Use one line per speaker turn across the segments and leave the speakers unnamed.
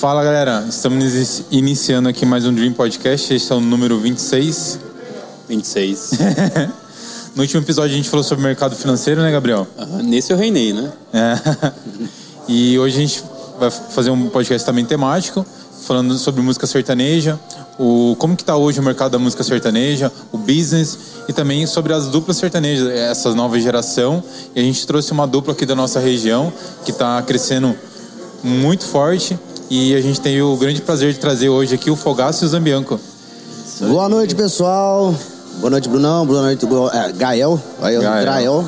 Fala galera, estamos iniciando aqui mais um Dream Podcast, este é o número 26.
26.
No último episódio a gente falou sobre mercado financeiro, né, Gabriel?
Aham, Nesse eu reinei, né?
É. E hoje a gente vai fazer um podcast também temático, falando sobre música sertaneja, o como que tá hoje o mercado da música sertaneja, o business e também sobre as duplas sertanejas, essa nova geração. E a gente trouxe uma dupla aqui da nossa região que está crescendo muito forte e a gente tem o grande prazer de trazer hoje aqui o Fogaço e o Zambianco.
Boa noite, pessoal. Boa noite, Brunão. Boa noite, Bru- é, Gael. Aí,
Gael.
Gael. Gael.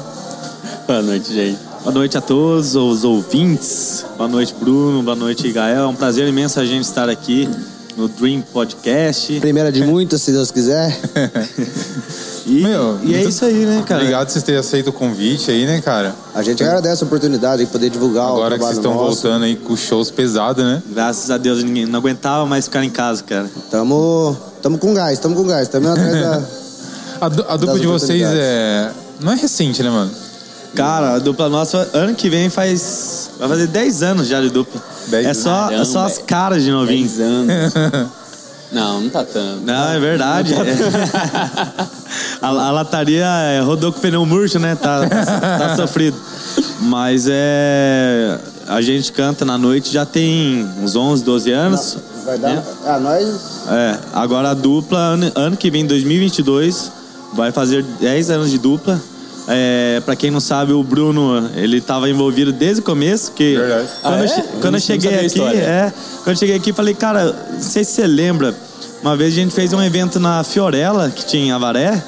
Boa noite, gente.
Boa noite a todos os ouvintes. Boa noite, Bruno. Boa noite, Gael. É um prazer imenso a gente estar aqui no Dream Podcast.
Primeira de muitas, se Deus quiser.
E,
Meu,
e é
muito
isso aí, né, cara?
Obrigado por vocês terem aceito o convite aí, né, cara?
A gente agradece a oportunidade de poder divulgar Ah, o
Agora que vocês
trabalho
estão
nosso.
voltando aí com shows pesados, né?
Graças a Deus, ninguém não aguentava mais ficar em casa, cara.
Tamo, tamo com gás, tamo com gás. Tamo atrás da...
A, du- a dupla
Das
de vocês
oportunidades.
é. Não é recente, né, mano?
Cara, a dupla nossa, ano que vem faz. Vai fazer 10 anos já de dupla.
Dez
é só,
anos.
é só as
Caramba,
caras de novinho.
10 anos. Não, não tá tanto.
Não, é verdade. a, a lataria é, rodou com o pneu murcho, né? Tá, tá, tá sofrido. Mas é. A gente canta na noite já tem uns 11, 12 anos.
Vai dar... Ah, nós...
É, agora a dupla, ano, ano que vem, 2022, vai fazer 10 anos de dupla. É, pra quem não sabe, o Bruno, ele tava envolvido desde o começo, que...
Verdade.
Quando,
Ah,
eu,
é?
che-
Eu
quando
não
eu cheguei
sabia a
aqui,
história.
é, quando eu cheguei aqui, falei, cara, não sei se você lembra, uma vez a gente fez um evento na Fiorella, que tinha em Avaré,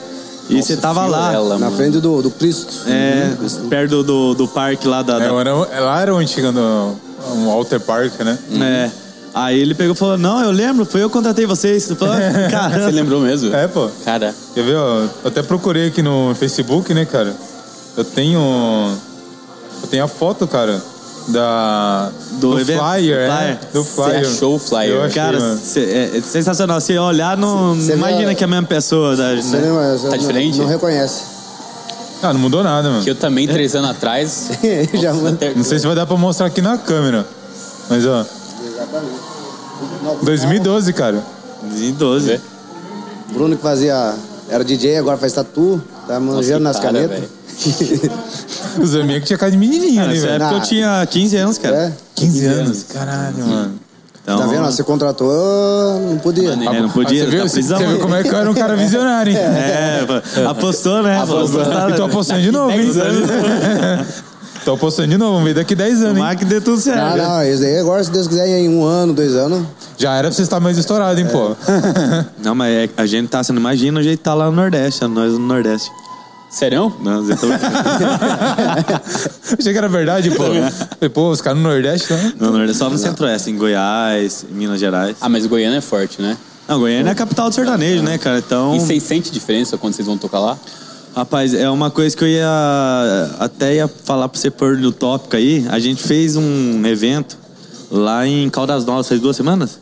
e você tava lá.
Na frente do, do Cristo.
É,
Uhum, Cristo.
perto do, do parque lá da, da
É, era, lá era onde chegando um Walter Park, né?
É. Aí ele pegou e falou, não, eu lembro, foi eu que contratei vocês. Eu falei, cara,
Você lembrou mesmo?
É, pô.
Cara,
Quer ver, ó? Eu até procurei aqui no Facebook, né, cara? Eu tenho. Eu tenho a foto, cara. Da.
Do evento?
flyer,
Do
é.
flyer?
Do
Você
flyer.
achou o flyer.
Eu achei,
Cara,
mano.
cê- é, é sensacional. Se olhar, não
Cê- cê
imagina
vê a-
que é a mesma pessoa. Da,
Você
né?
lembra? Você
Tá
não-
diferente?
Não, reconhece.
Ah, não mudou nada, mano.
que eu também, três anos atrás.
Já
Nossa,
manda.
até-
Não sei se vai dar pra mostrar aqui na câmera. Mas, ó.
Exatamente. Não,
2012, cara.
2012.
o Bruno que fazia... Era DJ, agora faz tatu. Tá manjando nas
que cara,
canetas.
Os amigos tinham cara de menininho ali,
Nessa
velho.
época é eu tinha 15 anos, cara.
É.
15 anos. Caralho, mano.
Então,
Tá vendo? Você contratou, eu não podia.
Maneiro.
É, não podia.
Ah, você, viu,
tá
você-
prisão.
você viu como é que eu era um cara visionário, hein?
É, pô, apostou, né?
Apostou.
E tô apostando de novo, hein?
10
Tô apostando de novo, vamos ver daqui 10 anos, hein?
Tomara que dê tudo
Ah,
certo.
não, esse daí agora, se Deus quiser, em um ano, dois anos.
Já era pra você estar mais estourado, hein, pô?
Não, mas é- a gente tá, você não imagina o jeito que tá lá no Nordeste, nós no Nordeste.
Serão?
Não, eu tô-
Achei que era verdade, pô. Falei, Pô, os caras no Nordeste, né?
no Nordeste, só no Centro-Oeste, em Goiás, em Minas Gerais.
Ah, mas Goiânia é forte, né?
Não, Goiânia é a capital do sertanejo, né, cara? Então.
E vocês sentem diferença quando vocês vão tocar lá?
Rapaz, é uma coisa que eu ia até ia falar pra você pôr no tópico aí. A gente fez um evento lá em Caldas Novas faz duas semanas?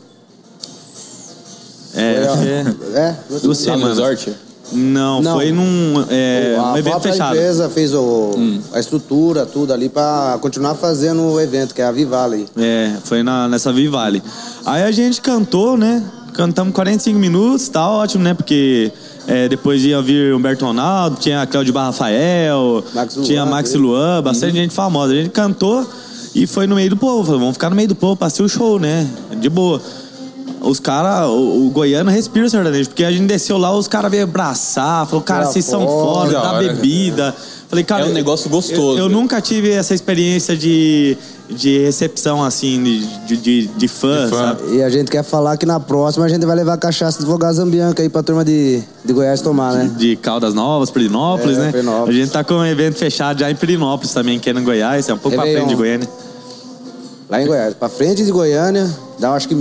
É, acho que é.
É.
duas
lá no
semanas.
resort?
Não,
Não.
foi num é,
a
um evento
própria
fechado. Hum.
empresa fez o- a estrutura, tudo ali, pra continuar fazendo o evento, que é a Vivale.
É, foi na, nessa Vivale. Aí a gente cantou, né? Cantamos 45 minutos, tá ótimo, né? Porque é, depois ia vir Humberto Ronaldo, tinha a Cláudio Barra Rafael,
Max Luan,
tinha Max
teve.
Luan, bastante gente famosa. A gente cantou e foi no meio do povo. Falei, vamos ficar no meio do povo, passei o show, né? De boa. Os caras, o, o goiano respira sertanejo, porque a gente desceu lá, os caras veio abraçar, falou, cara,
Pra
vocês são
fora,
foda,
da
dá
hora.
bebida. Falei, cara.
É um negócio
eu-
gostoso.
eu nunca nunca tive essa experiência de, de recepção, assim, de, de, de, de fã,
De fã.
sabe?
E a gente quer falar que na próxima a gente vai levar cachaça de Vogás Zambianca aí pra turma de, de Goiás tomar, né?
De Caldas Novas, Pirinópolis,
É,
né?
Pirinópolis.
A gente tá com um evento fechado já em Pirinópolis também, que é no Goiás, é um pouco pra
Réveillon.
frente de Goiânia.
Lá em Goiás. Pra frente de Goiânia, dá acho que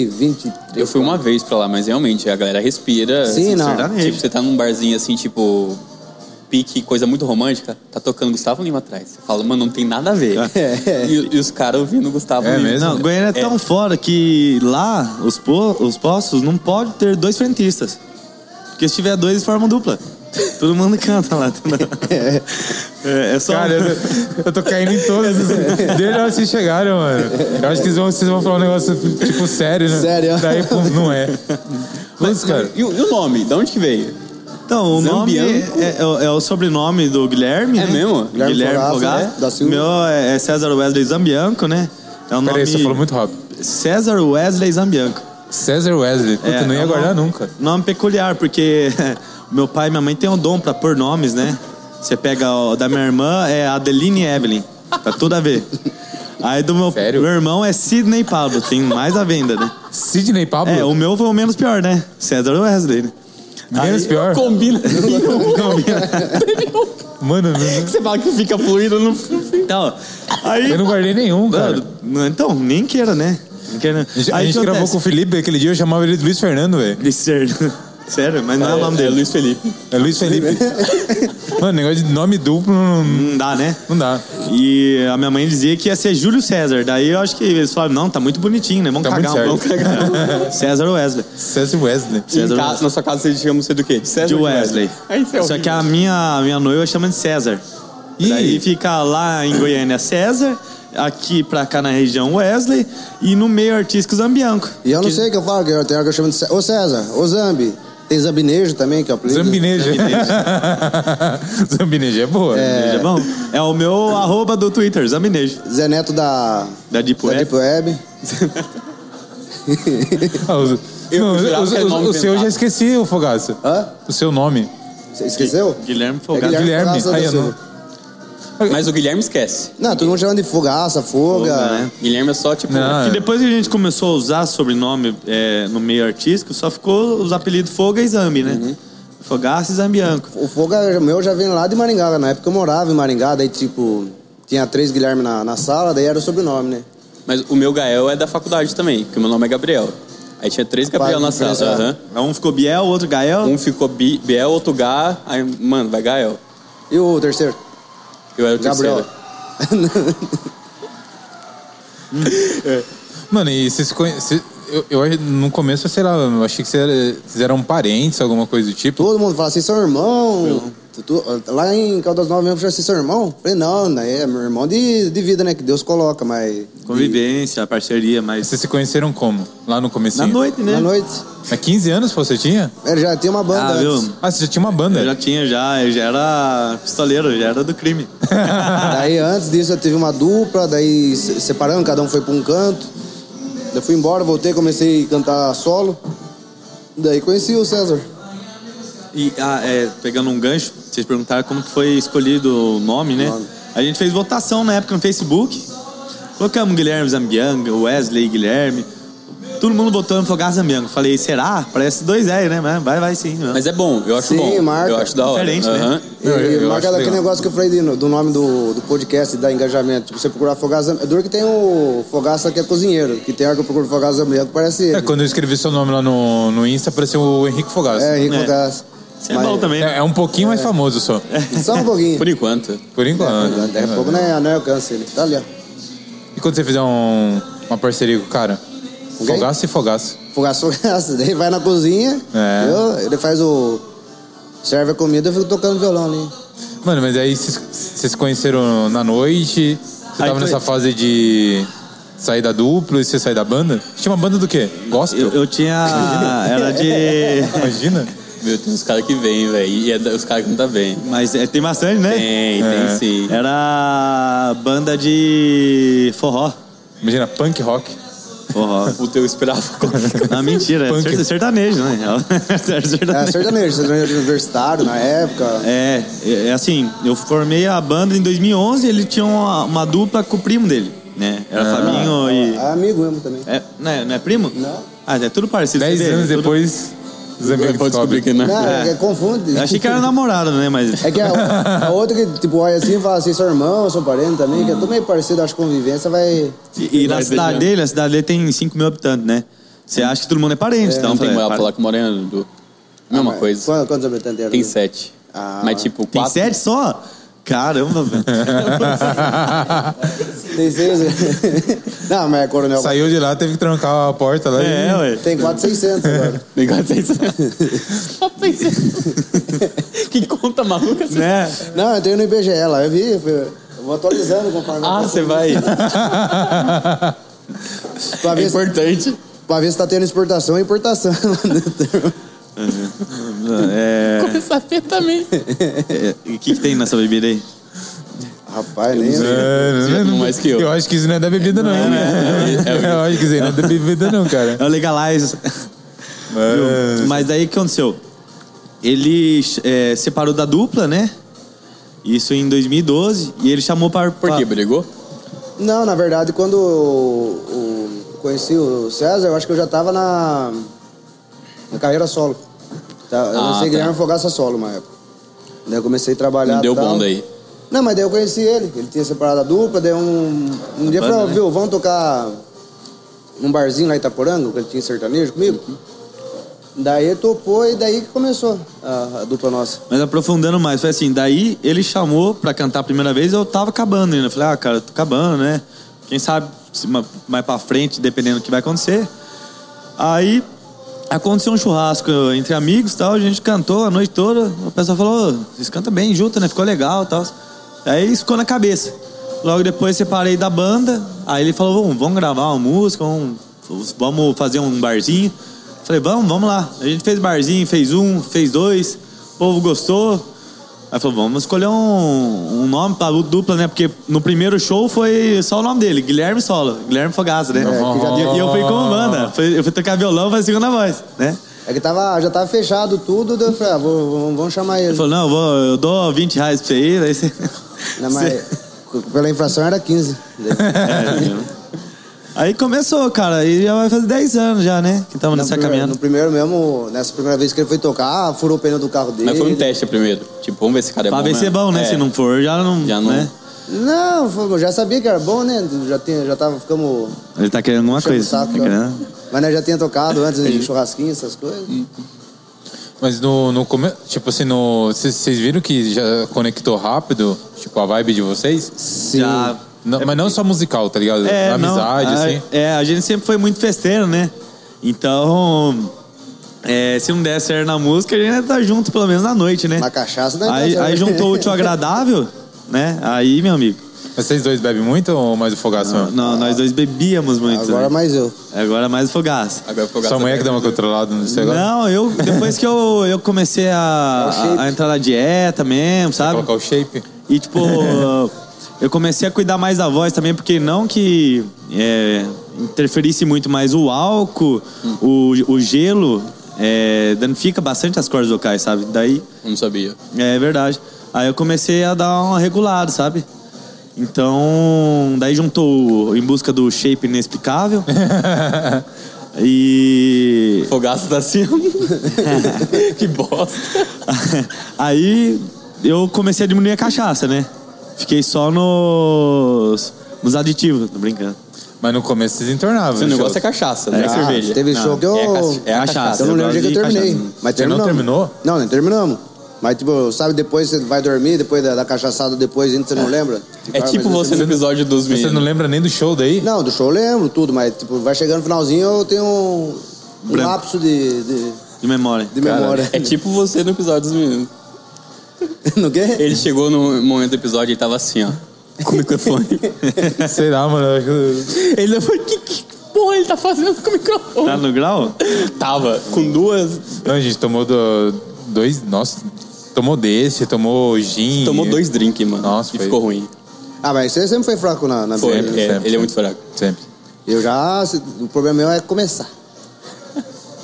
1023.
Eu fui uma vez pra lá, mas realmente a galera respira.
Sim,
assim,
não.
Sertanejo. Tipo, você tá num barzinho assim, tipo, pique, coisa muito romântica, tá tocando Gustavo Lima atrás. Você fala, mano, não tem nada a ver.
É.
E, e os caras ouvindo Gustavo
É
Lima.
mesmo?
Não, Goiânia é tão fora que lá os, po os postos não pode ter dois frentistas. Porque se tiver dois, eles formam dupla. Todo mundo canta lá. entendeu? É, é só.
Cara, eu tô, eu tô caindo em todas. Desde a hora que vocês chegaram, mano. Eu acho que vocês vão, vocês vão falar um negócio, tipo, sério, né?
Sério.
Daí, pô, não é. Luz, cara.
E, o e o nome? De onde que veio?
é
Então, o
um
nome
Zambianco?
é, é- é o sobrenome do Guilherme.
É
né?
mesmo?
Guilherme,
Guilherme
Fogaça.
Fogaça, né? Da Silva.
Meu é, é César Wesley Zambianco, né? É um
Peraí,
nome.
você falou muito rápido.
César Weslei Zambianco.
César Wesley. Puta,
É,
não ia
é um
guardar
nome-
nunca.
Nome peculiar, porque meu pai e minha mãe têm um dom pra pôr nomes, né? Você pega o da minha irmã, é Adeline Evelyn. Tá tudo a ver. Aí do meu,
Sério?
meu irmão é Sidney Pablo, tem mais a venda, né?
Sidney Pablo?
É, o meu foi o menos pior, né? César Wesley, né?
Menos
Ah.
pior.
Combina.
Mano, não-
Você fala que fica fluido no fim.
Então, aí.
eu não guardei nenhum, cara.
Mano, não- então, nem queira, né? Nem queira.
A gente gravou com o Felipe aquele dia, eu chamava ele de Luiz Fernando, velho.
com Sério. Sério, mas não é, o nome
É
dele.
Luiz Felipe.
É Luiz Felipe. Mano, negócio de nome duplo não,
Não dá, né?
não dá.
E a minha mãe dizia que ia ser Júlio César. Daí eu acho que eles falaram, não, tá muito bonitinho, né? Vamos
Tá
cagar um
muito
pouco. César Wesley.
César Wesley.
Em
César
casa, na sua casa vocês chamam você do quê? César
De
ou
Wesley.
Aí você é
Só
horrível.
que a minha, minha noiva chama de César.
Ih.
E aí fica lá em Goiânia César, aqui pra cá na região Wesley, e no meio artístico Zambianco.
E eu não sei o que eu falo, que eu- tem hora que eu chamo de Cé- Ô César, ô Zambi. Tem Zambinejo também, que é o apelido.
Zambineja. Zambineja é boa.
É. Bom, é o meu arroba do Twitter, Zambinejo.
Zé Neto da,
Da Deep
da
Web.
Deep Web.
Ah, os-
Eu
não,
jurava
os-
que era
os-
nome
o seu eu já
inventado.
esqueci, o Fogaça.
Hã?
O seu nome.
Você esqueceu?
Guilherme
É
Folgado.
Guilherme
Guilherme.
Fogaça da
Aí, eu
Silva.
não-
Mas o Guilherme esquece.
Não, todo mundo chama de Fogaça, Foga.
Foga, né?
Guilherme é só tipo.
Não.
Que depois que a gente começou a usar sobrenome é, no meio artístico, só ficou os apelidos Foga e Zambi, né?
Uhum.
Fogaça e Zambianco.
O Foga meu já vem lá de Maringá. Na época eu morava em Maringá, daí tipo... Tinha três Guilherme na, na sala, daí era o sobrenome, né?
Mas o meu Gael é da faculdade também, porque o meu nome é Gabriel. Aí tinha três Gabriel na
Rapaz,
sala.
diferenciado.
aham.
Um ficou Biel, outro Gael.
Um ficou Bi- Biel, outro Gá. Aí, mano, vai Gael.
E o terceiro?
Eu era o
Gabriel.
terceiro.
Mano, e vocês se conhe- se- eu, eu acho- no começo, sei lá, eu achei que vocês eram- vocês eram parentes, alguma coisa do tipo.
Todo mundo fala, vocês são irmão. Tu- tu- lá em Caldas Novas mesmo, vocês são irmão? Falei, não, né? é meu irmão de, de vida, né? Que Deus coloca, mas...
Convivência, parceria, mas.
Vocês se conheceram como? Lá no
Na
comecinho?
noite, né?
Na noite,
Há 15 anos, pô, você tinha?
ele já tinha uma banda
Ah,
antes.
viu?
Ah, você já tinha uma
é.
Eu já
banda.
tinha, já, eu já era pistoleiro, eu já era do crime.
Ah.
Daí antes disso eu tive uma dupla, daí se- separando, cada um foi pra um canto. Eu fui embora, voltei, comecei a cantar solo. Daí conheci o César.
E ah, é, pegando um gancho, vocês perguntaram como que foi escolhido o nome, né?
Nome.
A gente fez votação na época no Facebook. Colocamos Guilherme Zambianga, Wesley Guilherme. Todo mundo botando Fogar Zambianga. Falei, será? Parece dois L, né? Mas Vai, vai sim. Não.
Mas é bom, eu acho
Sim,
bom.
marca.
Eu acho da hora.
Diferente, né?
Aham.
E,
Eu- eu- eu
marca
acho
daquele
legal.
negócio que eu falei do, do nome do, do podcast, da engajamento. Tipo, você procurar Fogaça... É duro que tem o Fogaça que é cozinheiro, que tem hora que eu procuro Fogaça mesmo, que parece ele.
É, quando eu escrevi seu nome lá no, no Insta, apareceu o Henrique Fogaça.
É, Henrique
É.
Fogaça.
Isso é bom também. né?
né? É, é um pouquinho mais famoso só.
Só um pouquinho. É,
Por enquanto.
Por enquanto.
Daqui a pouco né, não alcança ele. Tá ali, ó.
E quando você fizer um- uma parceria com o cara?
Ok.
Fogaça e Fogaça.
Fogaça, Fogaça. Daí vai na cozinha,
É.
eu- ele faz o... Serve a comida, eu fico tocando violão ali.
Mano, mas aí vocês- vocês se conheceram na noite? Você
Aí
tava
foi-
nessa fase de sair da dupla e você sair da banda? Você tinha uma banda do quê? Gospel?
Eu, eu tinha. Era de.
Imagina.
Meu, tem uns caras que vêm, velho. E é da- os caras que não tá bem.
Mas é, tem bastante, né?
Tem,
É.
tem sim.
Era banda de forró.
Imagina, punk rock.
Forró.
Puta, eu esperava qualquer coisa.
Não, mentira, é
Punk.
cer- sertanejo, né? Era
É,
sertanejo.
sertanejo, sertanejo universitário na época.
É, é, é assim, eu formei a banda em 2011 ele tinha uma, uma dupla com o primo dele, né? Era
Ah.
Fabinho e...
É amigo mesmo também.
É, não, é, não é primo?
Não.
Ah, é tudo parecido.
Dez
você vê,
anos
tudo-
depois, os amigos
Vou descobrir
descobrem.
que não.
Não, é que confunde.
Eu achei que era namorado, né? Mas...
É que a, a outra que, tipo, olha assim e fala assim, sou irmão, sou parente também, que é tudo meio parecido, acho que convivência vai...
E, e na
Vai deixar.
cidade dele, a cidade dele tem 5 mil habitantes, né? Você acha que todo mundo é parente, então.
Não tem
falei,
moral pra
para-
falar com o Moreno, Edu. Mesma coisa.
Ah, Quantos, quantos habitantes eram?
Tem sete.
Ah.
Mas tipo,
Tem
quatro.
sete só? Caramba, velho.
Tem seis. Não, mas é coronel.
Saiu de lá, teve que trancar a porta lá.
É,
e...
ué.
Tem quase 600 agora.
Negócio é isso. Só pensei. que conta maluca você
Né?
Não, eu entrei no IBGE lá, eu vi. Eu fui- eu vou atualizando conforme.
Ah, você vai.
pra,
É
ver se,
importante.
pra ver se tá tendo exportação e importação.
É,
Começar a ver também.
é, e o que, que tem nessa bebida aí?
Rapaz, nem.
É,
já tomou mais que eu.
acho que isso não é da bebida, não.
é, é, é.
eu acho que isso aí não é da bebida, não, cara. É.
É o Legalize.
Ah,
Mas-
Mas daí o que aconteceu? Ele é, separou da dupla, né? Isso em 2012. E ele chamou para.
Por quê? Brigou?
Não, na verdade, quando eu, eu conheci o César, eu acho que eu já tava na, na carreira solo. Tá, Eu
Ah,
lancei
tá.
Guilherme Fogaça solo uma época. Daí eu comecei a trabalhar.
Não deu
tal.
bom daí.
Não, mas daí eu conheci ele. Ele tinha separado a dupla, daí um, um dia
banda,
falou,
né?
viu, vamos tocar num barzinho lá em Itaporanga, que ele tinha sertanejo comigo.
Uhum.
Daí ele topou e daí que começou a, a dupla nossa.
Mas aprofundando mais, foi assim, daí ele chamou pra cantar a primeira vez, eu tava acabando ainda. Eu Falei, ah, cara, tô acabando, né? Quem sabe se ma- mais pra frente, dependendo do que vai acontecer. Aí aconteceu um churrasco entre amigos e tal, a gente cantou a noite toda. O pessoal falou, "Ô, vocês cantam bem junto, né? Ficou legal e tal. Aí isso ficou na cabeça. Logo depois separei da banda, aí ele falou, vamos, vamos gravar uma música, vamos, vamos fazer um barzinho. Falei, vamos, vamos lá. A gente fez barzinho, fez um, fez dois, o povo gostou. Aí falou, vamos escolher um, um nome pra dupla, né? Porque no primeiro show foi só o nome dele, Guilherme Solo, Guilherme Fogaça, né?
É, que já
E- E eu fui
Ah.
com banda, fui- eu fui tocar violão, foi a segunda voz, né?
É que tava, já tava fechado tudo, daí eu falei, ah, vou- vou- vamos chamar ele.
Ele falou, não, eu, vou, eu dou 20 reais pra você aí, daí você...
Não, mas
você-
pela inflação era 15.
É, viu? aí começou, cara, e já vai fazer 10 anos já, né? Que estamos
No
nessa
primeiro-
caminhada.
No primeiro mesmo, nessa primeira vez que ele foi tocar, ah, furou o pneu do carro dele.
Mas foi um teste primeiro. Tipo, vamos ver se esse cara é
Pra
bom.
ver se é
mesmo.
bom, né?
É.
Se não for, já não...
Já não.
né?
Não, foi- eu já sabia que era bom, né? Já, tinha, já tava, ficamos...
Ele tá querendo alguma
enchendo o
coisa.
saco,
tá
né?
querendo-
Mas nós já tinha tocado antes em churrasquinho, essas coisas.
Mas no, no começo, tipo assim, no. Vocês viram que já conectou rápido, tipo, a vibe de vocês?
Já...
Não, mas não só musical, tá ligado? Na
É, não,
amizade,
a,
assim.
É, a gente sempre foi muito festeiro, né? Então, é, se não der certo na música, a gente ainda tá junto, pelo menos na noite, né?
Na cachaça, né?
Aí, aí juntou o útil ao agradável, né? Aí, meu amigo,
Mas vocês dois bebem muito ou mais o fogaço mesmo?
não, nós dois bebíamos muito.
Agora
né?
mais eu.
Agora mais fogaça.
Agora foi o
Sua
gato
mulher que dá uma controlada no seu agora?
Não, eu depois que eu, eu comecei a,
É o shape.
a entrar na dieta mesmo, sabe?
Colocar o shape.
E tipo, eu comecei a cuidar mais da voz também, porque não que é, interferisse muito, mas o álcool, o, o gelo, é, danifica bastante as cordas vocais, sabe? Daí,
Não sabia.
é verdade. Aí eu comecei a dar uma regulada, sabe? Então, daí juntou o Em Busca do Shape Inexplicável. e
Fogaço tá assim. que bosta.
Aí eu comecei a diminuir a cachaça, né? Fiquei só nos, nos aditivos, tô brincando.
Mas no começo vocês entornavam.
Seu
né,
negócio
Chelsea?
é cachaça, não é,
É,
cerveja.
Ah, Teve
Não,
show que eu...
É, cacha- é a
Cachaça.
cachaça.
Eu não
Eu
lembro o dia que eu
gosto de
terminei.
cachaça.
Mas
Você não
terminamos.
terminou?
Não, nem terminamos. Mas, tipo, sabe, depois você vai dormir, depois da, da cachaçada, depois ainda você não lembra?
É
ah,
tipo
mas eu
você no episódio dos
Você não
meninos.
lembra nem do show daí?
Não, do show eu lembro tudo, mas tipo, vai chegando no finalzinho eu tenho um, um
Branco.
lapso de, de,
De memória.
de memória.
É tipo você no episódio dos meninos.
no quê?
Ele chegou no momento do episódio e tava assim, ó. Com o microfone.
Sei lá, mano. eu acho que-
ele falou, que, que porra ele tá fazendo com o microfone?
Tá no grau?
Tava com duas.
Não, a gente tomou do- dois. Nossa, tomou desse, tomou gin.
Tomou dois drinks, mano.
Nossa,
e
foi-
ficou ruim.
Ah, mas você sempre foi fraco na, na
Foi,
bebida.
sempre,
é,
sempre.
ele é muito fraco.
Sempre.
Eu já. se- O problema meu é começar.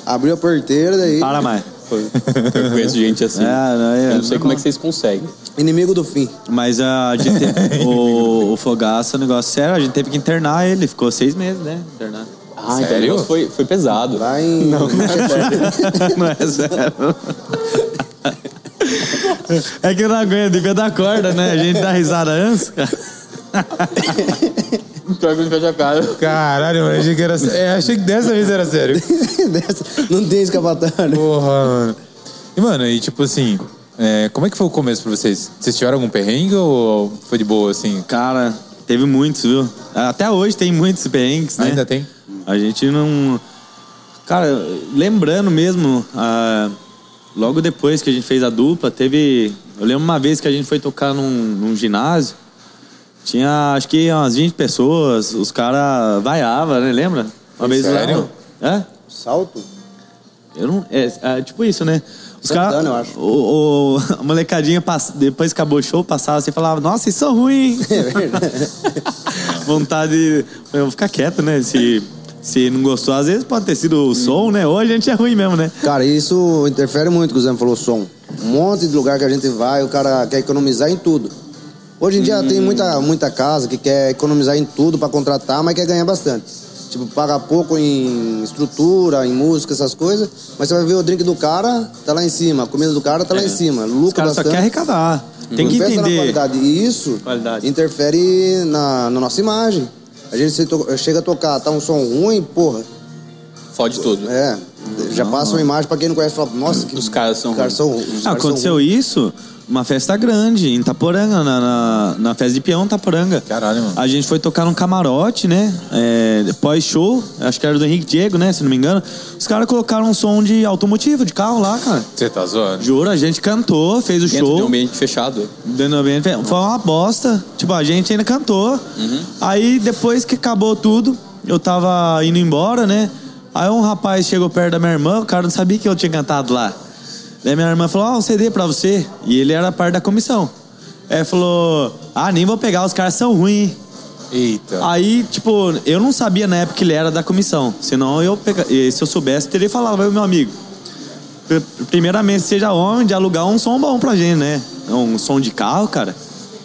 Abriu a porteira, daí.
Para mais.
Eu conheço gente assim.
É,
Ah,
não, é,
eu não sei
normal.
como é que vocês conseguem.
Inimigo do fim.
Mas a gente te- o, o fogaço é um negócio sério, a gente teve que internar ele, ficou seis meses, né? Internado.
Ah, então o
Sério?
negócio foi, foi pesado.
Lá em. Não,
não é sério. É que eu não aguento, devia dar corda, né? A gente dá risada antes, cara.
Pior que não fecha a cara.
Caralho, mano, achei que era. É, achei que dessa vez era sério.
não tem é escapatória.
Porra, mano. E, mano, aí, tipo assim, É, como é que foi o começo pra vocês? Vocês tiveram algum perrengue ou foi de boa, assim?
Cara, teve muitos, viu? Até hoje tem muitos perrengues, né?
Ainda tem?
A gente não. Cara, lembrando mesmo, ah, logo depois que a gente fez a dupla, teve. Eu lembro uma vez que a gente foi tocar num, num ginásio, tinha acho que umas 20 pessoas, os caras vaiavam, né? Lembra? Uma vez
Sério?
lá. É?
Salto?
Eu não, é, é tipo isso, né? Os
Santana,
caras.
Tá eu acho.
O, o- a molecadinha, pass- depois que acabou o show, passava assim e falava: Nossa, vocês são ruins, hein?
É verdade.
Vontade. Eu vou ficar quieto, né? Se, se não gostou, às vezes pode ter sido
Hum.
o som, né? Ou a gente é ruim mesmo, né?
Cara, isso interfere muito, que o Zé falou som. Um monte de lugar que a gente vai, o cara quer economizar em tudo. Hoje em dia
Hum.
tem muita, muita casa que quer economizar em tudo pra contratar, mas quer ganhar bastante. Tipo, paga pouco em estrutura, em música, essas coisas, mas você vai ver o drink do cara, tá lá em cima, a comida do cara tá lá em cima,
É. Os
lucra
caras só
bastante.
querem arrecadar. Tem
Não
que
pensa na
entender.
qualidade. E isso
Qualidade.
interfere na, na nossa imagem. A gente se to- chega a tocar, tá um som ruim, porra,
Fode tudo.
é, já passa uma imagem pra quem não conhece, fala, nossa, que
Os caras são
os caras são- os caras
Ah,
são
aconteceu isso, uma festa grande, em Itaporanga, na, na, na festa de peão, Itaporanga.
Caralho, mano.
A gente foi tocar num camarote, né? É, Pós-show, acho que era do Henrique Diego, né? Se não me engano. Os caras colocaram um som de automotivo, de carro lá, cara.
Você tá zoando?
Juro, a gente cantou, fez o
dentro
show.
de um ambiente fechado.
Dentro do ambiente, foi uma bosta. Tipo, a gente ainda cantou. Aí depois que acabou tudo, eu tava indo embora, né? Aí um rapaz chegou perto da minha irmã, o cara não sabia que eu tinha cantado lá. Daí minha irmã falou: Ó, um CD pra você. E ele era parte da comissão. Aí falou: Ah, nem vou pegar, os caras são ruins.
Eita.
Aí, tipo, eu não sabia na época que ele era da comissão. Senão eu pega... e se eu soubesse, eu teria falado, "Vai, meu amigo. pr- Primeiramente, seja homem de alugar um som bom pra gente, né? Um som de carro, cara.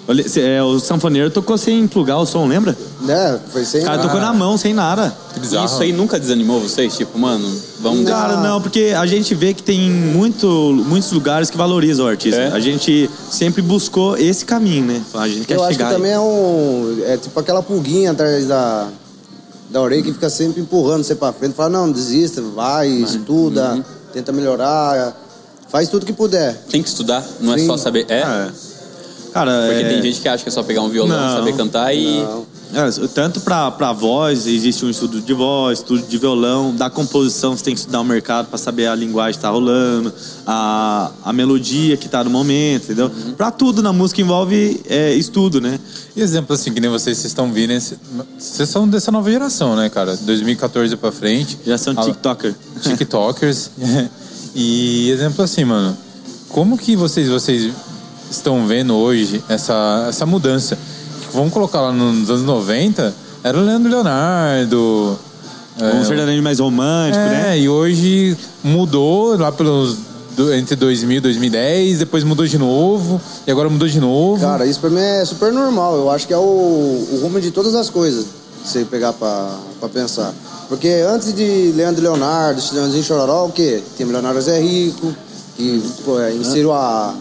Olha, cê- é, o sanfoneiro tocou sem plugar o som, lembra?
É, foi sem.
O cara
nada.
tocou na mão, sem nada.
que bizarro.
Isso aí nunca desanimou vocês? Tipo, mano, vamos.
Cara, não, porque a gente vê que tem muito, muitos lugares que valorizam o artista.
É?
A gente sempre buscou esse caminho, né? A gente quer
Eu acho que
chegar. aí.
também é um. É tipo aquela pulguinha atrás da, da orelha que fica sempre empurrando você pra frente. Fala, não, desista, vai, estuda,
Uhum.
tenta melhorar, faz tudo que puder.
Tem que estudar, não é
Sim.
só saber. É.
Ah, Cara,
Porque
é...
tem gente que acha que é só pegar um violão,
Não.
saber cantar e.
Não.
É, tanto pra, pra voz, existe um estudo de voz, estudo de violão, da composição você tem que estudar o mercado pra saber a linguagem que tá rolando, a, a melodia que tá no momento, entendeu?
Uhum.
Pra tudo na música envolve é, estudo, né?
E exemplo assim, que nem vocês vocês estão vindo, esse- vocês são dessa nova geração, né, cara? 2014 pra frente.
Geração
Ah,
de TikToker.
TikTokers. e exemplo assim, mano, como que vocês vocês estão vendo hoje essa, essa mudança? Vamos colocar lá nos anos 90, era o Leandro Leonardo. é,
Um sertanejo mais romântico,
é,
né?
e hoje mudou lá pelos do- entre 2000 e 2010, depois mudou de novo, e agora mudou de novo.
Cara, isso pra mim é super normal. Eu acho que é o, o rumo de todas as coisas, se você pegar pra, pra pensar. Porque antes de Leandro e Leonardo, Chitãozinho e Chororó, o quê? Tem Leonardo Zé Rico, que pô, é, inseriu a,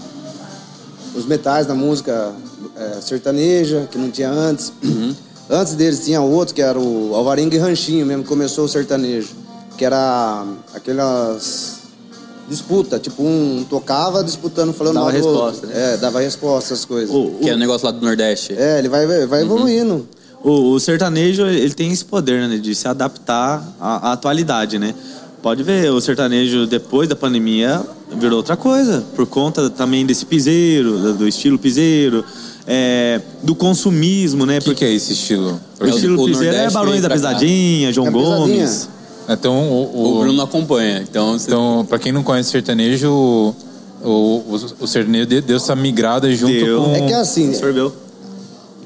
os metais na música é, sertaneja, que não tinha antes.
Uhum.
Antes deles tinha outro, que era o Alvarenga e Ranchinho mesmo, que começou o sertanejo. Que era aquelas disputa, tipo um tocava disputando, falando
Dava
mal do outro.
resposta, né?
É, dava resposta às coisas.
O,
Que é o negócio lá do Nordeste.
É, ele vai, vai
Uhum.
evoluindo.
O, o sertanejo, ele tem esse poder, né? De se adaptar à, à atualidade, né? Pode ver, o sertanejo, depois da pandemia, virou outra coisa. Por conta também desse piseiro, do- do estilo piseiro, é, do consumismo, né?
o que, que
Porque
é esse estilo?
o estilo
O
piseiro é
Nordeste
Barões
veio
da
pra cá.
Pisadinha, João
É pisadinha.
Gomes.
Então,
O
o, o-
Bruno não acompanha, então. você-
então para quem não conhece sertanejo, o, o, o sertanejo de- deu essa migrada junto
Deu.
com
É que é assim,
Sorveu.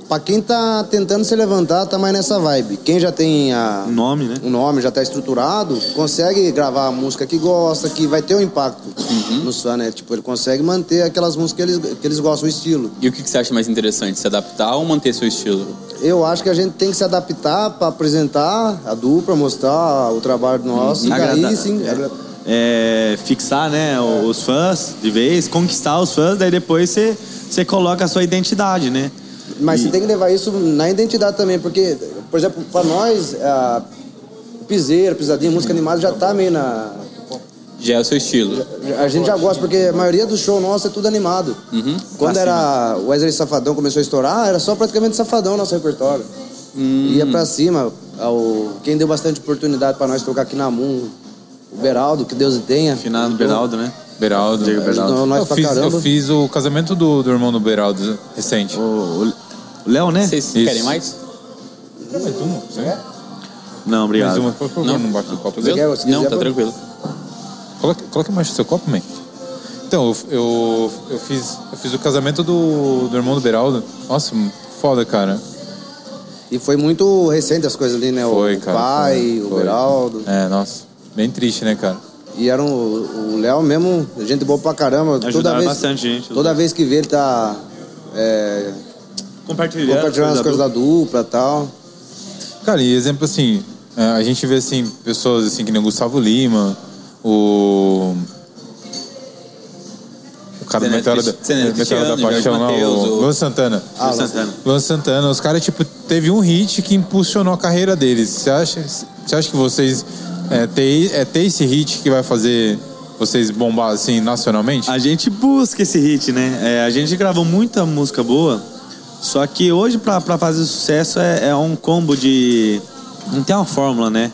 pra quem tá tentando se levantar, tá mais nessa vibe. Quem já tem a,
O nome, né?
o nome, já tá estruturado, consegue gravar a música que gosta, que vai ter um impacto
Uhum.
no fãs, né? Tipo, ele consegue manter aquelas músicas que eles, que eles gostam, o estilo.
E o que que você acha mais interessante? Se adaptar ou manter seu estilo?
Eu acho que a gente tem que se adaptar pra apresentar a dupla, mostrar o trabalho nosso. E
Uhum. Agrada-
daí Um sim, agra-
é, fixar né, o- os fãs de vez, conquistar os fãs, daí depois você, você coloca a sua identidade, né?
Mas
E-
você tem que levar isso na identidade também, porque, por exemplo, pra nós, a piseira, pisadinha, música animada já tá meio na.
Já é o seu estilo.
A gente já gosta, porque a maioria do show nosso é tudo animado.
Uhum.
Quando era o Wesley Safadão começou a estourar, era só praticamente Safadão nosso repertório.
Hum.
Ia pra cima. ao- Quem deu bastante oportunidade pra nós tocar aqui na Moon, o Beraldo, que Deus o tenha.
Finado Beraldo, né?
Beraldo.
Diego Beraldo.
Ajudou nós
eu,
pra
fiz, eu
caramba.
fiz o casamento do, do irmão do Beraldo recente.
O- O o Léo, né?
Vocês
Isso.
querem mais?
Mais uma? né?
Não,
Mais
obrigado.
uma. Por favor,
Não.
não, bate no copo.
Eu-
quer- você
Não, tá
quiser, pode-
tranquilo.
Coloca, coloca mais no seu copo, man. Então, eu, eu, eu fiz, eu fiz o casamento do, do irmão do Beraldo. Nossa, foda, cara.
E foi muito recente as coisas ali, né? O
Foi, cara.
pai,
foi,
o
foi.
Beraldo.
É, nossa. Bem triste, né, cara?
E era um- o Léo mesmo, gente boa pra caramba. toda
Ajudaram
vez,
bastante gente.
Toda vez que vê ele tá é,
Compartilhando,
compartilhando as coisas da dupla e tal.
Cara, e exemplo assim, é, a gente vê assim, pessoas assim, que nem o Gustavo Lima, o. O cara do
Zeneto
Meteoro da,
Cristi- Zeneto
Meteoro da
é Cristiano,
Paixão,
Jorge
lá,
Mateus,
o
o-
Luan Santana.
Ah,
Luiz Santana.
Luan Santana, os caras, tipo, teve um hit que impulsionou a carreira deles. Você acha, você acha que vocês. É ter, é ter esse hit que vai fazer vocês bombar, assim, nacionalmente?
A gente busca esse hit, né? É, a gente gravou muita música boa, só que hoje pra, pra fazer sucesso é, é um combo de. Não tem uma fórmula, né?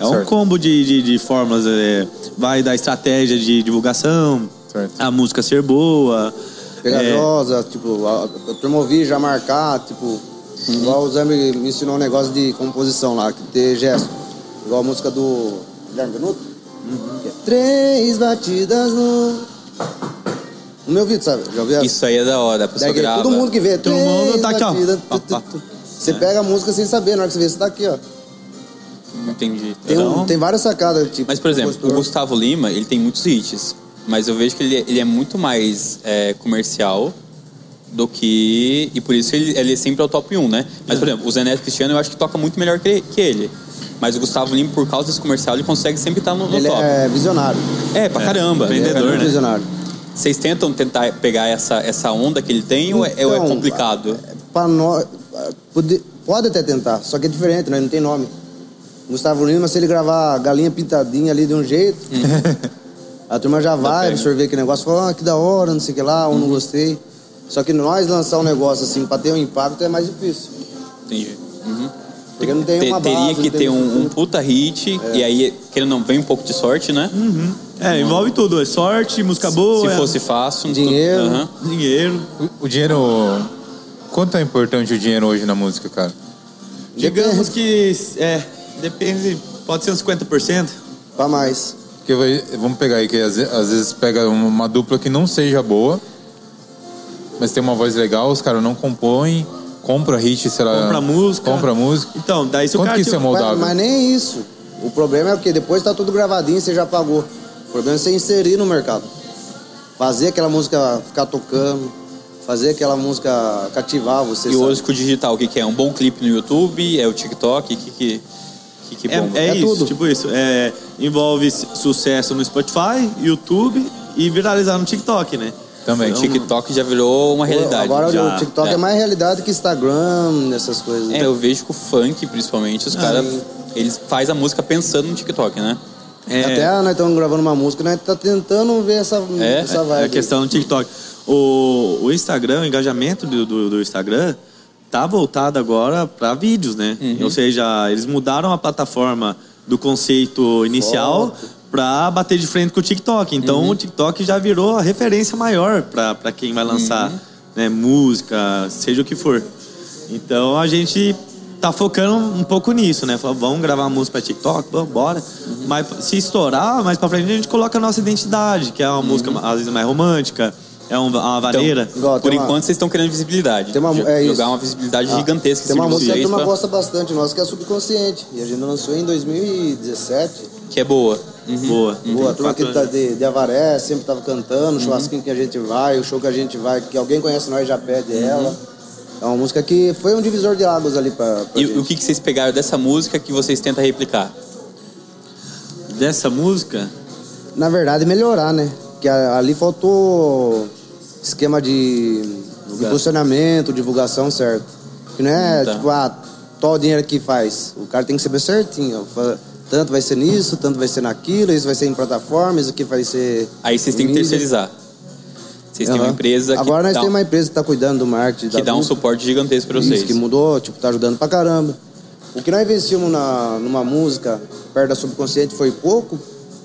É um
Certo.
combo de, de, de fórmulas. é, vai da estratégia de divulgação,
Certo.
a música ser boa. é,
Pegajosa, tipo, a, a turma ouvir, já marcar, tipo. Igual o Zé me, me ensinou um negócio de composição lá, que ter gesto. Igual a música do Guilherme Benuto. Que é três batidas no. No meu vídeo, sabe? Já ouviu essa?
Isso aí é da hora, a pessoa
Daí que
grava.
todo mundo que vê.
Todo mundo
três
tá aqui, ó.
batidas,
Pá,
tu, tu,
pá.
tu. Você pega a música sem saber, na hora que você vê, você tá aqui, ó.
Entendi.
Tem, um-
Então-
tem várias sacadas, tipo.
Mas, por exemplo, o
compositor.
Gustavo Lima, ele tem muitos hits. Mas eu vejo que ele, ele é muito mais é, comercial do que... E por isso ele, ele é sempre é o top 1, né? Mas, por exemplo, o Zeneto Cristiano eu acho que toca muito melhor que, que ele. Mas o Gustavo Lima, por causa desse comercial, ele consegue sempre estar no, no
Ele
top.
é visionário.
É, pra caramba.
Ele é
Empreendedor,
muito
né?
visionário.
Vocês tentam tentar pegar essa, essa onda que ele tem ou, é, ou é
Então,
complicado?
Pra nós. Pode, pode até tentar, só que é diferente, né? Não tem nome. Gustavo Lima, se ele gravar galinha pintadinha ali de um jeito,
Uhum.
a turma já vai
pega.
absorver aquele negócio, fala, ah, que da hora, não sei o que lá, ou
Uhum.
não gostei. Só que nós lançar um negócio assim pra ter um impacto é mais difícil.
Entendi. Uhum.
Porque não tem
Te-
uma base,
teria
não
que
tem É.
ter
muito-
um, um puta hit, e aí, querendo ou não, vem um pouco de sorte, né?
Hum,
é, envolve tudo. É sorte, música
Se
boa, é
fosse fácil. tu-
Dinheiro.
Aham.
dinheiro.
O, o dinheiro. Quanto é importante o dinheiro hoje na música, cara?
Digamos que. É, depende. Pode ser uns 50%.
Pra mais.
Porque vai- vamos pegar aí que às, ve- às vezes pega um, uma dupla que não seja boa, mas tem uma voz legal, os caras não compõem, compra hit, sei lá.
É, Compra música.
Compra música.
Então, daí se o
Quanto
cara
que isso é
tiver-
moldável?
Mas, mas nem isso. O problema é o que depois tá tudo gravadinho, você já pagou. O problema é você inserir no mercado. Fazer aquela música ficar tocando, fazer aquela música cativar você.
E
sabe?
hoje com o digital, o que, que é? Um bom clipe no YouTube? É o TikTok? O que que, o que, que
É,
bomba?
é
É
isso,
tudo.
tipo isso. É, envolve s- sucesso no Spotify, YouTube e viralizar no TikTok, né?
Também.
O TikTok já virou uma é realidade.
é um Agora
já.
o TikTok é.
é
mais realidade que Instagram, essas coisas.
É, eu vejo que o funk, principalmente,
Ah,
os caras... Eles fazem a música pensando no TikTok, né?
É,
Até ah, nós estamos gravando uma música, nós tá tentando ver essa,
É,
essa
é
vibe.
a questão do TikTok. O, o Instagram, o engajamento do, do, do Instagram tá voltado agora para vídeos, né? Ou seja, eles mudaram a plataforma do conceito inicial para bater de frente com o TikTok. Então
Uhum.
o TikTok já virou a referência maior para quem vai lançar
Uhum.
né, música, seja o que for. Então a gente tá focando um pouco nisso, né? Fala, vamos gravar música pra TikTok, vamos, bora.
Uhum.
Mas se estourar, mais pra frente a gente coloca a nossa identidade, que é
Uhum.
uma música às vezes mais romântica, é um- uma vaneira.
Então, Igual, tem
Por
uma-
enquanto, vocês estão criando visibilidade.
Tem uma-
Jo-
é isso.
Jogar uma visibilidade
Ah,
gigantesca.
Tem
em
uma
cima de
música que a
vocês tá?
turma
pra-
gosta bastante nossa, que é subconsciente. E a gente lançou em 2017.
Que é boa. Uhum.
Boa.
Boa, a turma
Quatro
que
anos.
tá
né?
de, de Avaré sempre tava cantando, o churrasquinho que a gente vai, o show que a gente vai, que alguém conhece nós já pede
Uhum.
ela. É uma música que foi um divisor de águas ali pra, pra
E
gente.
o que, que vocês pegaram dessa música que vocês tentam replicar?
Dessa música,
Na verdade, melhorar, né? Que a- ali faltou esquema de, de posicionamento, divulgação, certo? Que não é tá
Tá.
tipo, ah, tó o dinheiro que faz. O cara tem que saber certinho. ó, fa- Tanto vai ser nisso, tanto vai ser naquilo, isso vai ser em plataforma, isso aqui vai ser.
Aí vocês têm que
mídia.
terceirizar. Vocês têm uma
Aham.
empresa que
Uhum. Agora nós
dá, um-
temos uma empresa que tá cuidando do marketing.
que
da
dá um
busca.
suporte gigantesco pra
Isso,
vocês.
que mudou, tipo, tá ajudando pra caramba. O que nós investimos na, numa música perto da subconsciente foi pouco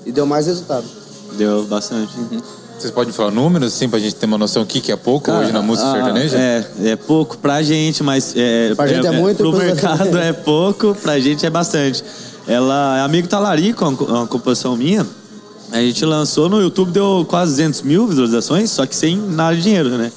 e deu mais resultado.
Deu bastante.
Uhum.
Vocês podem falar números, assim, pra gente ter uma noção do que, que é pouco hoje na música
Ah,
sertaneja?
É, é pouco pra gente, mas. É,
Pra gente é muito,
Pro
pros-
mercado é pouco, pra gente é bastante. Ela é Amigo Talarico, uma co- uma composição minha. A gente lançou no YouTube, deu quase 200 mil visualizações, só que sem nada de dinheiro, né?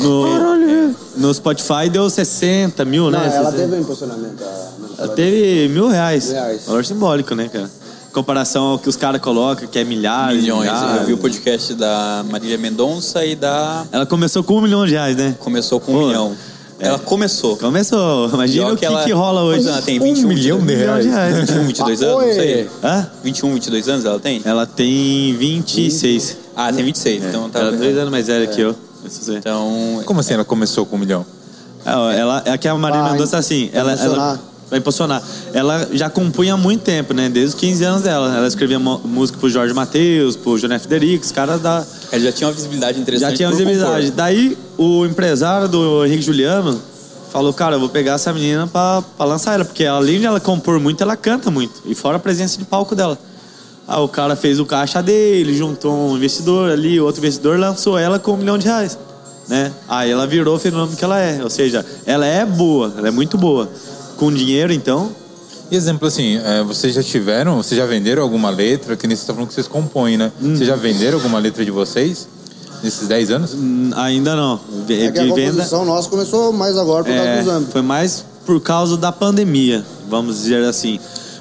No, no Spotify deu 60 mil,
Não,
né?
ela
60.
teve um impulsionamento. a-
Ela teve mil reais.
Mil reais.
Valor simbólico, né, cara? Em comparação ao que os caras colocam, que é milhares.
Ah, Milhões. é.
milhares.
Eu vi o podcast da Marília Mendonça e da.
Ela começou com um milhão de reais, né?
Começou com um
Pô,
milhão.
é.
Ela começou.
Começou. Imagina
Pior
o que,
ela-
que rola hoje.
Quantos anos Ela tem
Um
21,
milhão de
Milhão de reais.
21, 22 anos? Não sei.
Hã?
21, 22 anos ela tem?
Ela tem 26.
Ah, tem 26. Então tá.
ela É. é dois anos mais velha que eu. Isso sim.
Então.
Como assim ela começou com um milhão?
Ah, ó, Ela, é que a Maria
Vai
Mendonça, assim, ela,
impulsionar.
ela vai impulsionar. Ela já compunha há muito tempo, né? Desde os 15 anos dela. Ela escrevia mo- música pro Jorge Matheus, pro Joné Federico, os caras da,
Ela já tinha uma visibilidade interessante. né?
Já tinha
por
visibilidade.
compor.
Daí o empresário do Henrique Juliano falou, cara, eu vou pegar essa menina pra, pra lançar ela, porque além de ela compor muito, ela canta muito. E fora a presença de palco dela. Aí o cara fez o caixa dele, juntou um investidor ali, outro investidor, lançou ela com um milhão de reais. Né? Aí ela virou o fenômeno que ela é. Ou seja, ela é boa, ela é muito boa. Com dinheiro, então,
E exemplo assim, é, vocês já tiveram, vocês já venderam alguma letra? Que nem vocês estão falando que vocês compõem, né? Vocês já venderam alguma letra de vocês nesses 10 anos?
hum, ainda não. De,
É que a
de venda.
composição nossa começou mais agora por causa
É,
dos âmbitos.
foi mais por causa da pandemia, vamos dizer assim.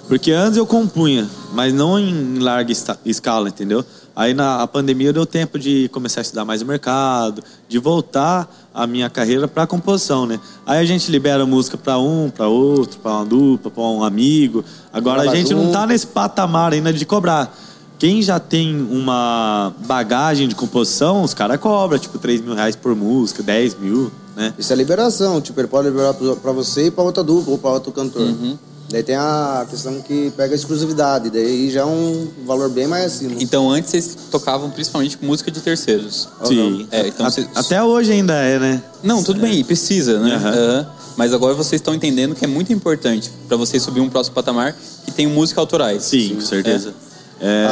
Porque antes eu compunha, mas não em larga esta- escala, entendeu? Aí na a pandemia deu tempo de começar a estudar mais o mercado, de voltar a minha carreira para composição, né? Aí a gente libera música para um, para outro, para uma dupla, para um amigo. Agora a
Grava
gente não
junto.
tá nesse patamar ainda de cobrar. Quem já tem uma bagagem de composição, os caras cobram, tipo, 3 mil reais por música, 10 mil, né?
Isso é liberação, tipo, ele pode liberar pro- pra você e pra outra dupla ou pra outro cantor.
Uhum.
Daí tem a questão que pega a exclusividade, daí já é um valor bem mais acima.
Então antes vocês tocavam principalmente música de terceiros.
Sim.
É, então
A-
vocês-
Até hoje ainda é, né?
Não, tudo bem, precisa, né?
Aham.
Aham. Mas agora vocês estão entendendo que é muito importante pra vocês subir um próximo patamar que tem música autorais. É.
Sim, é. com certeza.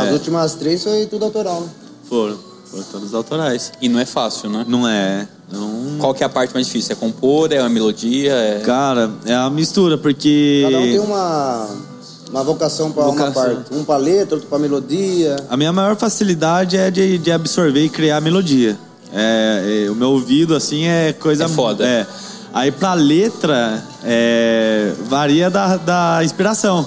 As últimas três foi tudo autoral, né?
Foram. Foram todos autorais.
E não é fácil, né?
Ah. Não é. Não.
Qual que é a parte mais difícil? É compor, é uma melodia, é...
Cara, é a mistura, porque.
Cada um tem uma, uma vocação pra uma
Vocação.
parte. Um pra letra, outro pra melodia.
A minha maior facilidade é de, de absorver e criar melodia. É, é, o meu ouvido, assim, é coisa.
É foda.
É. Aí pra letra, é, varia da, da inspiração.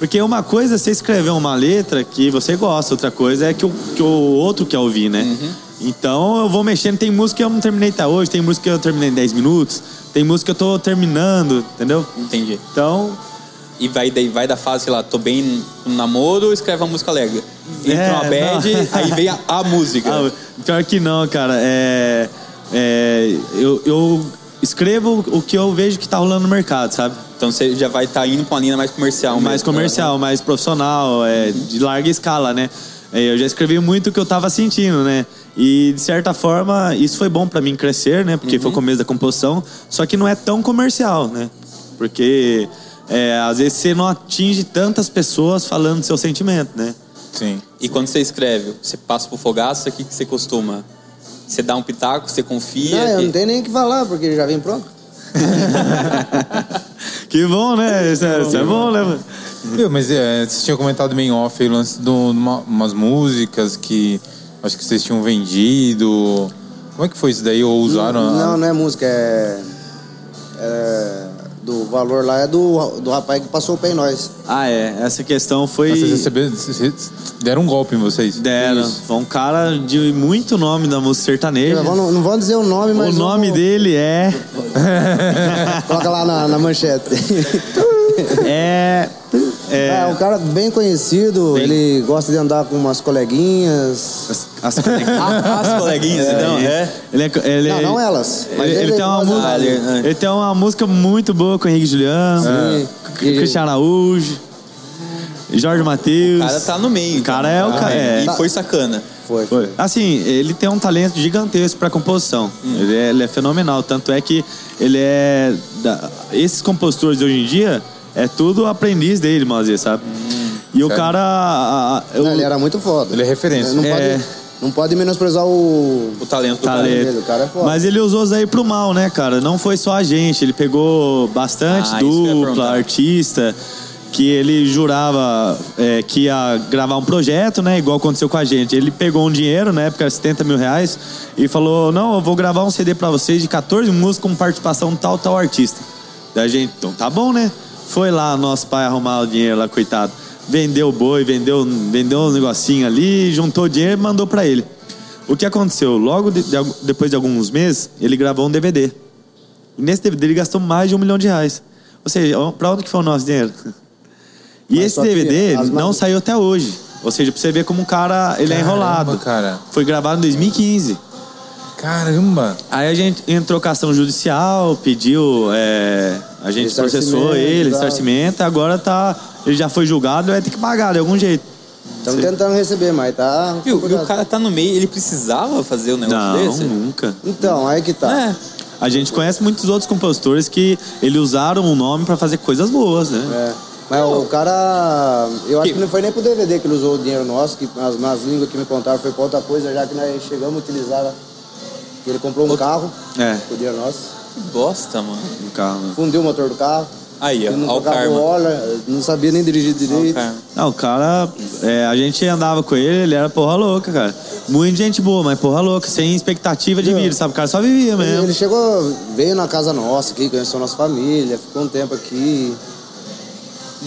Porque uma coisa é você escrever uma letra que você gosta, outra coisa é que o, que o outro quer ouvir, né?
Uhum.
Então eu vou mexendo, tem música que eu não terminei até hoje, tem música que eu terminei em 10 minutos, tem música que eu tô terminando, entendeu?
Entendi.
Então,
E vai, daí, vai da fase, sei lá, tô bem no namoro, escreve uma música alegre. Entra
É,
uma bad,
não.
aí vem a, a música.
Ah, pior que não, cara. É, é, eu, eu escrevo o que eu vejo que tá rolando no mercado, sabe? É um
Então você já vai estar tá indo pra uma linha mais comercial.
Mais
mesmo.
comercial, mais profissional, é, de larga escala, né? É, Eu já escrevi muito o que eu tava sentindo, né? E de certa forma, isso foi bom pra mim crescer, né? Porque foi o começo da composição. Só que não é tão comercial, né? Porque é, às vezes você não atinge tantas pessoas falando do seu sentimento, né?
Sim.
E quando você escreve, você passa pro fogaço, o que, que você costuma? Você dá um pitaco, você confia?
não, é um eu
que-
não tenho nem o que falar, porque já vem pronto.
Que bom, né? Isso é, isso é bom, né? mano?
Viu, mas é, vocês tinham comentado meio em off aí o lance de uma, umas músicas que acho que vocês tinham vendido. Como é que foi isso daí? Ou
Ah,
usaram? a-
Não, não é música, é. é do valor lá é do, do rapaz que passou o pé em nós.
Ah, é. Essa questão foi.
Ah, Vocês receberam, vocês deram um golpe em vocês.
Deram.
Isso.
Foi um cara de muito nome da música sertaneja.
Não, não vão dizer o nome,
O
mas.
nome
vamos-
dele é.
Coloca lá na, na manchete.
É.
É.
É.
um cara bem conhecido, ele gosta de andar com umas coleguinhas.
As, as coleguinhas.
Ah, as coleguinhas, então, é.
Ele, é co- ele,
Não, não elas.
Ele,
mas é
ele tem uma
gosta
música,
de-
ali, né?
ele tem uma música muito boa com o Henrique Juliano,
Sim.
com o Cristiano Araújo. Jorge Matheus.
O cara tá no meio.
O cara é o
Tá no
cara-
meio.
é.
E foi sacana.
Foi.
Foi. Assim, ele tem um talento gigantesco pra composição. Ele, é, ele é fenomenal. Tanto é que ele é. da- esses compositores de hoje em dia é tudo aprendiz dele, Mazia, sabe? e o
Sério?
cara. a- a- eu-
Não, ele era muito foda.
Ele é referência.
Não,
É.
pode, não pode menosprezar o.
O talento do
talento.
cara.
dele, o cara é foda.
Mas ele usou isso aí pro mal, né, cara? Não foi só a gente. Ele pegou bastante
Ah, isso que eu ia
dupla,
perguntar.
artista, que ele jurava é, que ia gravar um projeto, né? Igual aconteceu com a gente. Ele pegou um dinheiro, na época, 70 mil reais, e falou: Não, eu vou gravar um CD pra vocês de 14 músicas com participação de tal, tal artista. Da gente, então tá bom, né? Foi lá nosso pai arrumar o dinheiro lá, coitado. Vendeu o boi, vendeu, vendeu uns negocinhos ali, juntou o dinheiro e mandou pra ele. O que aconteceu? Logo de- de al- depois de alguns meses, ele gravou um DVD. E nesse DVD ele gastou mais de um milhão de reais. Ou seja, ó, pra onde que foi o nosso dinheiro? E
Mas
esse
só que
DVD
as
não
malu-
saiu até hoje. Ou seja, pra você ver como o cara ele é
Caramba,
enrolado.
cara.
Foi gravado em 2015.
Caramba!
Aí a gente entrou com ação judicial, pediu. é, a gente
Ressarcimento,
processou ele,
tá.
ressarcimento, agora tá. Ele já foi julgado, vai ter que pagar de algum jeito.
Estamos tentando receber, mas tá.
E o, e o cara tá no meio, ele precisava fazer um negócio
Não,
desse?
nunca.
Então, aí que tá.
É.
A gente conhece muitos outros compositores que ele usaram o nome pra fazer coisas boas, né?
É. Mas o cara. Eu acho
Que-
que não foi nem pro DVD que ele usou o dinheiro nosso, que as más línguas que me contaram foi pra outra coisa, já que nós chegamos a utilizar. que Ele comprou um carro
É,
com o dinheiro nosso,
Que bosta, mano.
um carro. né?
fundiu o motor do carro,
Aí, ó.
ele não
Ó o
tocava
karma.
o óleo, não sabia nem
Ó
dirigir
o
direito.
karma.
Não, o cara, é, a gente andava com ele, ele era porra louca, cara. Muito gente boa, mas porra louca, sem expectativa de vida, sabe? O cara só vivia
Ele-
mesmo.
Ele chegou, veio na casa nossa aqui, conheceu nossa família, ficou um tempo aqui.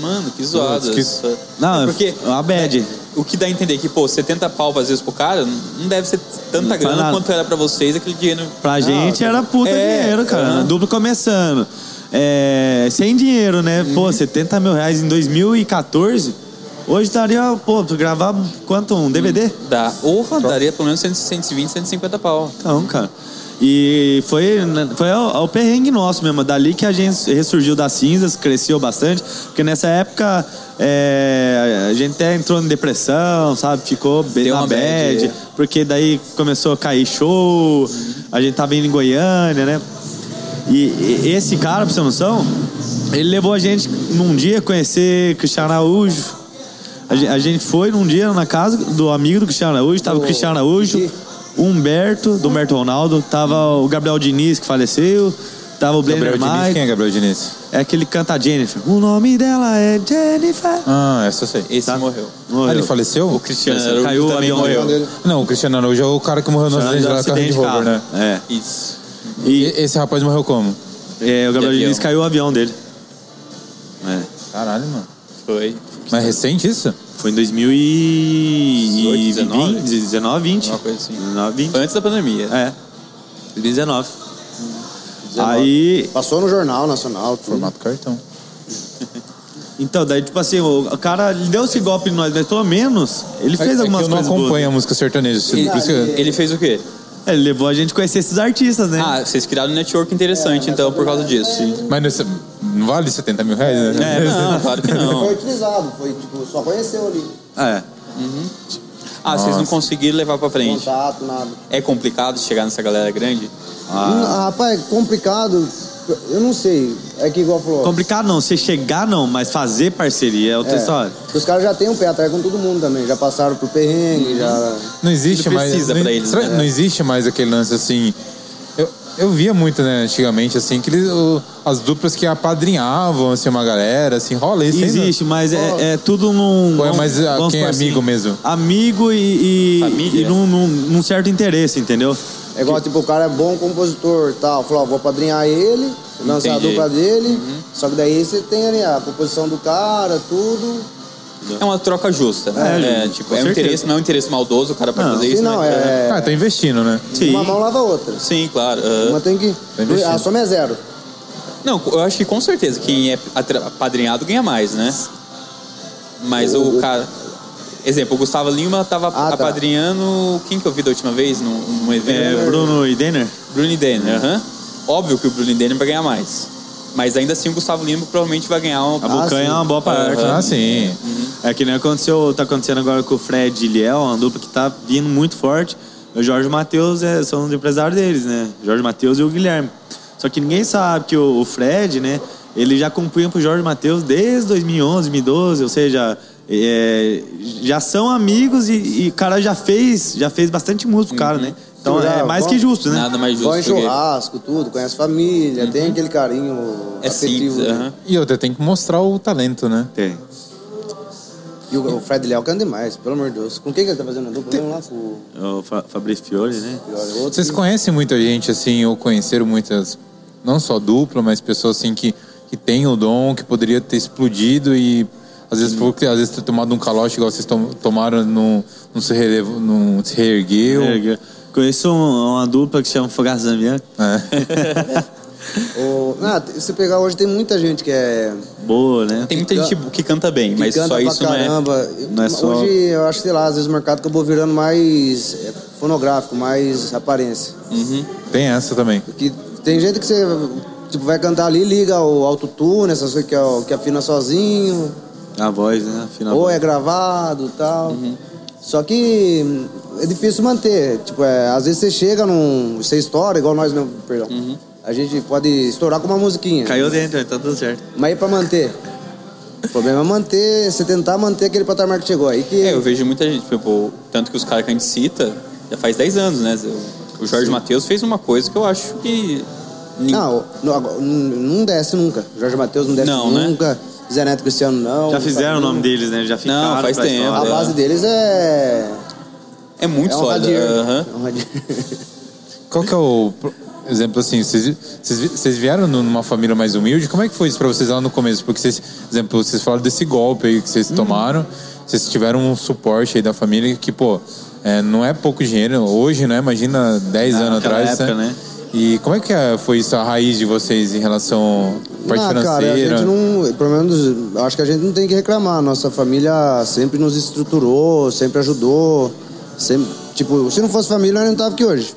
Mano, que zoado.
Putz, que-
isso.
Não,
É
porque, uma bad.
O que dá a entender é que, pô, 70 pau às vezes pro cara, não deve ser tanta
Não faz
grana
nada.
quanto era pra vocês aquele dinheiro.
Pra gente era puta
É,
dinheiro, cara.
aham.
Duplo começando. É, sem dinheiro, né?
Uhum.
Pô, 70 mil reais em 2014. Hoje daria, pô, pra gravar quanto? Um DVD?
Dá. Porra, daria pelo menos 100, 120, 150 pau.
Então, cara. E foi, né, foi ao, ao perrengue nosso mesmo. Dali que a gente ressurgiu das cinzas, cresceu bastante. Porque nessa época é, a gente até entrou em depressão, sabe? Ficou bem
Deu
na
uma bad,
bad.
é.
Porque daí começou a cair show. A gente tava indo em Goiânia, né? E, e- esse cara, pra você ter noção, ele levou a gente num dia conhecer Cristiano Araújo. A gen- a gente, foi num dia na casa do amigo do Cristiano Araújo, tava o
Do-
Cristiano Araújo,
Gigi.
o Humberto, do Humberto Ronaldo, tava o Gabriel Diniz, que faleceu, tava o
Gabriel
Blender
Diniz, quem
Mike,
é Gabriel Diniz?
é aquele que canta a Jennifer. O nome dela é Jennifer.
Ah, essa eu sei.
Esse
Tá.
morreu.
Ah, ele
Morreu.
faleceu?
O Cristiano
Esse
Araújo
caiu o
também
avião
morreu.
dele.
Não, o Cristiano Araújo é o cara que morreu no acidente lá com a Range
Acidente de
Rover,
carro.
né?
É.
Isso.
E
E
esse rapaz morreu como?
é, o Gabriel
De
Diniz
avião.
caiu o avião dele. É.
Caralho, mano.
Foi.
Mas é recente isso?
Foi em 2019,
19?
19, 20.
Uma coisa assim.
19, 20.
Foi antes da pandemia.
É. 2019.
19.
Aí,
Passou no Jornal Nacional, tudo.
Formato cartão.
Então, daí, tipo assim, o o cara ele deu esse golpe em nós, mas pelo menos ele fez
É que
algumas
eu não
coisas
acompanho
boas.
a música sertaneja. se-
Ele,
por
É.
isso que-
ele fez o quê?
Ele levou a gente a conhecer esses artistas, né?
Ah, vocês criaram um network interessante, então, por causa disso.
Mas nesse- não vale 70 mil reais, né?
É,
Não, claro que
Foi
não.
utilizado, foi tipo, só conheceu ali.
É.
Ah, vocês não
Nossa.
conseguiram levar pra frente.
Contato, nada.
É complicado chegar nessa galera grande?
Hum, Rapaz, complicado. Eu não sei. É que igual falou.
Complicado não, você chegar não, mas fazer parceria é outra
é,
história.
porque os caras já têm um pé atrás com todo mundo também. Já passaram por perrengue, já.
Não existe
Ele
mais.
precisa
não,
pra eles,
será que
né?
não existe mais aquele lance assim. Eu, eu via muito, né, antigamente, assim, que eles, o- as duplas que apadrinhavam, assim, uma galera, assim, rola isso ainda?
Existe, mas é, é tudo num.
Ou é
num-
mais, ah,
vamos
quem é
supor assim,
amigo mesmo?
Amigo e. e-
Família?
e num, num- num certo interesse, entendeu?
É igual, tipo, o cara é bom compositor e tal. Falou, ó, vou padrinhar ele, lançar a
Entendi.
dupla dele. Só que daí você tem ali a composição do cara, tudo.
É uma troca justa.
É,
É, tipo,
com
é um
certeza.
interesse, não é um interesse maldoso, o cara pode
Não,
fazer
E
isso.
não,
né?
é.
Ah, tá investindo, né?
Sim.
Uma mão lava a outra.
Sim, claro. ah.
Uma tem que.
investindo.
A soma é zero.
Não, eu acho que com certeza quem é atra- apadrinhado ganha mais, né? Mas o,
O-
cara. Exemplo, o Gustavo Lima tava
Ah, tá.
apadrinhando. Quem que eu vi da última vez num, num evento?
É, Bruno e Denner?
Bruno Denner, aham. Óbvio que o Bruno Denner vai ganhar mais. Mas ainda assim o Gustavo Lima provavelmente vai ganhar
A
uma.
Ah,
Bocanha
sim.
é uma boa parada.
Ah, sim.
É que nem aconteceu, tá acontecendo agora com o Fred e Liel, uma dupla que tá vindo muito forte. O Jorge e o Matheus é, são os empresários deles, né? Jorge Matheus e o Guilherme. Só que ninguém sabe que o, o Fred, né? Ele já compunha pro Jorge Matheus desde 2011, 2012, ou seja, é, já são amigos e e o cara já fez, já fez bastante música pro cara, né? Então
Já,
é mais
bom.
que justo, né?
Nada mais justo.
Põe
do que-
churrasco, tudo, conhece família, tem aquele carinho
É
afetivo.
simples.
né?
aham.
E outra, tem que mostrar o talento, né?
Tem.
E o, o Fred Leal canta demais, pelo amor de Deus. Com quem que ele tá fazendo a dupla? Vamos lá com o
É O Fa Fabrício Fiore, né?
Fiore, outro.
Vocês conhecem muita gente, assim, ou conheceram muitas, não só dupla, mas pessoas, assim, que, que tem o dom, que poderia ter explodido e, às vezes, por, às vezes ter tomado um calote igual vocês tom- tomaram, não, não, se, relevo, não se reergueu.
É, Conheço um- uma dupla que chama Fogazan, né?
É.
O- Ah, se você pegar hoje, tem muita gente que é.
Boa, né?
Tem muita gente que canta bem,
que
mas
canta
só
pra
isso não é.
caramba.
não é só-
Hoje, eu acho, sei lá, às vezes o mercado acabou virando mais é, fonográfico, mais aparência.
Tem essa também.
Porque tem gente que você tipo, vai cantar ali, liga o autotune, essas coisas que, é o- que afina sozinho,
A voz, né? Afinal.
ou é gravado e tal. Só que hum, é difícil manter. Tipo, é, às vezes você chega num. Você estoura, igual nós mesmo, perdão. A gente pode estourar com uma musiquinha.
Caiu dentro, tá tudo certo.
Mas e pra manter? o problema é manter, você tentar manter aquele patamar que chegou aí. Que
É, eu vejo muita gente, tipo, tanto que os caras que a gente cita já faz 10 anos, né? O Jorge Matheus fez uma coisa que eu acho que. nin-
Não, não, agora, n- não desce nunca. Jorge Matheus não desce
Não, né?
nunca. Zé Neto Cristiano não.
Já fizeram o nome
dele.
deles, né? Já ficaram
faz
pra
tempo.
A
história.
base deles é.
É muito
é um
sólida.
radier.
aham.
É um radier.
Qual que é o pro- exemplo assim? Vocês vocês vi- vocês vieram nu- numa família mais humilde? Como é que foi isso pra vocês lá no começo? Porque vocês, exemplo, vocês falaram desse golpe aí que
Uhum.
vocês tomaram. Vocês tiveram um suporte aí da família que, pô, é, não é pouco dinheiro hoje, né? Imagina 10
Ah,
anos
naquela
atrás,
época,
né?
né?
E como é que é- foi isso a raiz de vocês em relação à parte
Ah, cara, a
financeira?
gente não. Pelo menos, eu acho que a gente não tem que reclamar. Nossa família sempre nos estruturou, sempre ajudou. Sempre, tipo, se não fosse família, nós não tava aqui hoje.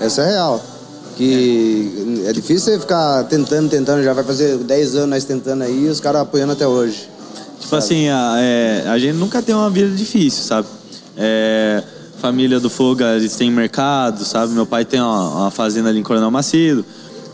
Essa é a real. Que é. difícil você ficar tentando, tentando. Já vai fazer 10 anos nós tentando aí e os caras apoiando até hoje.
Tipo assim, a, é, a gente nunca tem uma vida difícil, sabe? É, família do Foga, eles têm mercado, sabe? Meu pai tem uma, uma fazenda ali em Coronel Macedo.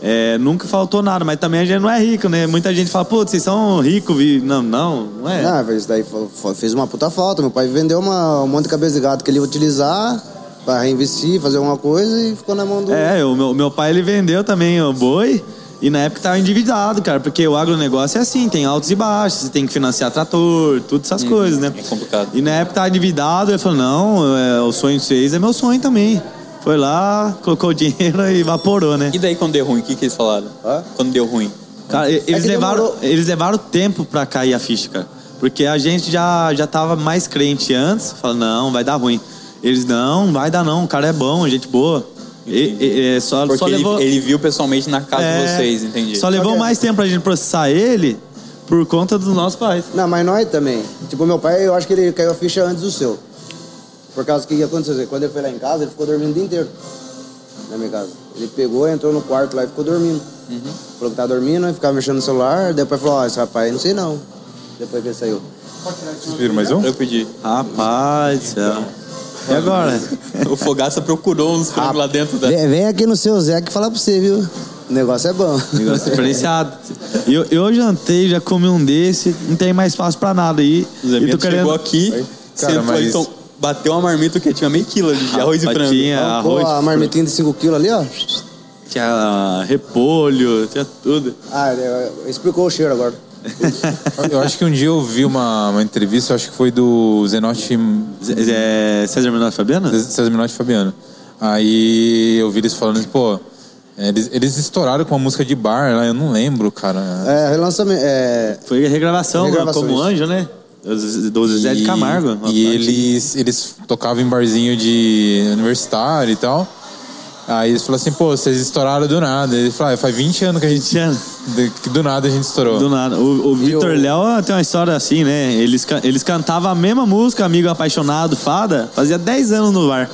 É, nunca faltou nada, mas também a gente não é rico, né? Muita gente fala, pô, vocês são ricos, vi-". Não, não, não é.
Ah, mas isso daí fo- fo- fez uma puta falta. Meu pai vendeu uma, um monte de cabeça de gato que ele ia utilizar pra reinvestir, fazer alguma coisa e ficou na mão do.
É, o meu, meu pai ele vendeu também o boi e na época tava endividado, cara, porque o agronegócio é assim, tem altos e baixos, você tem que financiar trator, tudo essas coisas, né?
é complicado.
E na época tava endividado, ele falou, não, é, o sonho de vocês é meu sonho também. Foi lá, colocou o dinheiro e evaporou, né?
E daí quando deu ruim, o que, que eles falaram?
Hã?
Quando deu ruim.
Cara, e- eles,
que
levaram,
demorou.
eles levaram tempo pra cair a ficha, cara. Porque a gente já, já tava mais crente antes, falando, não, vai dar ruim. Eles, não, vai dar não, o cara é bom, gente boa. E, e- e só,
Porque
só
ele,
levou...
ele viu pessoalmente na casa de
É,
vocês, entendi.
Só levou
Ok.
mais tempo pra gente processar ele por conta dos nossos pais.
Não, mas nós também. Tipo, meu pai, eu acho que ele caiu a ficha antes do seu. Por causa que o que aconteceu? Quando ele foi lá em casa, ele ficou dormindo o dia inteiro. Na minha casa. Ele pegou, entrou no quarto lá e ficou dormindo.
Uhum.
Falou que tava dormindo, aí ficava mexendo no celular. Depois falou, ó, esse rapaz, não sei não. Depois que ele saiu.
Vocês pediram mais um?
Eu pedi.
Rapaz, do céu. E agora?
O Fogaça procurou uns frangos lá dentro da.
Ah, Vem, vem aqui no seu Zé que falar pra você, viu? O negócio é bom.
Negócio diferenciado. Eu, eu jantei, já comi um desse, não tem mais espaço pra nada aí.
O Zé
E tô
Mento chegou
querendo.
aqui,
Cara,
sentou
mas-
aí, então, bateu uma marmita que tinha meio quilo ali de arroz e frango.
Tinha
Então, Pô,
arroz,
a marmitinha de 5kg ali, ó.
tinha ah, repolho, tinha tudo.
Ah, ele- explicou o cheiro agora.
Eu acho que um dia eu vi uma, uma entrevista, eu acho que foi do Zenote
Zé- Zé- César Menor Fabiano?
César Menotti e Fabiano. Aí eu vi eles falando, pô, eles, eles estouraram com uma música de bar lá, eu não lembro, cara.
É, relançamento. É,
Foi regravação,
Regravação,
como
isso.
anjo, né? Do Zé de
E-
Camargo. uma
E
parte.
eles, eles tocavam em barzinho de universitário e tal. Aí eles falaram assim, pô, vocês estouraram do nada. Ele falou, ah, faz 20 anos que a gente.
20 anos.
de- que do nada a gente estourou.
Do nada. O, o Vitor
o-
Léo tem uma história assim, né? Eles, ca- eles cantavam a mesma música, Amigo Apaixonado, Fada, fazia 10 anos no bar.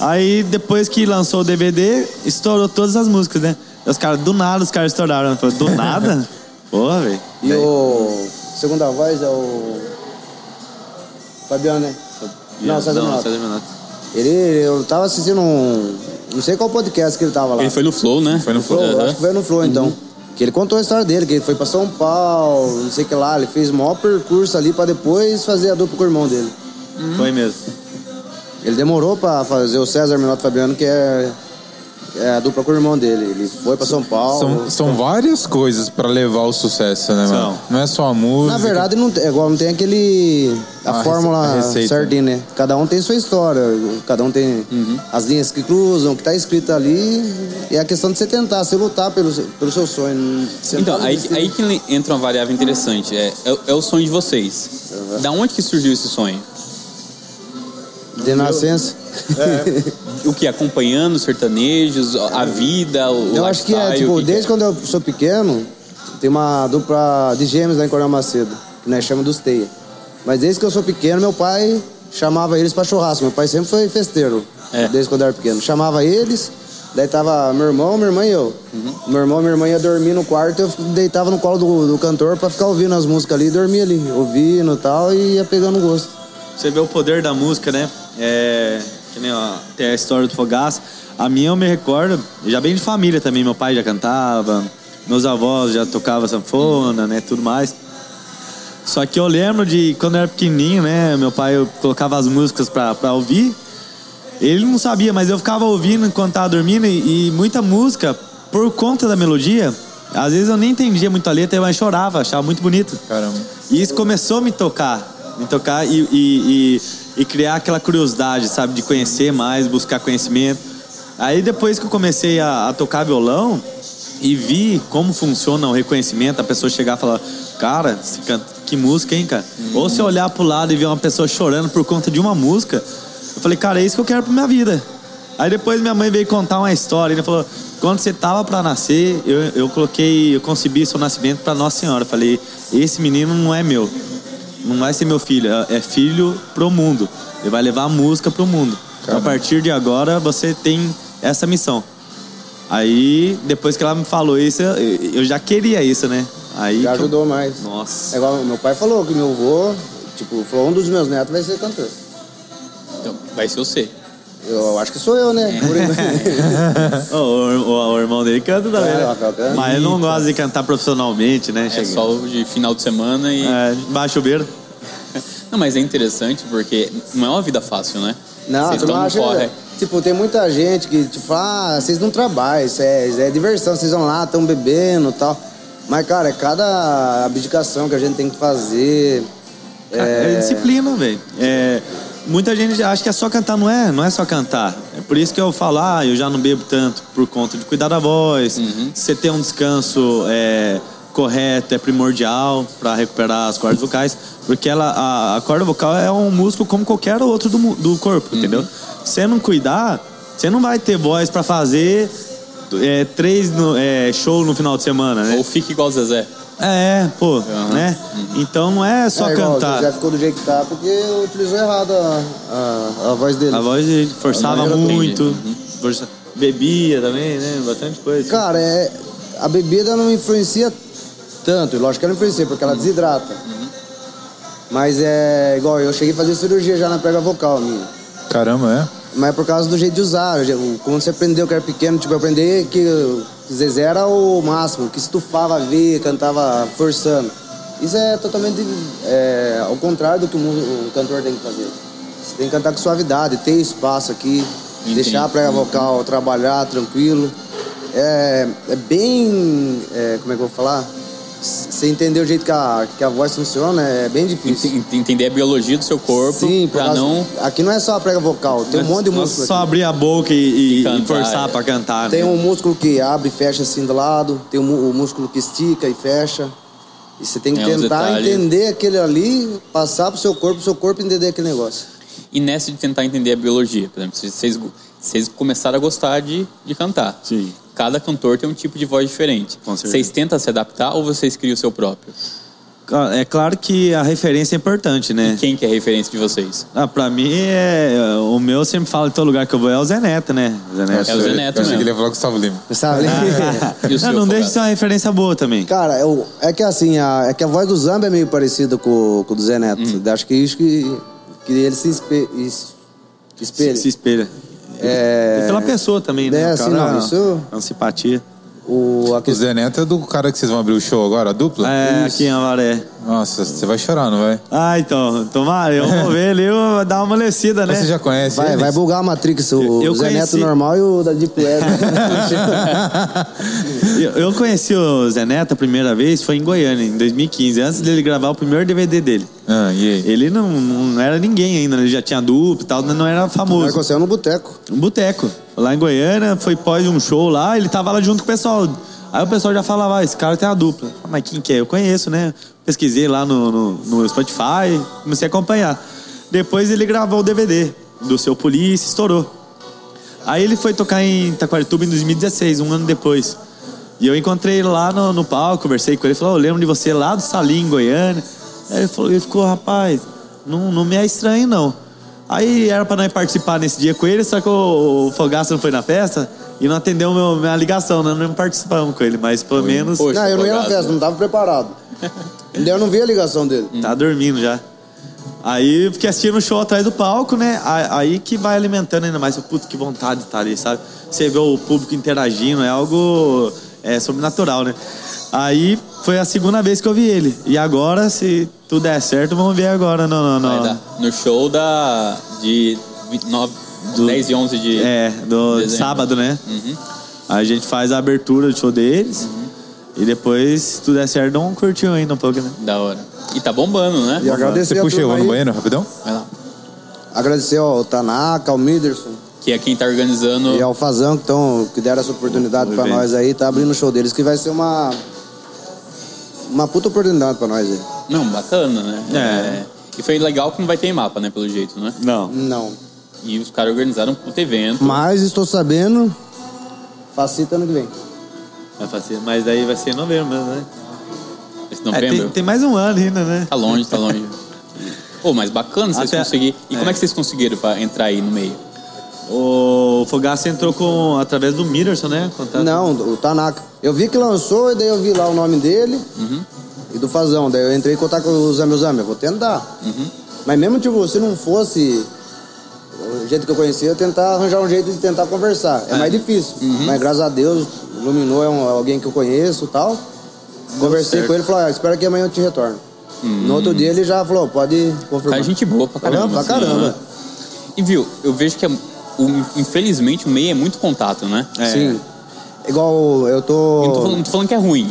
Aí, depois que lançou o DVD, estourou todas as músicas, né? Aí Os caras, do nada, os caras estouraram. Eu falei, do nada? Porra, velho.
E o segunda voz é o Fabiano, né? Não, César
não,
Menotti.
César Menotti.
Ele, eu tava assistindo um, não sei qual podcast que ele tava lá.
Ele foi no Flow, né?
Foi no
Flow,
Aham.
acho que foi no Flow então. Que ele contou a história dele, que ele foi pra São Paulo, não sei o que lá, ele fez o maior percurso ali pra depois fazer a dupla com o irmão dele.
Foi mesmo.
Ele demorou pra fazer o César Menotti Fabiano, que é, é a dupla com o irmão dele. Ele foi pra São Paulo.
São, são várias coisas pra levar o sucesso, né, mano?
São.
Não é só a música.
Na verdade, não, tem- é igual não tem aquele. A
Ah, a
fórmula
receita.
certinha, né? Cada um tem sua história, cada um tem as linhas que cruzam, o que tá escrito ali. E é a questão de você tentar, você lutar pelo, seu- pelo seu sonho. Você
Então,
não
aí,
desiste.
aí que le- entra uma variável interessante. É, é, é o sonho de vocês. Da onde que surgiu esse sonho?
De nascença. É.
O que? Acompanhando os sertanejos, a vida, o
Eu acho que é,
lifestyle,
tipo,
o que que
desde quando eu sou pequeno, tem uma dupla de gêmeos lá em Coronel Macedo, que nós chamamos dos Teia. Mas desde que eu sou pequeno, meu pai chamava eles pra churrasco. Meu pai sempre foi festeiro,
É.
desde quando eu era pequeno. Chamava eles, daí tava meu irmão, minha irmã e eu.
Uhum.
Meu irmão e minha irmã ia dormir no quarto, eu deitava no colo do, do cantor pra ficar ouvindo as músicas ali, e dormia ali, ouvindo e tal, e ia pegando gosto.
Você vê o poder da música, né? É, que nem, ó, tem a história do Fogás. A minha eu me recordo, já bem de família também. Meu pai já cantava, meus avós já tocavam sanfona, né? Tudo mais. Só que eu lembro de quando eu era pequenininho, né? Meu pai eu colocava as músicas pra, pra ouvir. Ele não sabia, mas eu ficava ouvindo enquanto tava dormindo e, e muita música, por conta da melodia, às vezes eu nem entendia muito a letra, mas chorava, achava muito bonito.
Caramba.
E isso começou a me tocar, me tocar e, e, e, e criar aquela curiosidade, sabe, de conhecer mais, buscar conhecimento. Aí depois que eu comecei a, a tocar violão e vi como funciona o reconhecimento, a pessoa chegar e falar, cara, esse can- que música, hein, cara? Ou se olhar pro lado e ver uma pessoa chorando por conta de uma música, eu falei, cara, é isso que eu quero pra minha vida. Aí depois minha mãe veio contar uma história. Ele falou: quando você tava pra nascer, eu, eu coloquei, eu concebi seu nascimento pra Nossa Senhora. Eu falei: esse menino não é meu, não vai ser meu filho, é- é filho pro mundo. Ele vai levar a música pro mundo. Então, a
Caramba.
partir de agora você tem essa missão. Aí depois que ela me falou isso, eu, eu já queria isso, né? Aí
Já
que eu-
ajudou mais. É
Nossa.
igual meu pai falou que meu avô, tipo, falou, um dos meus netos vai ser cantor.
Então, vai ser você.
Eu acho que sou eu, né?
É.
Por aí.
O, o- o- o irmão dele canta também.
É, o
né?
Rafael canta.
Mas ele não gosta de cantar profissionalmente, né?
É
Chega-
só de final de semana e...
É, baixa o beiro.
Não, mas é interessante porque não é uma vida fácil, né?
Não,
Vocês
tu não
estão no
acha.
corre.
Tipo, tem muita gente que tipo, fala, ah, vocês não trabalham, isso é, isso é diversão, vocês vão lá, estão bebendo e tal. Mas, cara, é cada abdicação que a gente tem que fazer.
É,
É,
disciplina, velho. É, muita gente acha que é só cantar, não é? Não é só cantar. É por isso que eu falo, ah, eu já não bebo tanto por conta de cuidar da voz.
Uhum.
Você ter um descanso é, correto é primordial para recuperar as cordas vocais, porque ela, a, a corda vocal é um músculo como qualquer outro do, mu- do
Uhum.
corpo, entendeu? Você não cuidar, você não vai ter voz para fazer é, três no- é, show no final de semana, né?
Ou fica igual o Zezé.
É, pô, né? Então não é só
é igual,
cantar.
O José ficou do jeito que tá porque utilizou errado a, a, a voz dele.
A voz dele forçava
A maneira
muito.
Uhum.
força- Bebia também, né? Bastante coisa.
Cara, é, a bebida não influencia tanto, lógico que ela influencia, porque
Uhum.
ela desidrata. Mas é igual, eu cheguei a fazer cirurgia já na prega vocal minha.
Caramba, é?
Mas é por causa do jeito de usar. eu- Quando você aprendeu que era pequeno, tipo, eu aprendi que o Zezé era o máximo, que estufava a veia, cantava forçando. Isso é totalmente é, ao contrário do que o mu- o cantor tem que fazer. Você tem que cantar com suavidade, ter espaço aqui, deixar a prega vocal trabalhar tranquilo. É, é bem. é, como é que eu vou falar? S- Você entender o jeito que a, que a voz funciona é bem difícil.
Ent- Entender a biologia do seu corpo
Sim, por
pra
causa-
não...
Aqui não é só a prega vocal, tem um monte de
Não é
músculo.
Só
aqui.
abrir a boca e, e-
E
e
cantar,
forçar
é.
pra cantar.
Tem
né?
um músculo que abre e fecha assim do lado, tem o mu- o músculo que estica e fecha. E você tem que
É, os
tentar
detalhes.
entender aquele ali, passar pro seu corpo, pro seu corpo entender aquele negócio.
E nessa de tentar entender a biologia, por exemplo, vocês- vocês, vocês começaram a gostar de, de cantar.
Sim.
Cada cantor tem um tipo de voz diferente.
Com certeza.
Vocês tentam se adaptar ou vocês criam o seu próprio?
Ah, É claro que a referência é importante, né?
Quem que é a referência de vocês?
Ah, pra mim, é, o meu eu sempre fala em todo lugar que eu vou é o Zé Neto, né? Zé Neto.
É o Zé Neto
Eu achei
mesmo.
que ele ia falar Gustavo Lima.
Sabe?
E o
Ah,
seu, Fogado?
não deixa de ser uma referência boa também.
Cara, eu- é que assim, a- é que a voz do Zamba é meio parecida com, com o do Zé Neto. Acho que isso que, que ele se espe- es- espelha.
Se espelha.
É,
E pela pessoa também, né?
É,
O
assim, não, isso-
É uma simpatia.
o, a
O
que-
Zé Neto é do cara que vocês vão abrir o show agora, a dupla?
É, aqui em Avaré.
Nossa, você vai chorar, não vai?
Ah, então, tomara, eu vou ver ali, eu vou dar uma amolecida, né?
Você já conhece
vai,
eles?
vai bugar a Matrix, o
Eu
Zé
conheci-
Neto normal e o da Deep Web.
Eu, eu conheci o Zé Neto a primeira vez, foi em Goiânia, em 2015, antes dele gravar o primeiro DVD dele.
Ah, e aí?
Ele não, não era ninguém ainda, né? ele já tinha dupla e tal, não era
Vai
famoso.
acontecer no boteco.
Um boteco. Lá em Goiânia, foi pós um show lá, ele tava lá junto com o pessoal. Aí o pessoal já falava, ah, esse cara tem a dupla. Ah, Mas quem que é? Eu conheço, né? Pesquisei lá no, no, no Spotify, comecei a acompanhar. Depois ele gravou o DVD do Seu Polícia, estourou. Aí ele foi tocar em Taquarituba em 2016, um ano depois. E eu encontrei ele lá no, no palco, conversei com ele, ele falou, "Ô, eu lembro de você lá do Salim, em Goiânia. Aí ele, falou, ele ficou, rapaz, não, não me é estranho não. Aí era pra nós participar nesse dia com ele, só que o, o Fogaça não foi na festa e não atendeu meu, minha ligação, né? Não participamos com ele, mas pelo menos
Poxa,
tá
não, eu não ia na
folgado.
né?
festa, não tava preparado. eu não vi a ligação dele.
tá dormindo já. Aí eu fiquei assistindo o show atrás do palco, né? A- Aí que vai alimentando ainda mais. Putz, que vontade de estar ali, sabe? Você vê o público interagindo, é algo é, sobrenatural, né? Aí foi a segunda vez que eu vi ele. E agora, se tudo der certo, vamos ver agora. Não, não,
Vai
não.
dar. No show da. de. vi- nove- 10 e 11 de.
É, do
Dezembro.
sábado, né?
Uhum.
Aí a gente faz a abertura do show deles. E depois, se tudo der certo, dá um curtinho ainda um pouco, né?
Da hora. E tá bombando, né?
E agradecer
Você
a
puxa eu
turma
vou no
aí.
banheiro, rapidão?
Vai lá.
Agradecer ao Tanaka, ao Miderson
Que é quem tá organizando.
e ao Fazão que, tão, que deram essa oportunidade
Muito
pra
bem.
nós aí. Tá abrindo o show deles, que vai ser uma... Uma puta oportunidade pra nós aí.
Não, bacana, né? É. E foi legal que não vai ter mapa, né? Pelo jeito, né?
Não.
Não.
E os caras organizaram um puto evento.
Mas estou sabendo... Facita ano que vem.
Vai fazer- Mas daí vai ser em novembro mesmo, né?
Esse
É,
novembro.
tem, tem mais um ano ainda, né?
Tá longe, tá longe. Pô, mas bacana vocês
Até-
conseguirem. E
é.
como é que vocês conseguiram pra entrar aí no meio?
O Fogaça entrou com, através do Mirrorson, né? Contato.
Não, o Tanaka. Eu vi que lançou e daí eu vi lá o nome dele e do Fazão. Daí eu entrei em contato com o Zame Zame. Eu vou tentar. Mas mesmo tipo, se não fosse o jeito que eu conhecia, eu tentar arranjar um jeito de tentar conversar. É, mais difícil. Mas graças a Deus, Luminou é um- alguém que eu conheço e tal. Conversei
certo.
com ele e falei, ah, espera que amanhã eu te retorno. No outro dia ele já falou, pode confirmar.
Cara, Tá gente boa pra caramba.
Pra
assim,
caramba.
né? E viu, eu vejo que é- o- infelizmente o meio é muito contato, né?
É.
Sim. Igual eu
Eu
tô.
não tô, falando, não tô falando que é ruim.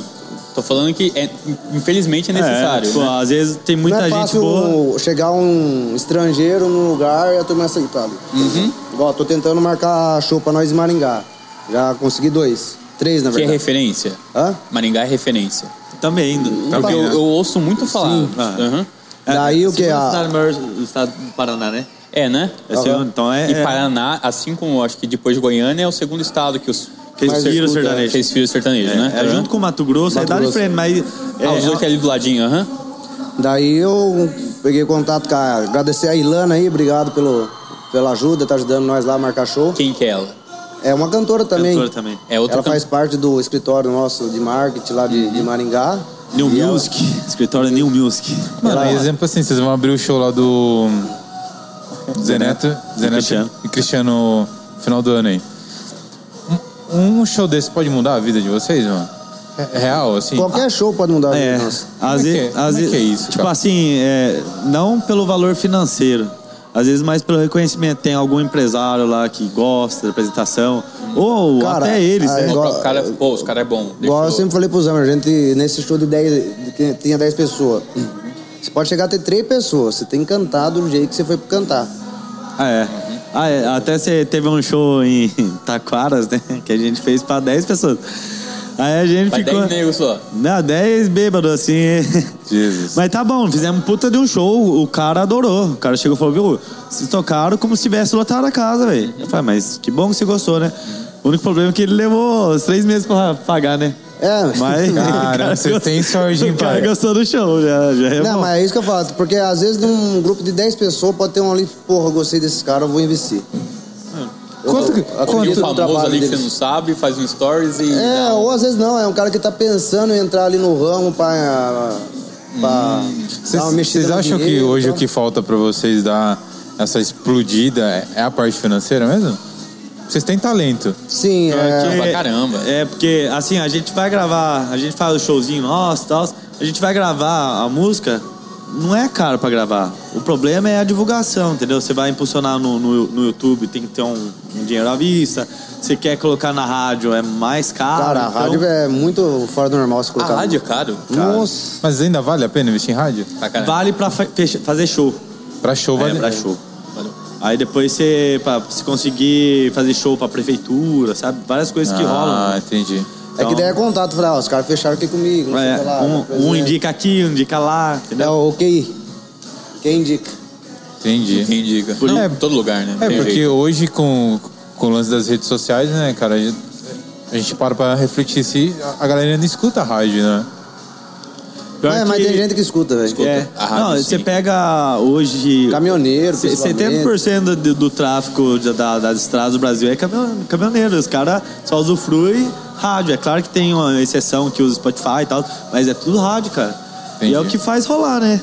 Tô falando que é, infelizmente é necessário.
É, tipo,
né?
às vezes tem muita
não é
gente
fácil
boa.
chegar um estrangeiro num lugar e a turma aceitar ali.
Uhum.
Igual, tô tentando marcar show pra nós em Maringá. Já consegui dois. Três, na
Que é
verdade.
referência.
Hã?
Maringá é referência.
Também.
Tá
Porque eu,
bem, né?
eu ouço muito falar.
Ah.
Aham.
É, Daí o que?
segundo
A-
estado maior do estado do Paraná, né?
É, né?
É segundo, então é.
E
é-
Paraná, assim como eu acho que depois de Goiânia, é o segundo estado que os.
Que eles
os
viram
sertanejo-
sertanejo.
Que eles viram sertanejo,
é,
né?
é
Aham.
junto com o Mato Grosso, é
Mato
dá de
Grosso.
frente, mas. É,
Ah, os dois que é ali do ladinho, aham.
Ah, Daí eu peguei contato com a... Agradecer a Ilana aí, obrigado pelo, pela ajuda, tá ajudando nós lá a marcar show.
Quem que é ela?
É uma cantora também.
Cantora também.
É outra
Ela
can-
faz parte do escritório nosso de marketing lá de, de Maringá.
Uhum. New
E ela-
Music, escritório New Music.
Mano,
Ela-
aí, exemplo assim, vocês vão abrir o show lá do Zé Neto, Zé
E
Neto
Cristiano.
e Cristiano no final do ano aí. Um, um show desse pode mudar a vida de vocês, mano? É é real, assim?
Qualquer show pode mudar a vida
É,
nossa.
Como é
às
que é?
vezes,
Como é
às
que
vezes,
é isso,
tipo
cara?
assim, é, não pelo valor financeiro, às vezes mais pelo reconhecimento. Tem algum empresário lá que gosta da apresentação, ou
Cara,
até eles,
aí
é
né?
Igual-
o cara, pô, os caras é bom. deixa
Igual eu
eu-
sempre falei pro Zama, a gente nesse show de 10, de que tinha 10 pessoas. Você pode chegar a ter 3 pessoas, você tem que cantar do jeito que você foi cantar.
Ah, é. Ah, é. Até você teve um show em Taquaras, né? Que a gente fez pra 10 pessoas. Aí a gente
Vai
ficou.
né,
10 negros só.
Não, 10 bêbados, assim.
Jesus.
Mas tá bom, fizemos um puta de um show. O cara adorou. O cara chegou e falou, viu, vocês tocaram como se tivesse lotado a casa, velho. Eu falei, mas que bom que você gostou, né? O único problema é que ele levou uns três meses pra pagar, né?
É,
Mas.
Cara, você tem sorte, hein,
O cara
pai?
gostou do show, já, já é
Não,
bom.
mas é isso que eu falo, porque às vezes num grupo de 10 pessoas pode ter um ali, porra, eu gostei desses caras, eu vou investir. Eu
Quanto que-
vou-
quanto-
acredito
Tem um
no
famoso
trabalho
ali que você
deles.
não sabe, faz um stories e.
É, ou às vezes não, é um cara que tá pensando em entrar ali no ramo pra. pra dar uma mexida
Vocês
no
acham que
dinheiro então? e
hoje o
tal.
que falta pra vocês dar essa explodida é- é a parte financeira mesmo? Vocês têm talento.
Sim,
Ah,
Porque-
é.
pra caramba.
É, porque assim, a gente vai gravar, a gente faz o showzinho nosso e tal, a gente vai gravar a música, não é caro pra gravar. O problema é a divulgação, entendeu? Você vai impulsionar no, no, no YouTube, tem que ter um, um dinheiro à vista, você quer colocar na rádio, é mais caro.
Cara, a
então-
rádio é muito fora do normal se
A
colocar.
rádio é caro.
Nossa.
Mas ainda vale a pena investir em rádio?
Pra caramba.
Vale pra fe- fecha- fazer show.
Pra show
É,
vale.
pra show. Aí depois você, pra, se conseguir fazer show pra prefeitura, sabe? Várias coisas que né? rolam.
Ah, entendi.
É que daí é contato, falar, ó, os caras fecharam aqui comigo. não sei o
Então, É,
que lá,
um-
coisa,
um,
né?
indica aqui, um indica lá, entendeu?
É o QI. Quem indica?
Entendi.
Quem indica.
Por-
Não,
É,
todo lugar, né?
É,
Tem
porque
jeito.
hoje com, com o lance das redes sociais, né, cara, a gente, a gente para pra refletir se a galera não escuta a rádio, né?
Pior
É, mas
que-
tem gente que escuta, velho.
É.
A rádio,
Não,
Ah, sim.
você pega hoje.
Caminhoneiro,
se-
principalmente.
70% do, do tráfico da- da- das estradas do Brasil é caminhão- caminhoneiro. Os caras só usufruem rádio. É claro que tem uma exceção que usa Spotify e tal, mas é tudo rádio, cara.
Entendi.
E é o que faz rolar, né?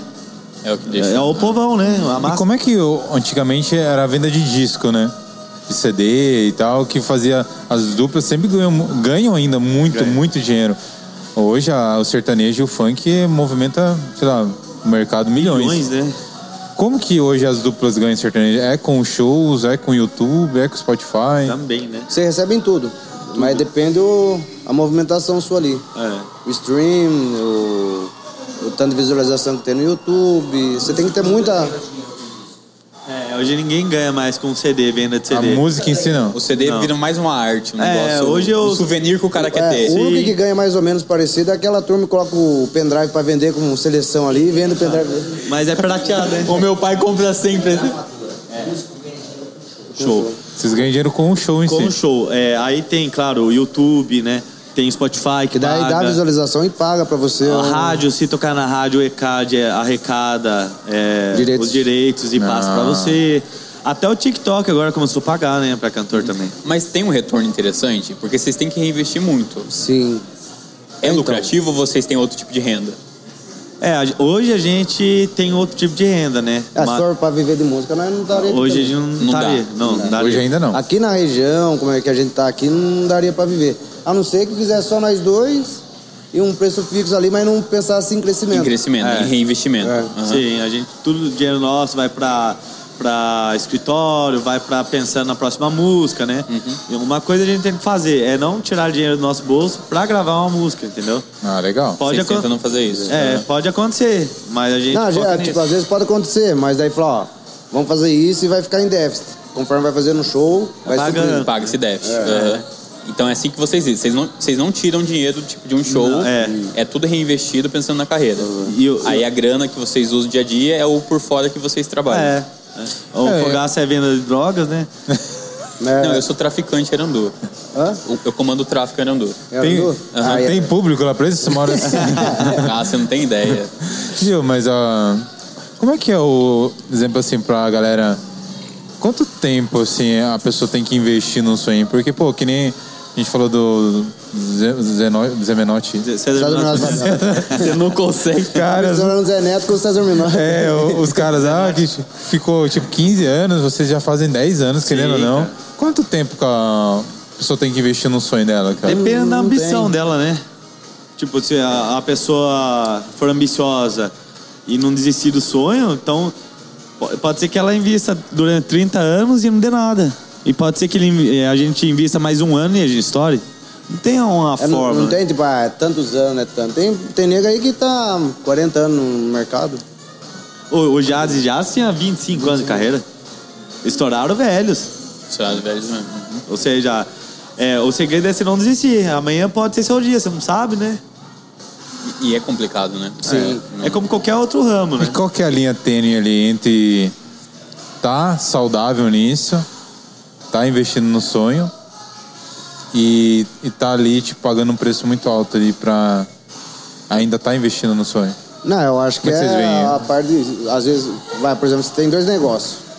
É o que deixa.
É, o povão, né? A
E
massa.
como é que o- antigamente era a venda de disco, né? De CD e tal, que fazia as duplas sempre ganham, ganham ainda muito, muito dinheiro. Hoje a- o sertanejo e o funk movimenta, sei lá, o mercado
é
milhões.
Milhões, né?
Como que hoje as duplas ganham sertanejo? É com shows, é com YouTube, é com Spotify?
Também, né?
Você recebe em tudo. Mas depende o, a movimentação sua ali.
É.
O stream, o, o tanto de visualização que tem no YouTube. Você tem que ter muita.
É, hoje ninguém ganha mais com CD, venda de
A
CD.
música em si não.
O CD
Não.
vira mais uma arte, um
É,
negócio.
hoje eu-
Um souvenir que o cara quer
É,
ter.
o
sim.
único que ganha mais ou menos parecido é aquela turma que coloca o pendrive pra vender com seleção ali e vende o pendrive.
Mas é prateado, né?
O meu pai compra sempre.
Show.
Vocês ganham dinheiro com o show em
Com o
si.
show. É, aí tem, claro, o YouTube, né? Tem Spotify que
Que daí dá
paga.
visualização e paga pra você.
A
um-
rádio, se tocar na rádio, o ECAD é, arrecada é,
Direitos.
os direitos e passa pra você. Até o TikTok agora começou a pagar, né? Pra
Hum.
cantor também.
Mas tem um retorno interessante, porque vocês têm que reinvestir muito.
Sim.
É
Então.
lucrativo ou vocês têm outro tipo de renda?
É, a- hoje a gente tem outro tipo de renda, né?
É, se
Mas
for pra viver de música, nós não daria.
hoje a gente não,
Não dá.
daria. Não, não daria.
Hoje ainda não.
Aqui na região, como é que a gente tá aqui, não daria pra viver. A não ser que fizesse só nós dois e um preço fixo ali, mas não pensasse em crescimento.
Em crescimento,
É.
em reinvestimento. Ah,
É.
Aham.
Sim, a gente, tudo o dinheiro nosso vai pra, pra escritório, vai pra pensando na próxima música, né?
Uhum.
E uma coisa a gente tem que fazer é não tirar dinheiro do nosso bolso pra gravar uma música, entendeu?
Ah, legal.
Pode
Vocês
acon-
tentam não fazer isso.
É,
né?
pode acontecer, mas a gente.
Não, a gente- é,
foca nisso.
tipo, às vezes pode acontecer, mas daí fala, ó, vamos fazer isso e vai ficar em déficit. Conforme vai fazer no show, vai
Paga-
subindo.
Paga esse déficit.
É.
Aham. Então é assim que vocês dizem. Vocês não, vocês não tiram dinheiro do tipo de um show.
Não, é.
é tudo reinvestido pensando na carreira.
E o-
Aí a grana que vocês usam dia a dia é o por fora que vocês
tipo,
trabalham.
É. Ou
É.
fogaça é venda de drogas, né?
Né?
Não, eu sou traficante Erandu.
Hã?
Eu- Eu comando o tráfico Erandu.
É,
Tem,
Arnaldo?
Ah,
Ah, é.
tem público lá preso? Você mora assim.
Ah, você não tem ideia.
Viu, mas ah, como é que é o exemplo assim pra galera? Quanto tempo assim a pessoa tem que investir num sonho? Porque, pô, que nem a gente falou do Ze- Zeno- Zemenotti.
tá
César
Minotto.
Você não consegue.
Cara,
Misturando Zé Neto com o César Minor.
é, o- os caras, ah, que ficou tipo 15 anos, vocês já fazem 10 anos, querendo ou não.
cara.
Quanto tempo que a pessoa tem que investir num sonho dela, cara?
Depende da
Não
ambição
tem.
dela, né? Hum, Tipo, se a, a pessoa for ambiciosa e não desistir do sonho, então po- pode ser que ela invista durante 30 anos e não dê nada. E pode ser que ele invi- eh, a gente invista mais um ano e a gente estoure. Não tem uma
É, não,
forma. né?
não tem, tipo, ah, é tantos anos, é tanto. Tem, tem nego aí que tá 40 anos no mercado.
O, o Jazz e Jazz tinha 25 anos de carreira. Estouraram velhos.
Estourado velhos mesmo. Uhum.
Ou seja, é, o segredo é você não desistir. Amanhã pode ser seu dia, você não sabe, né?
E e é complicado, né?
Sim.
É, não-
É como qualquer outro ramo,
E
né?
qual que é a linha tênue ali entre tá saudável nisso, tá investindo no sonho, e, e tá ali, tipo, pagando um preço muito alto ali pra ainda tá investindo no sonho.
Não, eu acho que
Como é que vocês veem?
é a parte de, às vezes, vai, por exemplo, você tem dois negócios.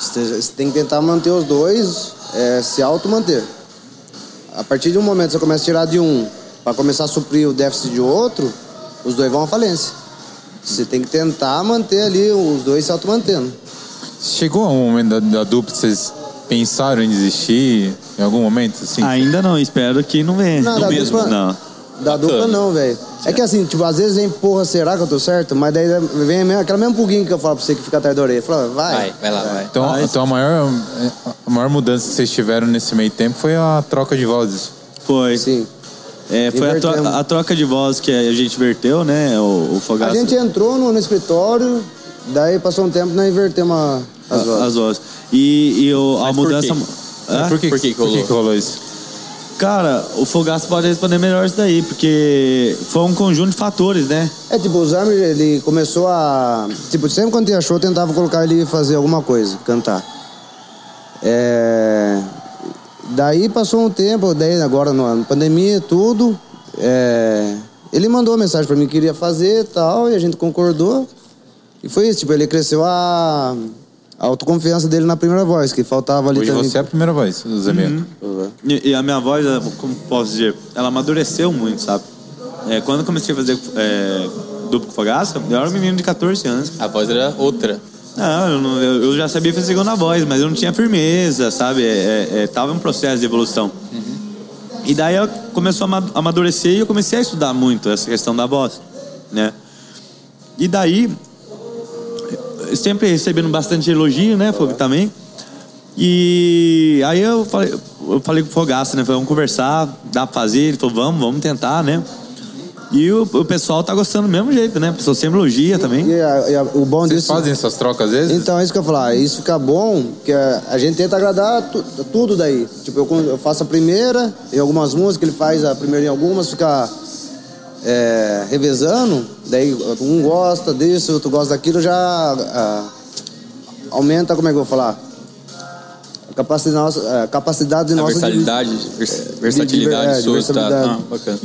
Você você tem que tentar manter os dois, é, se auto-manter. A partir de um momento que você começa a tirar de um para começar a suprir o déficit de outro, os dois vão à falência. Você tem que tentar manter ali os dois se auto-mantendo.
Chegou um momento da, da dupla que vocês pensaram em desistir em algum momento, assim?
Ainda não, espero que não venha.
Não,
não
da
mesmo,
dupla-
não.
Da dupla
Bacana.
não, velho. É que assim, tipo, às vezes vem, porra, será que eu tô certo? Mas daí vem a mesma- aquela mesma pulguinha que eu falo pra você que fica atrás da orelha. Fala, vai.
É. Vai, vai lá, vai.
Então, então a, maior, a maior mudança que vocês tiveram nesse meio tempo foi a troca de vozes.
Foi.
Sim.
É, foi a, tro-
Invertemos.
a troca de voz que a gente verteu, né? O, o
A
Fogaça.
gente é entrou no, no escritório, daí passou um tempo, nós invertemos a- as
a-
vozes.
as vozes. E, e o- a
Mas por
mudança.
quê? É
Hã?
Por que,
Ah. Por que que rolou?
isso?
Cara, o Fogaça pode responder melhor isso daí, porque foi um conjunto de fatores, né?
É tipo, o Zamir, ele começou a. Tipo, sempre quando tinha show, eu tentava colocar ele fazer alguma coisa, cantar. É. Daí passou um tempo, daí agora no- na pandemia, tudo. é, Ele mandou uma mensagem pra mim que queria fazer e tal, e a gente concordou. E foi isso, tipo, ele cresceu a, a autoconfiança dele na primeira voz, que faltava ali
Hoje
também.
você é a primeira voz, Zé uhum.
E, e a minha voz, ela- como posso dizer, ela amadureceu muito, sabe? É, quando eu comecei a fazer é, duplo com Fogaça, eu era um menino de 14 anos.
A voz era outra.
Não, eu, não- eu- eu já sabia fazer segunda voz, mas eu não tinha firmeza, sabe? É, é, é, tava em um processo de evolução. E daí ela começou a ama- amadurecer e eu comecei a estudar muito essa questão da voz, né? E daí, eu sempre recebendo bastante elogio, né, Fog, também. E aí eu falei, eu falei com o Fogaça, né? Falei, vamos conversar, dá pra fazer? Ele falou, vamos, vamos tentar, né? E o, o pessoal tá gostando do mesmo jeito, né? O pessoal sempre elogia também.
E a- e a- o bom
Vocês
disso.
fazem essas trocas às vezes?
Então, é isso que eu ia falar. Isso fica bom, que a, a gente tenta agradar tu- tudo daí. Tipo, eu, con- eu faço a primeira em algumas músicas, ele faz a primeira em algumas, fica é, revezando. Daí um gosta disso, outro gosta daquilo, já ah, aumenta, como é que eu vou falar? A capacidade nossa, a capacidade
A
nossa de-
versalidade, vers- versatilidade
de- de-
sua,
é, de
tá? Ah,
versatilidade.
bacana.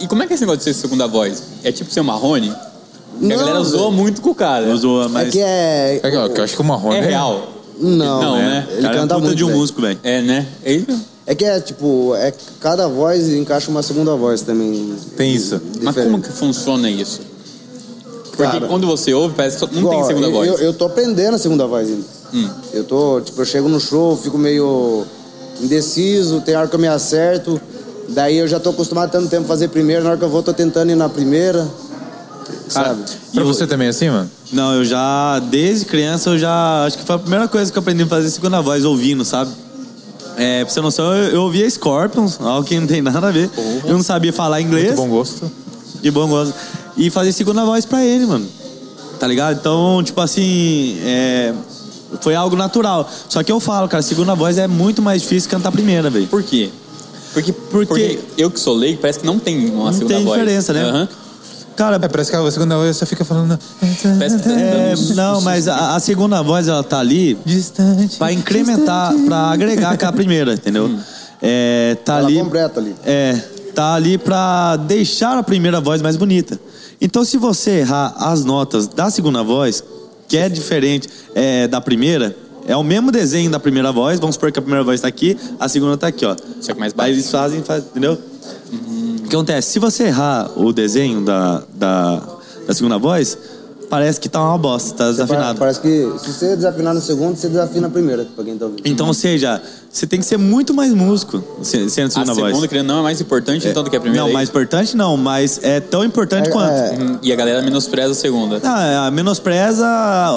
E como é que é esse negócio de ser segunda voz? É tipo ser o Marrone? Porque
Não,
a galera
velho.
zoa muito com o cara. né?
Eu zoa, Uhum.
É
mas...
que é...
É que, ó, que eu acho que o Marrone
É real.
Não,
Não,
né?
né?
Ele
cara
canta
é um puta
muito,
de um
velho.
músico, velho.
É, né? É isso?
É que é, tipo, é, cada voz encaixa uma segunda voz também.
Tem isso.
Mas como que funciona isso? Porque
Cara,
quando você ouve, parece que só- não
Igual,
tem segunda
eu,
voz. Hum.
Eu, eu tô aprendendo a segunda voz ainda. Eu tô, tipo, eu chego no show, fico meio indeciso, tem hora que eu me acerto. Daí eu já tô acostumado tanto tempo a fazer primeira, na hora que eu vou, tô tentando ir na primeira.
Cara,
sabe?
Pra
eu-
você também é assim, mano?
Não, eu já, desde criança, eu já. Acho que foi a primeira coisa que eu aprendi a fazer segunda voz, ouvindo, sabe? É, pra você não saber, eu, eu ouvia Scorpions, algo que não tem nada a ver. Eu não sabia falar
Muito
inglês,
bom gosto.
de bom gosto. E fazer segunda voz pra ele, mano. Tá ligado? Então, tipo assim, é, foi algo natural. Só que eu falo, cara, segunda voz é muito mais difícil que cantar a primeira, velho.
Por quê? Porque, porque... eu que sou leigo, parece que não tem uma
Não
segunda
tem
voz.
diferença, né?
Aham.
Cara,
É, parece que a segunda voz você fica falando. "É,
Parece que tá
é,
dando-
não, mas a, a segunda voz, ela tá ali
Distante.
Pra incrementar, pra agregar com a primeira, entendeu? É, tá
Ela
ali.
completa ali.
É, tá ali pra deixar a primeira voz mais bonita. Então, se você errar as notas da segunda voz, que é diferente é, da primeira, é o mesmo desenho da primeira voz. Vamos supor que a primeira voz tá aqui, a segunda tá aqui, ó.
Só que mais
Aí
baixo. Uhum.
eles fazem, faz- entendeu? O que acontece? Se você errar o desenho da, da, da segunda voz, parece que tá uma bosta, tá desafinado.
Parece que se você desafinar no segundo, você desafina a primeira, pra quem tá ouvindo.
Então, ou seja, você tem que ser muito mais músico se- sendo
A
segunda
segunda,
voz.
querendo ou não, é mais importante então do que a primeira.
Não,
é
mais
isso?
importante não, mas é tão importante
É,
quanto.
é.
Hum, E a galera menospreza a segunda.
Ah, é, menospreza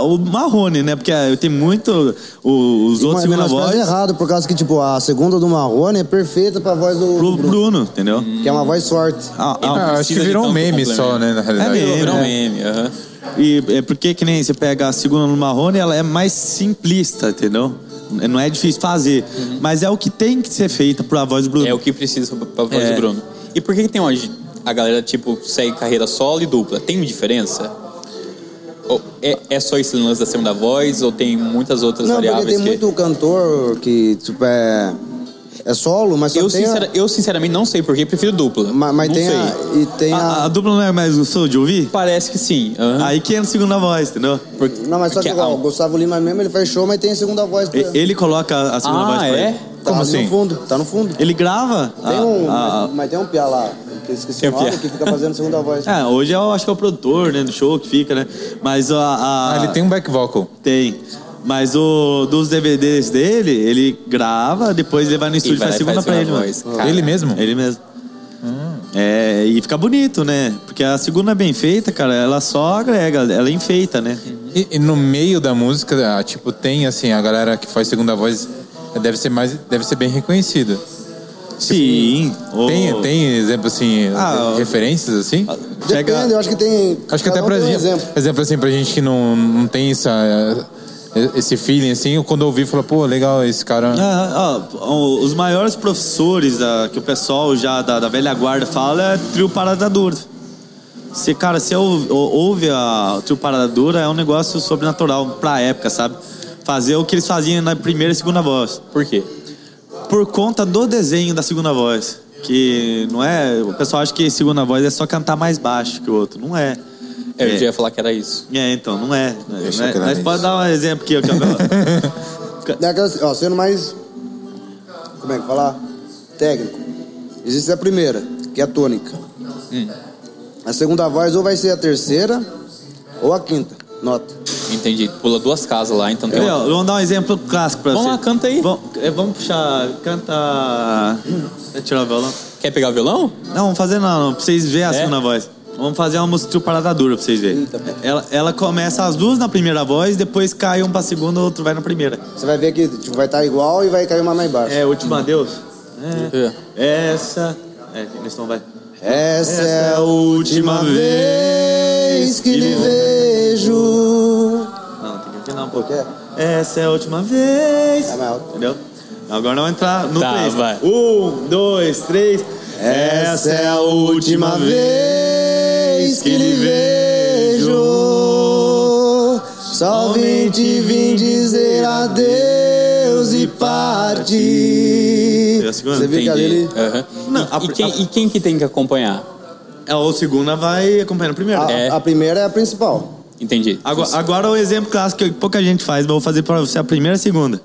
o Marrone, né? Porque ah, eu tenho muito o- os outros
Mas
segunda
menos
voz
voz errado, por causa que, tipo, a segunda do Marrone é perfeita pra voz do.
pro
Bruno,
Bruno, entendeu?
Hum.
Que é uma voz forte.
Ah, ah,
Ah, acho que
precisa de
virou um
tanto
meme só,
complemento.
né? Na realidade.
É mesmo.
Virou um
né?
meme, aham.
E é porque que nem você pega a segunda no Marrone, ela é mais simplista, entendeu? Não é difícil fazer, mas é o que tem que ser feito pra voz do Bruno.
Uhum. É o que precisa pra- pra voz
É.
do Bruno. E por que, que tem hoje a galera, tipo, segue carreira solo e dupla? Tem diferença? Ou é, é só esse lance da segunda voz ou tem muitas outras
Não, porque
variáveis
tem
que...
muito cantor que, tipo, é. É solo, mas só
Eu,
tem a-
sincera- eu, sinceramente não sei porque prefiro dupla.
ma- mas
não
tem
sei.
a, e tem a,
A, a dupla não é mais gostoso de ouvir?
Parece que sim. aham.
Aí que entra a segunda voz, entendeu?
Porque-
Não, mas só que
porque
igual,
a-
o Gustavo Lima mesmo, ele faz show, mas tem a segunda voz pra...
E- Ele coloca a segunda voz
Ah,
pra
é?
ele.
tá
como
ali
assim?
no fundo, tá no fundo.
Ele grava. Ah,
Tem
a-
um,
a-
mas, mas tem um piá lá, que eu esqueci
Tem
o
um
nome,
piá.
que fica fazendo segunda voz.
É, hoje eu acho que é o produtor, né, do show que fica, né? Mas a. a-
Ah, ele tem um back vocal.
Tem. Mas o dos DVDs dele, ele grava, depois ele vai no estúdio e
vai
faz
lá e
segunda
faz
pra
uma
ele, mano.
voz, cara.
Ele mesmo? Ah.
Ele mesmo. É, e fica bonito, né? Porque a segunda bem feita, cara, ela só agrega, ela enfeita, né?
E, e no meio da música, ah, tipo, tem assim, a galera que faz segunda voz eh, deve ser mais. Deve ser bem reconhecida.
Sim. o-
Tem, tem exemplo assim,
Ah,
eh, referências assim?
Depende,
Chega-
eu acho que tem...
Acho que até
cada um
pra
tem um
gente.
exemplo.
exemplo assim, pra gente que não, não tem essa, eh, esse feeling assim, quando eu ouvi, fala, pô, legal, esse cara.
Ah, ó, o- os maiores professores da- que o pessoal já da, da velha guarda fala é trio Parada Dura. Se, cara, se ouve, ou- ouve a o trio Parada Dura, é um negócio sobrenatural pra época, sabe? Fazer o que eles faziam na primeira e segunda voz.
Por quê?
Por conta do desenho da segunda voz. Que não é. O pessoal acha que segunda voz é só cantar mais baixo que o outro. Não é.
Eu
É.
já ia falar que era isso.
É, então, não é.
Deixa
Não é-
que era
Mas pode
isso.
dar um exemplo aqui, ó, que eu-
Tem aquelas- ó, sendo mais... Como é que fala? Técnico. Existe a primeira, que é a tônica. A segunda voz ou vai ser a terceira ou a quinta nota.
Entendi. Pula duas casas lá, então tem
Entendeu?
uma...
Vamos dar um exemplo clássico pra
Vamos
você.
lá, canta aí.
Vam- é, Vamos, puxar. Canta. Quer tirar o violão?
Quer pegar o violão?
Não, vamos fazer não, não, pra vocês verem a
É?
segunda voz. Vamos fazer uma música de parada dura pra vocês verem.
Eita, pô.
Ela, ela começa as duas na primeira voz, depois cai um pra segunda, outro vai na primeira.
Você vai ver que tipo, vai estar igual e vai cair uma mais baixo.
É, última adeus.
É.
É. Essa. É, Nestão vai.
Essa é a última vez que lhe vejo.
Não, tem que afinar um pouco.
Por quê?
Essa é a última vez.
É mais alto.
Entendeu? Agora nós vamos entrar no
Tá,
três.
vai.
Um, dois, três.
Essa é a última vez que lhe vejo. Somente vim dizer adeus e partir. É
Pegou a segunda?
Você viu que
Entendi.
ali ele-
Aham.
Não,
e,
a-
e quem,
a-
e quem que tem que acompanhar?
É, o segunda vai acompanhando a primeira.
a,
É.
a primeira é a principal.
Entendi.
Agora, agora o exemplo clássico que pouca gente faz, mas eu vou fazer pra você a primeira e a segunda.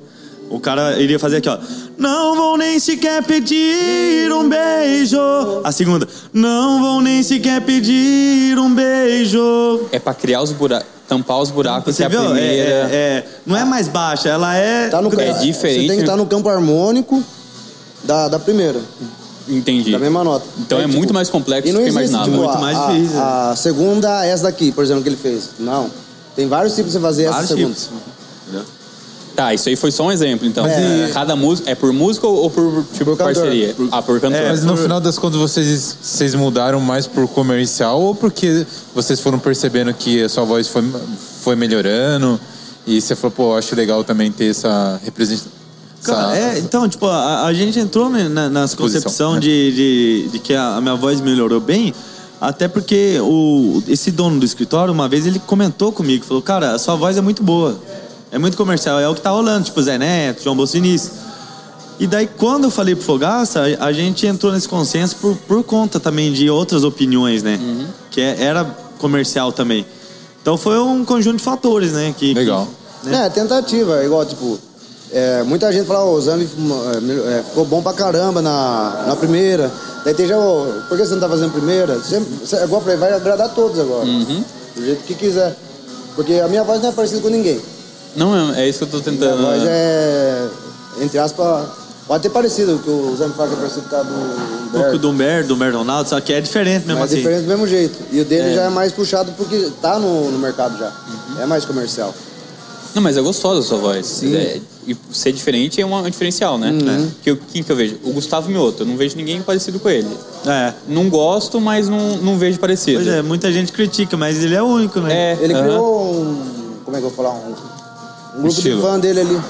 O cara iria fazer aqui, ó. Não vão nem sequer pedir um beijo. A segunda. Não vão nem sequer pedir um beijo.
É pra criar os buracos, tampar os buracos que
Você
é a
viu? É,
primeira.
é- é- não é mais baixa, ela é.
Tá no
É
campo-
diferente.
Você tem que estar no campo harmônico da, da primeira,
Entendi.
da mesma nota.
Então é
tipo,
muito mais complexo
E
do
não
que eu
existe,
imaginava.
tipo,
Muito
a,
mais
a-
difícil.
A, segunda é essa daqui, por exemplo, que ele fez. Não. Tem vários tipos de você fazer
Vários
essa segunda.
tipos.
Tá, isso aí foi só um exemplo, então.
Mas e-
Cada música é por música ou ou por tipo,
Por cantor.
parceria? Ah, por cantor.
Mas no final das contas, vocês, vocês mudaram mais por comercial ou porque vocês foram percebendo que a sua voz foi, foi melhorando e você falou, pô, acho legal também ter essa
Cara,
representação.
é, então, tipo, a, a gente entrou na- na- nas
Posição,
concepção
né?
de, de, de que a, a minha voz melhorou bem, até porque o, esse dono do escritório, uma vez, ele comentou comigo, falou, cara, a sua voz é muito boa, é muito comercial, é o que tá rolando, tipo, Zé Neto, João Bolsonaro. E daí, quando eu falei pro Fogaça, a a gente entrou nesse consenso por, por conta também de outras opiniões, né?
Uhum.
Que é- era comercial também. Então foi um conjunto de fatores, né? Que, que-
Legal.
né?
É, tentativa. é Igual, tipo, é, muita gente fala, ô, o Zambi fuma- é, mel- é, ficou bom pra caramba na, na primeira. Daí tem já, ô, por que você não tá fazendo primeira? Sempre, você- igual eu falei, vai agradar todos agora.
Uhum.
Do jeito que quiser. Porque a minha voz não é parecida com ninguém.
Não, é é isso que eu tô
Minha
tentando.
voz é, entre aspas, pode ter parecido, que o Zambi fala que é parecido com a do
Um pouco
Humberto.
do Humberto, do Humberto Ronaldo, só que é diferente mesmo
É. Mas
assim.
diferente do mesmo jeito. E o dele já é mais puxado porque tá no, no mercado já. É mais comercial.
Não, mas é gostosa a sua voz. É, e ser diferente é uma- um diferencial, né? Que eu- quem que eu vejo? O Gustavo Mioto. Eu não vejo ninguém parecido com ele.
É.
Não gosto, mas não, não vejo parecido.
Pois é, muita gente critica, mas ele é único, né?
É.
Ele
aham.
criou um. Como é que eu vou falar? Um, um grupo
Estilo.
de fã dele ali.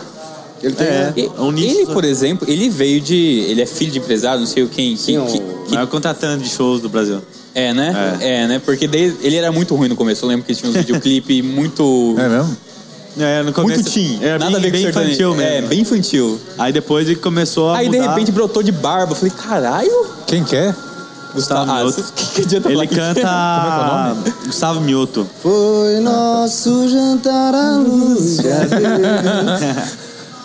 Ele tem.
É.
né?
E-
É um nicho,
ele,
né?
por exemplo, ele veio de. Ele é filho de empresário, não sei o quem.
Sim,
que,
o-
O
que-
Maior contratante de shows do Brasil.
é, né? É, né? Porque desde- ele era muito ruim no começo. Eu lembro que tinha uns videoclipes muito.
É mesmo?
É, no começo.
Muito teen.
É,
nada a
bem,
ver com
bem
sertanejo.
infantil
É,
mesmo.
bem infantil.
Aí depois ele começou a
Aí
mudar.
de repente brotou de barba. Eu Falei, caralho.
Quem quer?
Gustavo
Ah,
Mioto.
o que, que adianta
Tá, Ele
falar é que-
canta Gustavo Mioto.
Foi nosso jantar à luz de abril.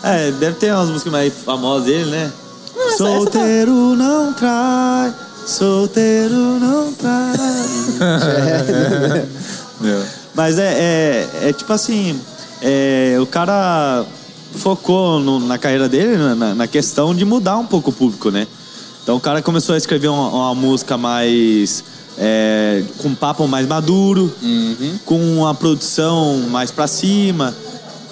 É, deve ter umas músicas mais famosas dele, né?
essa- tá-
solteiro não trai, solteiro não trai.
Meu.
Mas é, é, é tipo assim, é, o cara focou no- na carreira dele, né, na- na, na questão de mudar um pouco o público, né? Então o cara começou a escrever uma, uma música mais. é, com um papo mais maduro, com uma produção mais pra cima.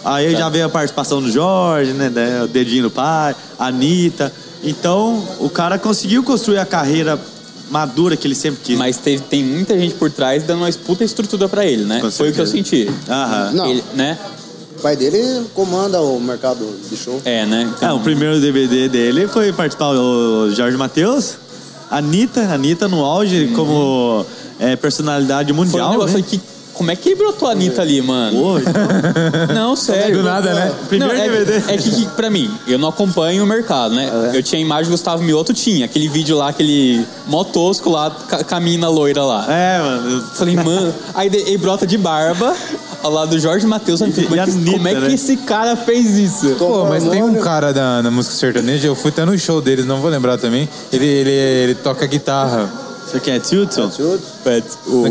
Aí já veio a participação do Jorge, né? né, O Dedinho do Pai, a Anitta. Então o cara conseguiu construir a carreira madura que ele sempre quis.
Mas teve, tem muita gente por trás dando uma puta estrutura pra ele, né?
Com
Foi o que eu senti.
Aham.
Não.
Ele- né?
O pai dele comanda o mercado de show.
É, né? Então,
É, o primeiro DVD dele foi participar o Jorge Matheus, a Anitta, a Anitta no auge como é, personalidade
foi um
mundial.
negócio
né?
que. Como é que brotou a Anitta ali, mano?
Pô, então,
Não, sério.
Do nada, né?
Primeiro
Não, é,
DVD.
É que, que, pra mim, eu não acompanho o mercado, né?
É.
Eu tinha a imagem do Gustavo Mioto, tinha. Aquele vídeo lá, aquele mó tosco lá, ca camina loira lá.
é, mano.
Falei, mano. Aí de- ele brota de barba, ao lado do Jorge Matheus. eu falei,
E
Como,
a
é que- como é
Anitta,
que
né?
esse cara fez isso?
Tom
Pô, mas tem um
Harmônio.
cara da, na música sertaneja, eu fui até no show deles, não vou lembrar também. Ele, ele, ele toca guitarra.
Você quer é Tilton?
Chute.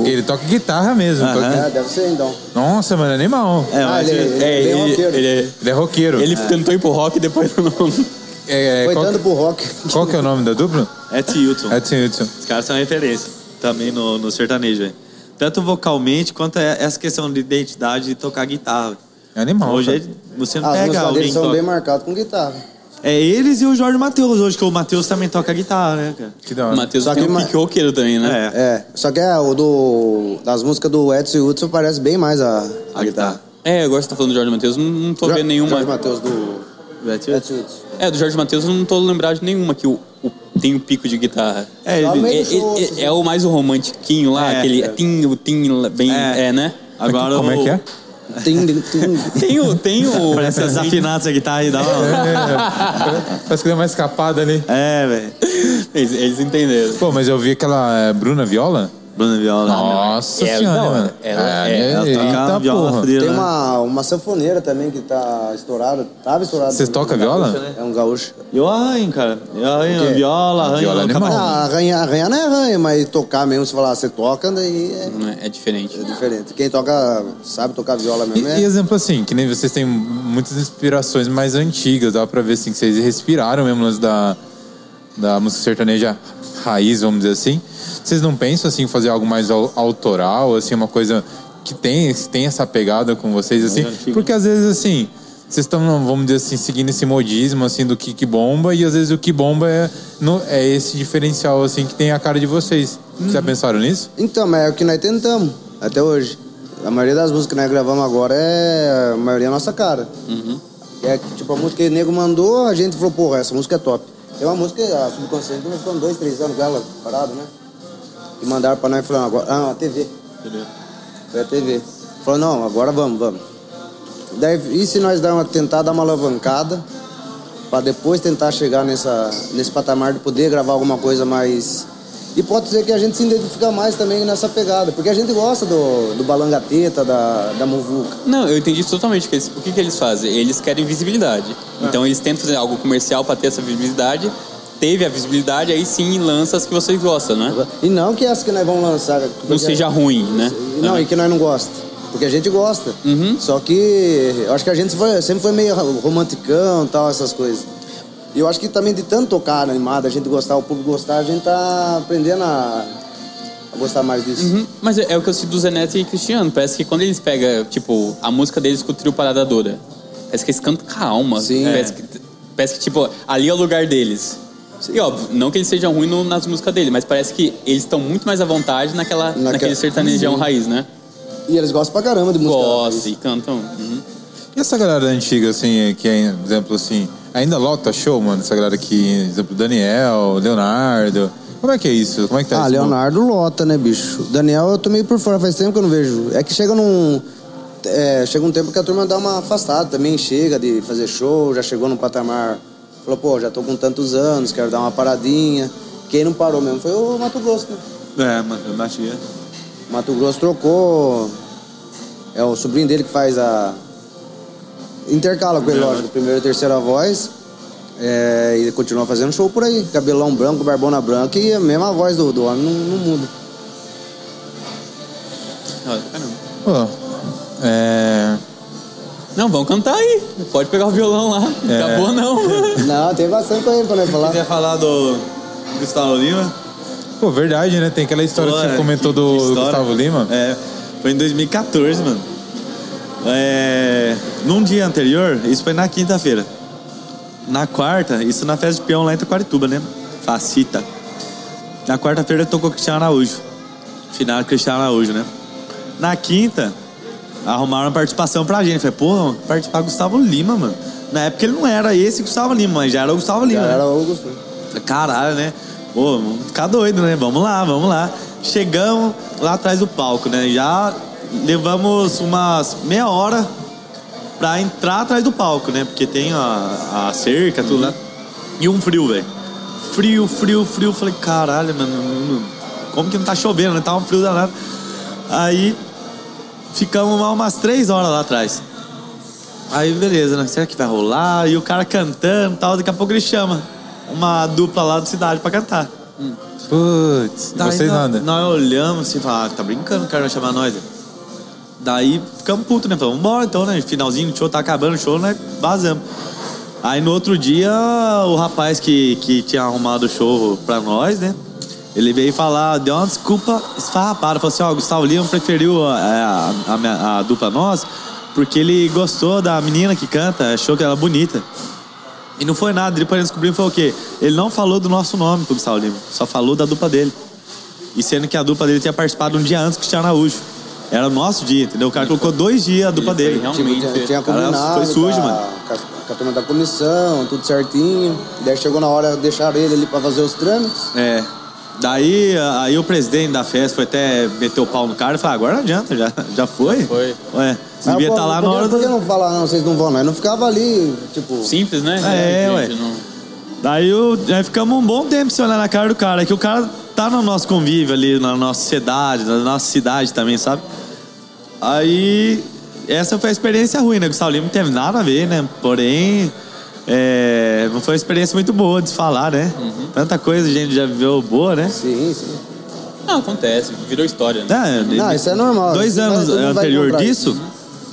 Ele toca guitarra mesmo.
Aham.
toca-
É, deve ser então.
Nossa, mano, é animal.
É,
Ah,
mas
ele-
ele-
É,
bem
ele,
roqueiro.
ele,
Ele é roqueiro.
ele tentou ir pro rock e depois não.
É, é,
Foi
qual,
dando pro rock.
qual que é o nome da dupla?
é Tilton.
Edson Hudson.
Os caras são referência também no, no sertanejo, velho. Tanto vocalmente quanto é- essa questão de identidade de tocar guitarra.
É animal.
Hoje
cara.
é- você não
As
pega
músicas
alguém
dele
que
são
toca.
bem marcadas com guitarra.
É eles e o Jorge Matheus hoje, que o Matheus também toca guitarra, né, cara?
Ah, Que da
O
hora.
Matheus
Só
tem
que
um
ma-
pique roqueiro também, né?
É.
É, só que é, o do, das músicas do Edson e Hudson parece bem mais a, a guitarra.
É, agora você tá falando do Jorge Matheus, não, não tô
Jo-
vendo nenhuma.
Jorge Matheus do Edson e Hudson.
É, do Jorge Matheus eu não tô lembrado de nenhuma que o, o- tem o pico de guitarra.
É,
Só
ele,
meio-
É,
Ele show,
é-
assim.
é o mais o romantiquinho lá,
É.
aquele tim, o tim lá, bem,
É.
é, né?
agora
Como é que
o-
é?
Tim, tim, tim.
Tem o, tem o...
Parece assim. desafinado essa guitarra tá aí, dá uma...
É, Parece que deu uma escapada ali.
É, velho.
eles, eles entenderam.
Pô, mas eu vi aquela é, Bruna Viola.
Bruna Viola.
Nossa
Ela-
senhora,
não,
mano.
ela-
É,
Ela
eita
toca a viola
porra.
fudida,
Tem
né?
uma, uma sanfoneira também que tá estourada. Tava estourada.
Vocês tocam viola?
É um gaúcho.
Eu arranho, cara. Eu
O
arranho
quê?
viola, arranho
Viola
cavaco.
animal.
Não, arranhar, arranhar não é arranha, mas tocar mesmo, se falar, você toca, daí é
Não é- É diferente.
diferente. Quem toca, sabe tocar viola
E,
mesmo,
e
é.
exemplo assim, que nem vocês têm muitas inspirações mais antigas, dá pra ver assim, que vocês respiraram mesmo lance da, da música sertaneja raiz, vamos dizer assim. Vocês não pensam assim em fazer algo mais au- autoral, assim, uma coisa que tem, que tem essa pegada com vocês, assim?
antigo.
Porque às vezes assim, vocês estão, vamos dizer assim, seguindo esse modismo assim do que, que bomba, e às vezes o que bomba é, no- é esse diferencial assim que tem a cara de vocês. Vocês já pensaram nisso?
Então, mas é o que nós tentamos até hoje. A maioria das músicas que nós gravamos agora é a maioria é nossa cara. É tipo a música que o nego mandou, a gente falou, porra, essa música é top. Tem uma música, a subconsciente, nós ficamos dois, três anos com ela parado, né? E mandaram pra nós falando, agora. Ah, a TV. Foi a TV. Falou, não, agora vamos, vamos. Daí, e se nós dar uma, tentar dar uma alavancada pra depois tentar chegar nessa, nesse patamar de poder gravar alguma coisa mais. E pode ser que a gente se identifica mais também nessa pegada, porque a gente gosta do, do balangateta, da, da muvuca.
Não, eu entendi totalmente o que eles, o que, que eles fazem. Eles querem visibilidade.
É.
Então eles tentam fazer algo comercial pra ter essa visibilidade. Teve a visibilidade, aí sim lança as que vocês gostam, né?
E não que essa que nós vamos lançar.
Não
porque-
seja ruim, né?
é- Não, e que nós não gosta. Porque a gente gosta. Só que eu acho que a gente foi- sempre foi meio romanticão e tal, essas coisas. E eu acho que também de tanto tocar animado, a gente gostar, o público gostar, a gente tá aprendendo a, a gostar mais disso.
Uhum, Mas é é o que eu sinto do Zeneto e Cristiano. Parece que quando eles pegam, tipo, a música deles com o trio Parada Dura, parece que eles cantam com a alma.
Sim. é.
Parece, que, parece que, tipo, ali é o lugar deles. E óbvio, não que eles sejam ruins no- nas músicas dele, mas parece que eles estão muito mais à vontade naquela,
Naque-
naquele sertanejão raiz, né?
E eles gostam pra caramba de música.
Gostam e cantam. Uhum.
E essa galera antiga, assim, que é, exemplo, assim, ainda lota show, mano? Essa galera que, exemplo, Daniel, Leonardo. Como é que é isso? Como é que tá
Ah,
isso?
Leonardo lota, né, bicho? Daniel, eu tô meio por fora, faz tempo que eu não vejo. É que chega num. é, chega um tempo que a turma dá uma afastada também, chega de fazer show, já chegou num patamar, falou, pô, já tô com tantos anos, quero dar uma paradinha. Quem não parou mesmo foi o Mato Grosso, né?
É, mano, eu batia.
Mato Grosso trocou. É o sobrinho dele que faz a. Intercala com ele, lógico, primeira e terceira voz. É, e continua fazendo show por aí. Cabelão branco, barbona branca e a mesma voz do, do homem não, não muda.
Ah, caramba.
Pô, é,
Não, vamos cantar aí. Pode pegar o violão lá.
É.
Acabou não.
Não, tem bastante coisa pra nós falar.
Quer falar do Gustavo Lima?
pô, verdade, né? Tem aquela história que você
Olha,
comentou
é, que-
do,
que
do
história.
Gustavo Lima.
É, foi em 2014, mano. É, num dia anterior, isso foi na quinta-feira. Na quarta, isso na festa de peão lá em Itaquarituba, né? Facita. Na quarta-feira tocou Cristiano Araújo. Final Cristiano Araújo, né? Na quinta, arrumaram participação pra gente. Falei, porra, participar Gustavo Lima, mano. Na época ele não era esse Gustavo Lima, mas já era o Gustavo Lima.
Já
né?
era o Augusto.
Caralho, né? Pô, vamos ficar doido, né? Vamos lá, vamos lá. Chegamos lá atrás do palco, né? Já levamos umas meia hora pra entrar atrás do palco, né? Porque tem a, a cerca, tudo lá. E um frio, velho. Frio, frio, frio. Falei, caralho, mano. não- não- Como que não tá chovendo, né? Tá um frio danado. Aí ficamos lá umas três horas lá atrás. Aí beleza, né? Será que vai rolar? E o cara cantando e tal, daqui a pouco ele chama uma dupla lá da cidade pra cantar.
Putz, tá não
Daí
gostei
nó-
nada.
Nós olhamos assim e falamos, ah, tá brincando, o cara vai chamar nós. Daí ficamos putos, né? Falamos, vambora então, né? Finalzinho do show, tá acabando o show, né? Vazamos. Aí no outro dia, o rapaz que, que tinha arrumado o show pra nós, né? Ele veio falar, deu uma desculpa esfarrapada. Falou assim, ó, o Gustavo Lima preferiu a, a, a minha- a dupla nós porque ele gostou da menina que canta, achou que ela é bonita. E não foi nada, depois ele descobriu foi o quê? Ele não falou do nosso nome pro Gustavo Lima, só falou da dupla dele. E sendo que a dupla dele tinha participado um dia antes que Cristiano Araújo. Era o nosso dia, entendeu? O cara colocou dois dias a dupla
Ele foi
dele.
realmente-
Tipo, tinha, tinha
Cara,
combinado.
foi sujo,
com a-
mano.
Com a, com a turma da comissão, tudo certinho. Daí chegou na hora, deixaram ele ali pra fazer os trâmites.
É. Daí aí o presidente da festa foi até meter o pau no cara e falou: "Ah, agora não adianta, já, já foi. Já
foi.
Ué, você
Aí,
devia
pô,
estar lá
por
na
que-
hora
Por que
do.
não falar, não, vocês não vão, né?" não? Eu não ficava ali, tipo.
Simples, né?
É,
Gente,
ué.
não-
Daí, o, aí ficamos um bom tempo se olhar na cara do cara, é que o cara tá no nosso convívio ali, na nossa sociedade, na nossa cidade também, sabe? Aí essa foi a experiência ruim, né? Gustavo Lima não teve nada a ver, né? Porém, é, foi uma experiência muito boa de se falar, né? Tanta coisa a gente já viveu boa, né?
Sim, sim.
Não, acontece. Virou história, né?
É,
Não, isso é normal.
Dois
Isso
anos
vai- todo mundo vai
anterior
comprar
disso,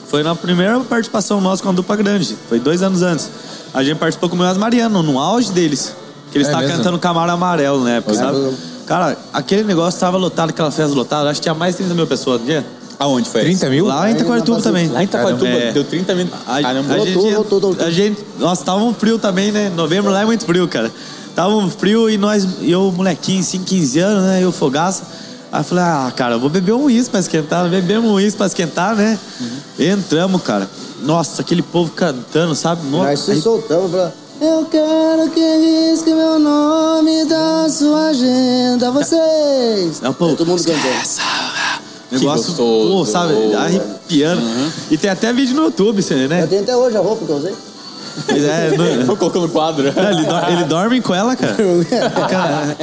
foi na primeira participação nossa com a dupla grande. Foi dois anos antes. A gente participou com o Meus Mariano, no auge deles. Que eles
É
estavam
mesmo?
cantando Camaro Amarelo na época,
É.
sabe? Cara, aquele negócio tava lotado, aquela festa lotada. Acho que tinha mais de 30 mil pessoas no dia.
Aonde foi?
30 mil?
Lá em
Aí na
Itaquarituba
Pacífico.
também.
Lá em Itaquatuba,
Caramba, é.
deu 30 mil.
A, a
Caramba.
gente,
Voltou, voltou, voltou.
a gente, nossa, tava um frio também, né? Novembro lá é muito frio, cara. Tava um frio e nós, e eu, molequinho, 5, 15 anos, né? Eu fogaça. Aí eu falei, ah, cara, eu vou beber um uísque pra esquentar. Bebemos um uísque pra esquentar, né?
Uhum.
Entramos, cara. Nossa, aquele povo cantando, sabe? Nossa,
Nós se
aí-
soltamos pra. Eu quero que risque meu nome da sua agenda, vocês.
É o povo.
É todo mundo cantando.
Esqueça. Negócio,
gostoso. Uhum.
pô, sabe? Arrepiando. E tem até vídeo no YouTube, você, né?
Eu tenho até hoje a roupa que eu usei.
Pois é, no-
Vou colocando no quadro.
É, ele, do- ele dorme com ela, cara. cara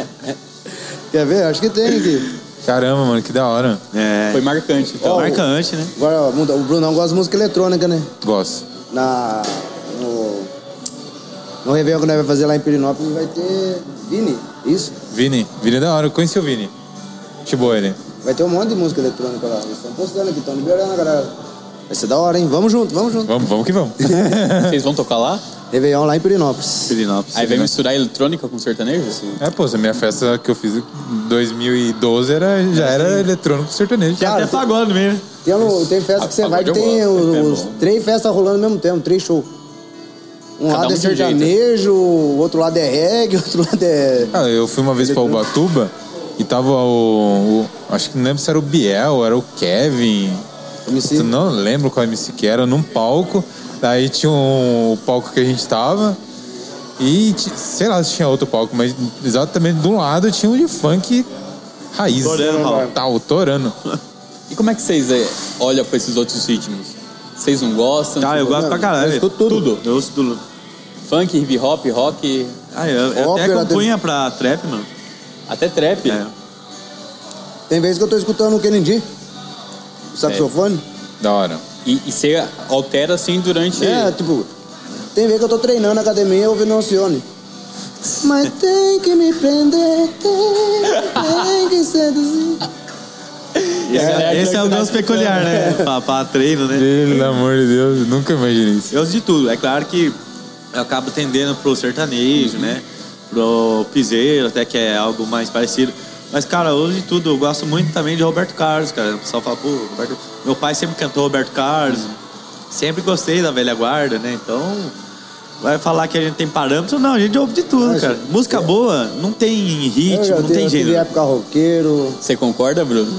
Quer ver? Acho que tem aqui.
Caramba, mano, que da hora.
é,
Foi marcante, então.
Ó,
marcante, né?
Agora, ó, muda. o Brunão gosta de música eletrônica, né?
Gosto.
Na. No. No Réveillon que nós vamos fazer lá em Pirinópolis vai ter. Vini, isso?
Vini, Vini é da hora, eu conheci o Vini. Gente boa ele.
Vai ter um monte de música eletrônica lá. Eles estão postando aqui, estão liberando a galera. Vai ser da hora, hein? Vamos junto, vamos junto.
Vamos, vamos que vamos.
Vocês vão tocar lá?
Réveillon lá em Pirinópolis.
Pirinópolis.
Aí vai misturar eletrônica com sertanejo? assim?
é, pô, essa minha festa que eu fiz em 2012 era, já era assim. eletrônico sertanejo.
Tem até pagode né? mesmo.
Tem, um- tem festa que
Ah,
você vai que
pagode eu
tem
gosto, é
os,
bom.
três festas rolando ao mesmo tempo, três shows. Um
Cada
lado
um de
é
um jeito.
sertanejo, o outro lado é reggae, o outro lado é.
Ah, eu fui uma vez pra Ubatuba e tava o, o- Acho que não lembro se era o Biel, era o Kevin.
MC.
Eu Não lembro qual MC que era, num palco. Daí tinha um o palco que a gente tava. E ti- sei lá se tinha outro palco, mas exatamente do lado tinha um de funk raiz. Tá,
Torando, Paulo.
Tal, torando.
E como é que vocês é, olham pra eh, esses outros ritmos? Vocês não gostam?
Ah, eu
Tipo,
gosto pra caralho.
eu escuto tudo.
Eu ouço tudo.
Funk, hip hop, rock,
Ah, eu, eu até
Ópera,
compunha pra trap, mano.
até trap.
É.
Tem vezes que eu tô escutando o Kennedy. O saxofone.
Da hora.
E, e você altera assim durante.
É, tipo, tem vez que eu tô treinando na academia ouvindo Alcione. Mas tem que me prender, tem, tem que seduzir.
Esse
galera
é, esse é o
que tá
nosso
escutando,
peculiar, né? pra, pra treino, né?
Pelo amor de Deus, nunca imaginei isso.
Eu ouço de tudo. É claro que eu acabo tendendo pro sertanejo, né? Pro piseiro, até que é algo mais parecido. Mas, cara, eu ouço de tudo. Eu gosto muito também de Roberto Carlos, cara. O pessoal fala, pô, Roberto... Meu pai sempre cantou Roberto Carlos. Sempre gostei da velha guarda, né? Então... Vai falar que a gente tem parâmetro? Não, a gente ouve de tudo,
Mas, é.
cara. Música boa não tem
Eu já
ritmo, não
tive-
tem
eu tive
gênero.
época roqueiro.
Você concorda, Bruno?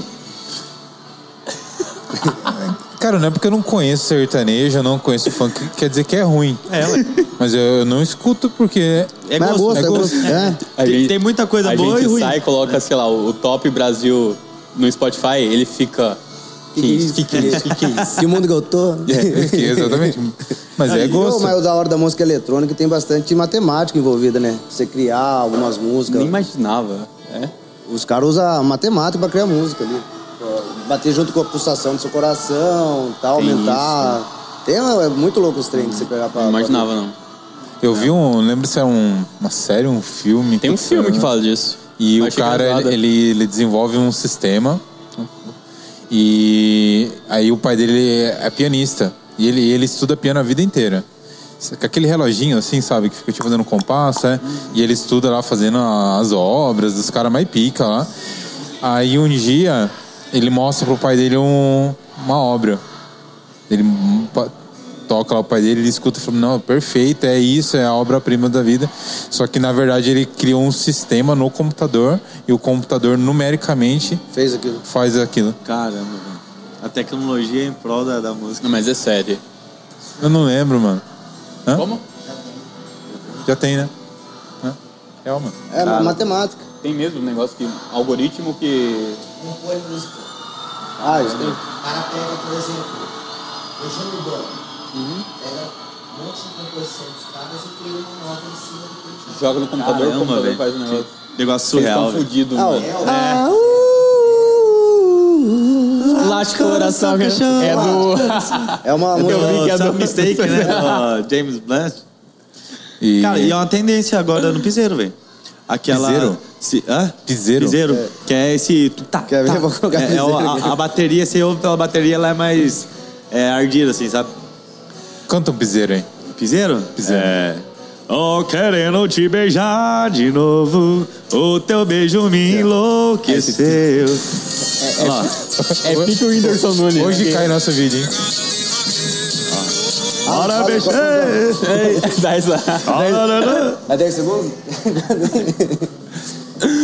Cara, não é porque eu não conheço sertanejo, eu não conheço funk, quer dizer que é ruim.
É, ué.
Mas eu, eu não escuto porque.
É
Mas
gosto,
é
é
gosto. É.
A
Tem-
gente-
tem muita coisa
a
boa
gente
e ruim.
sai e coloca, sei lá, o, o Top Brasil no Spotify, ele fica.
Que
Que é
que é
isso? Que que
isso?
isso? Que que isso?
Que mundo que eu tô.
É, que- exatamente. Mas é
Pô,
gosto.
mas o da hora da música eletrônica tem bastante matemática envolvida, né? Pra Você criar algumas músicas.
Nem imaginava. É?
Os caras usam matemática pra criar música ali. Bater junto com a pulsação do seu coração, tal,
Tem
aumentar. Tem, é muito louco os treinos que você pegar pra.
Não imaginava, não.
Eu vi um. Lembro se é um, uma série, um filme.
Tem um
sei
filme
lá.
que fala disso.
E
Não
o
achei
cara,
nada.
ele, ele, ele desenvolve um sistema. E aí o pai dele é pianista. E ele, ele estuda piano a vida inteira. Com aquele reloginho assim, sabe? Que fica te fazendo compasso, é? E ele estuda lá fazendo a- as obras dos caras mais pica lá. Aí um dia ele mostra pro pai dele um- uma obra. Ele hum, pa- toca lá o pai dele, ele escuta e fala, não, perfeito, é isso, é a obra-prima da vida. Só que na verdade ele criou um sistema no computador e o computador numericamente
Fez aquilo.
faz aquilo.
Caramba, velho. A tecnologia em prol da, da música.
Não, mas é sério.
Eu não lembro, mano. Hã?
Como?
Já tem, né? Hã? É, mano.
É, mas matemática.
Tem mesmo um negócio que. Algoritmo que.
compõe música.
Ah, isso tem.
O cara pega, por exemplo, o Júnior Urbano. Pega um monte de composição dos caras e cria uma nova em cima do que ele já
Joga no computador, o
Caramba,
computador
velho.
faz um negócio.
Que Negócio
Vocês
surreal,
estão
velho.
fudidos,
Ah,
mano.
o-
É.
Late coração, é do.
é uma
Eu
música.
vi que é do Mistake, né? do James Blunt. Cara, e é uma tendência agora no piseiro, velho. Aquela.
Piseiro?
Se, hã?
Piseiro?
Piseiro. Que é esse. tu- Tá,
Quer ver?
tá.
Vou colocar
é, é o-
piseiro.
a, a bateria, você ouve pela bateria, ela é mais é, ardida, assim, sabe?
Canta um piseiro aí.
Piseiro?
Piseiro.
É. Oh, querendo te beijar de novo. O teu beijo me enlouqueceu. Olha lá.
É pique o Whindersson Nunes.
Hoje
é.
né?
cai nosso vídeo, hein?
Ora,
fala,
beijo.
qual é
Dá essa.
Ora,
É 10 segundos?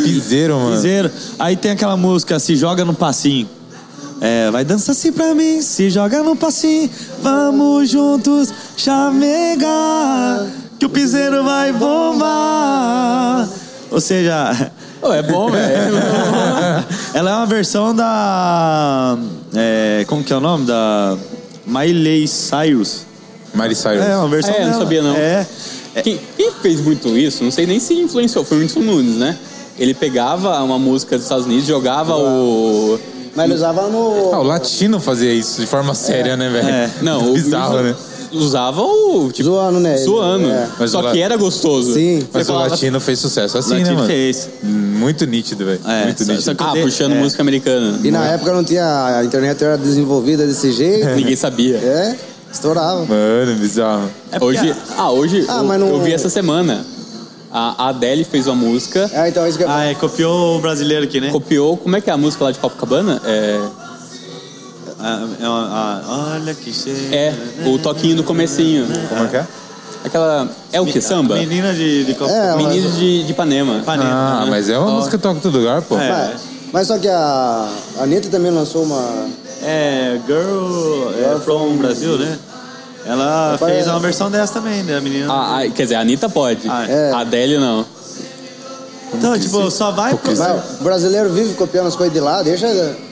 Piseiro, mano.
Piseiro. Aí tem aquela música, se joga no passinho. É, vai dança assim pra mim, se joga no passinho. Vamos juntos, chamega, que o piseiro vai bombar. Ou seja,
Ô, é bom, velho.
ela é uma versão da. é, como que é o nome? Da Miley Cyrus.
Mari Cyrus.
É, uma versão
Ah, é? Não
dela.
sabia, não.
É. É,
Quem, quem fez muito isso, não sei nem se influenciou, foi o Whindersson Nunes, né? Ele pegava uma música dos Estados Unidos, jogava o.
Mas ele usava
Ah, o
no.
latino fazia isso de forma séria, né, velho?
É.
Não, o
Bizarro, né?
Whindersson Usava o. Tipo,
Zoando, né?
Zoando.
É.
Mas o
Só
la-
que era gostoso.
Sim.
Você
Mas o
falava-
latino fez sucesso assim, né,
Latino é
mano?
fez.
Muito nítido, velho.
É,
Muito
só-
nítido.
só que-
Ah, puxando
É.
música americana. Né?
E na época não tinha. A internet era desenvolvida desse jeito.
é. Ninguém sabia.
é, estourava.
Mano, bizarro.
É porque
Hoje. Ah, hoje.
Ah,
eu,
mas não-
eu vi essa semana. A a Adele fez uma música,
É, então isso que eu
Ah, é, copiou o brasileiro aqui, né?
copiou. Como é que é a música lá de Copacabana? É.
Ah, é uma- ah, olha que cheio.
É, o toquinho do comecinho.
Como é que é?
Aquela. É o que? Samba?
Menina de, de copo.
É, uma-
Menino de, de Ipanema.
Ah, mas é uma música que toca em todo lugar, pô.
É.
Mas, mas só que a a Anitta também lançou uma.
É, Girl é, from Brasil, né? Ela
Rapaz,
fez
é-
uma versão dessa também, né, a menina?
Ah, ah, quer dizer, a Anitta pode.
Ah,
é.
A Adele não.
então, tipo, só vai pro...
Mas o brasileiro vive copiando as coisas de lá, deixa.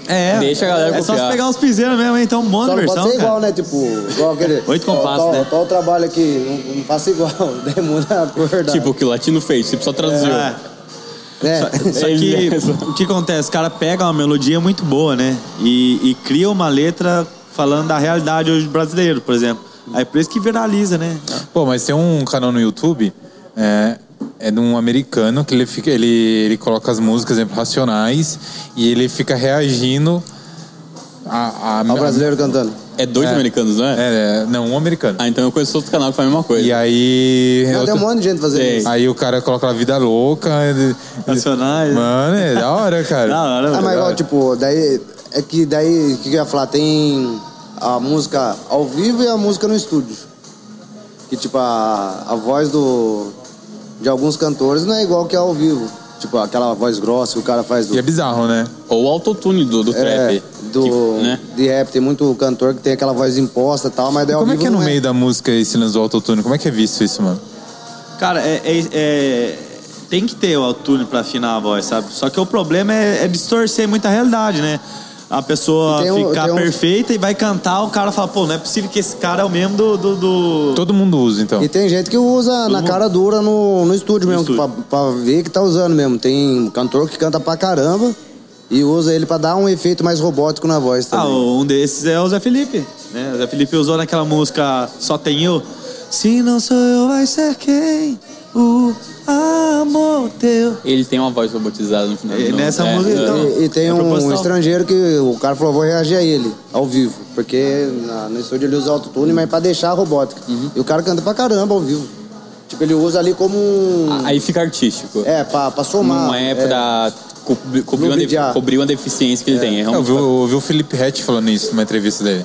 É.
Deixa a galera
É só
copiar.
você pegar os piseiros mesmo, hein? Então,
Só
manda
não pode
versão,
ser igual,
cara.
né? Tipo, igual aquele.
Oito compassos,
tal-
né?
tal o trabalho aqui, não, não faça igual, daí muda a cor da.
Tipo, o que o latino fez, você só traduziu.
É.
né?
Só
Ele
que
mesmo.
o que acontece? O cara pega uma melodia muito boa, né? E, e cria uma letra falando da realidade hoje brasileiro, por exemplo. Aí é por isso que viraliza, né?
Pô, mas tem um canal no YouTube, é, é de um americano que ele, fica, ele, ele coloca as músicas exemplo, racionais e ele fica reagindo a, a,
Olha o brasileiro cantando.
É dois
É.
americanos, não é?
É, é, não, um americano.
Ah, então eu conheço outro canal que faz a mesma coisa.
E aí.
Não, tem um
outro-
monte de gente fazendo
Tem.
isso.
Aí o cara coloca a vida louca. ele-
Nacionais. né?
Mano, é da hora, cara.
Da hora,
Ah,
velho.
mas igual, tipo, daí. É que daí, o que que eu ia falar? Tem a música ao vivo e a música no estúdio. Que, tipo, a, a voz do. de alguns cantores não é igual que é ao vivo. Tipo, aquela voz grossa que o cara faz do.
E é bizarro, né?
Ou o autotune do, do
É,
trap.
do
que, né?
de rap, tem muito cantor que tem aquela voz imposta e tal, mas daí ao
Como é
vivo né?
que é no
não
meio da música esse lance do autotune? Como é que é visto isso, mano?
Cara, é, é- é- tem que ter o autotune pra afinar a voz, sabe? Só que o problema é, é distorcer muita realidade, né? A pessoa
E tem um-
ficar
tem um-
perfeita e vai cantar, o cara fala, pô, não é possível que esse cara é o mesmo do. do, do-
Todo mundo usa, então.
E tem gente que usa na
mundo-
cara dura no, no estúdio
No
mesmo,
estúdio.
Pra, pra ver que tá usando mesmo. Tem cantor que canta pra caramba e usa ele pra dar um efeito mais robótico na voz
Ah,
também.
um desses é o Zé Felipe, né? O Zé Felipe usou naquela música Só Tem Eu. Se não sou eu, vai ser quem? O amor teu.
Ele tem uma voz robotizada no final.
E
não-
nessa
é,
música,
é.
então.
e, e tem
é
um
proposital.
estrangeiro que o cara falou, vou reagir a ele, ao vivo. Porque na- no estúdio ele usa autotune, mas pra deixar a robótica.
Uhum.
E o cara canta pra caramba ao vivo. Tipo, ele usa ali como
Ah.
um...
Aí fica artístico.
É, pra, pra somar.
um
não é pra co- cobrir, uma de-
Lubriar.
cobrir uma deficiência que ele tem. É
Eu
realmente-
ouvi, eu ouvi o Felipe Rett falando isso numa entrevista dele.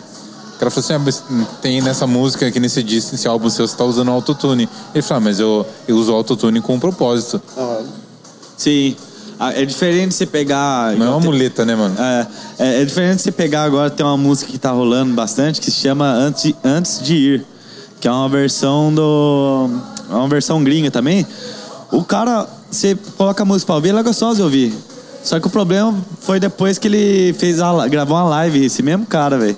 O cara falou assim: ah, mas tem nessa música aqui nesse disco, nesse álbum seu, você tá usando autotune. Ele falou: ah, mas eu, eu uso autotune com um propósito.
Ah,
Sim. Ah, É diferente você pegar.
Não é uma
tem-
muleta, né, mano?
É, é, é diferente você pegar agora, tem uma música que tá rolando bastante que se chama Antes de, Antes de Ir, que é uma versão do. É uma versão gringa também. O cara, você coloca a música pra ouvir, ela é gostosa de ouvir. Só que o problema foi depois que ele fez a, li- gravou uma live, esse mesmo cara, velho.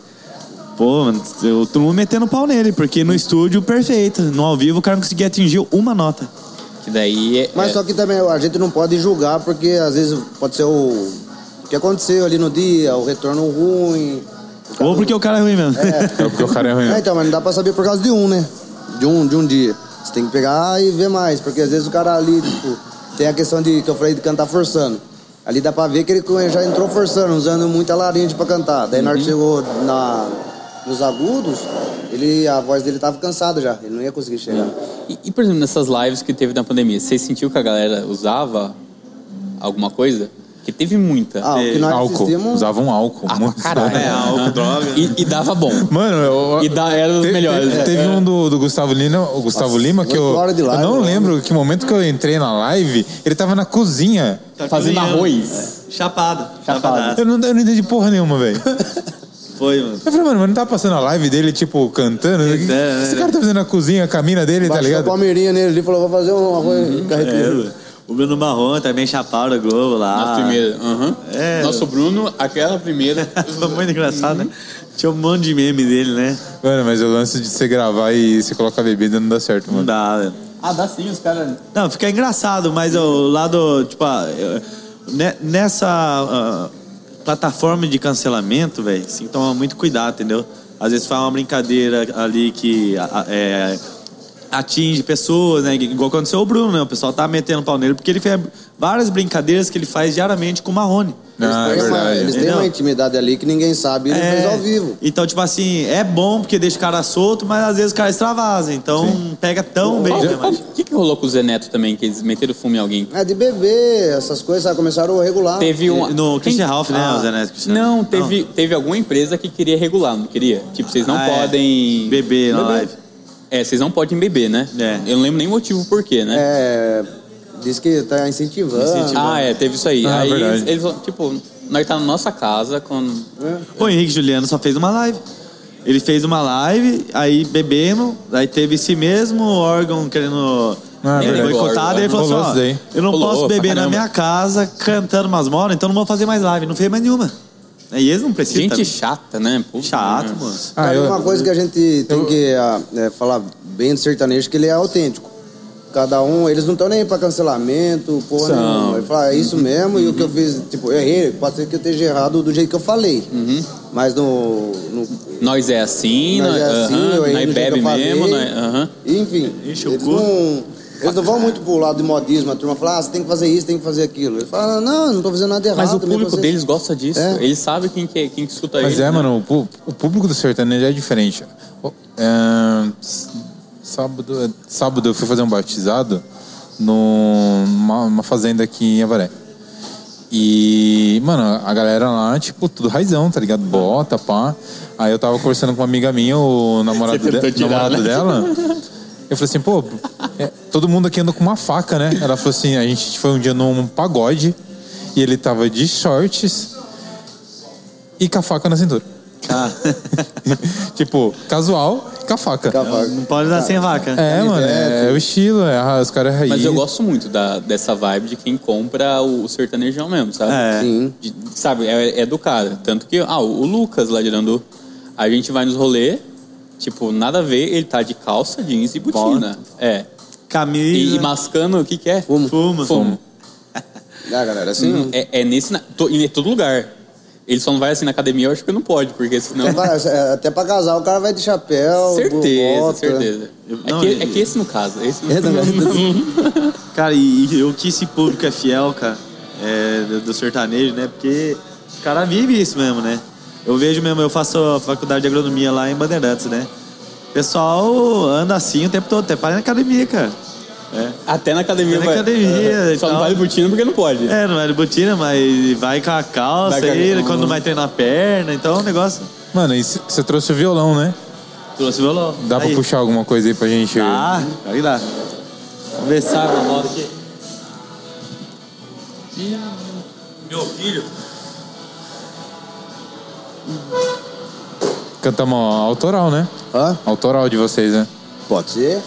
Pô, mano, eu todo mundo metendo pau nele, porque no estúdio perfeito, no ao vivo o cara não conseguia atingir uma nota.
Que daí é,
Mas
é-
só que também a gente não pode julgar, porque às vezes pode ser o, o que aconteceu ali no dia, o retorno ruim. o cara-
Ou porque o cara é ruim mesmo.
É porque o cara é
É,
ruim.
então, mas não dá pra saber por causa de um, né? De um, de um dia. Você tem que pegar e ver mais, porque às vezes o cara ali, tipo, tem a questão de que eu falei de cantar forçando. Ali dá pra ver que ele já entrou forçando, usando muita laringe pra cantar. Daí na hora que chegou na, nos agudos, ele, a voz dele tava cansada já, ele não ia conseguir chegar.
E, e, por exemplo, nessas lives que teve na pandemia, você sentiu que a galera usava alguma coisa? Que teve muita.
Ah, o que nós
álcool.
assistimos-
Usava um álcool.
Ah,
Muito-
pra caralho.
é, álcool, droga.
E, e dava bom.
Mano, eu,
E da- era dos
te-
melhores.
te- Teve
É.
um do, do Gustavo Lima, o Gustavo
Nossa,
Lima que eu,
oito horas de
eu
live,
não
mano.
lembro que momento que eu entrei na live, ele tava na cozinha.
Fazendo
cozinhando.
arroz.
tá Chapado.
Chapado.
Chapadaço.
Eu não, eu não entendi porra nenhuma, velho. Eu
Foi, mano.
falei, mano, mas não tá passando a live dele, tipo, cantando? O que-
É,
Esse
é.
cara tá fazendo na cozinha, a camina dele, tá
Baixou a
ligado?
palmeirinha nele ali e falou, vou fazer um arroz
É,
carreteiro.
ué. o Bruno Marrom também chapado o Globo lá.
Uhum. Na primeira. aham.
Ah. É.
Nosso Bruno, aquela primeira.
Foi muito engraçado, né? Tinha um monte de meme dele, né?
Mano, mas o lance de você gravar e você colocar bebida não dá certo,
Não
mano.
dá, velho.
ah, dá sim, os caras.
Não, fica engraçado, mas o lado, tipo, ah, eu- ne- nessa ah, plataforma de cancelamento, velho, tem que tomar muito cuidado, entendeu? Às vezes faz uma brincadeira ali que a- a- é, atinge pessoas, né? Igual aconteceu o Bruno, né? O pessoal tá metendo pau nele, porque ele fez várias brincadeiras que ele faz diariamente com o Marrone.
Ah, é
Eles têm uma-
verdade.
eles têm uma
Entendeu?
intimidade ali que ninguém sabe e ele
É,
fez ao vivo.
Então, tipo assim, é bom porque deixa o cara solto, mas às vezes o cara extravasa. Então, pega tão bem. né, mas-
O que, que rolou com o Zé Neto também? Que eles meteram fumo em alguém?
É de beber, essas coisas, sabe? Começaram a regular.
Teve um.
No Christian Ralph, né,
Ah.
o Zé Neto Cristiano?
Não, teve, teve alguma empresa que queria regular, não queria? Tipo, vocês não
Ah, é.
podem.
Beber na live.
É, vocês não podem beber, né?
É.
Eu não lembro nem o motivo por quê, né?
É, diz que tá incentivando.
Ah, é, teve isso aí.
Ah,
aí
verdade.
eles, eles falam, tipo, nós tá na nossa casa com.
O Henrique Juliano só fez uma live. Ele fez uma live, aí bebemos, aí teve esse mesmo órgão querendo
Ah, é
ele
verdade.
boicotado, e ele falou assim,
Rolou isso daí.
ó, eu não
Rolou,
posso
pra
beber na
caramba.
minha casa cantando umas moras, então não vou fazer mais live. Não fez mais nenhuma. E eles não precisam.
Gente
também.
chata, né? Pô,
chato,
né?
mano.
Ah,
Cara,
eu-
uma coisa que a gente tem que ah, é, falar bem do sertanejo que ele é autêntico. Cada um, eles não estão nem aí pra cancelamento, porra
São.
nenhuma. Ele fala, é isso mesmo, e o que eu fiz, tipo, eu errei, pode ser que eu esteja errado do jeito que eu falei. Mas no. no
Nós é assim,
nós
nós,
é assim,
aham,
eu errei do
nós
jeito que
bebe
eu falei.
mesmo, nós, aham.
Enfim,
Enche o
eles
cu.
não, eles não vão muito pro lado de modismo, a turma fala, ah, você tem que fazer isso, tem que fazer aquilo. Ele fala, não, não tô fazendo nada errado.
Mas o
também
público
vocês-
deles gosta disso.
É.
Eles sabem quem que, quem que escuta
Mas
eles,
é,
né?
mano, o pu- o público do sertanejo é diferente. O- é, s- sábado, é, sábado eu fui fazer um batizado no- numa numa fazenda aqui em Avaré. E, mano, a galera lá, tipo, tudo raizão, tá ligado? Bota, pá. Aí eu tava conversando com uma amiga minha, o namorado,
Você tentou
de-
tirar,
namorado
né?
dela. Eu falei assim, pô, é, todo mundo aqui anda com uma faca, né? Ela falou assim, a gente foi um dia num pagode e ele tava de shorts e com a faca na cintura. tipo, casual, com a faca.
Cavaco.
Não pode dar sem vaca. né?
É, mano, é, o estilo, é, a- os caras é raiz.
Mas eu gosto muito da, dessa vibe de quem compra o, o sertanejão mesmo, sabe?
É.
Sim.
De- sabe, é, é do cara. Tanto que, ah, o Lucas lá de Irandu, a gente vai nos rolê, tipo, nada a ver, ele tá de calça, jeans e botina. É. E,
Camisa.
e mascando, o que que é?
Fumo.
né? Fuma.
Fumo.
Ah, galera, assim. não.
É, é nesse, na- to- em todo lugar. Ele só não vai assim na academia, eu acho que não pode, porque senão...
Até pra- é, Até pra casar, o cara vai de chapéu,
Certeza,
bota.
certeza.
Eu-
é,
não,
que,
eu-
é que esse não casa. Esse não...
É, também.
Cara, e, e o que esse público é fiel, cara, é, do, do sertanejo, né? Porque os caras vivem isso mesmo, né? Eu vejo mesmo, eu faço a faculdade de agronomia lá em Bandeirantes, né? O pessoal anda assim o tempo todo, até para na academia, cara. É,
Até na academia
Até na
vai.
academia e
Só não
tal.
vai de botina porque não pode.
é não vai de botina, mas vai com a calça
Vai com a-
aí, quando vai treinar a perna, então o negócio.
Mano, e você trouxe o violão, né?
Trouxe o violão.
Dá pra
Aí.
puxar alguma coisa aí pra gente.
Dá, claro que dá. Vamos ver se sabe a moda aqui. Meu filho.
Cantar uma autoral, né?
Hã?
Autoral de vocês, né?
Pode ser.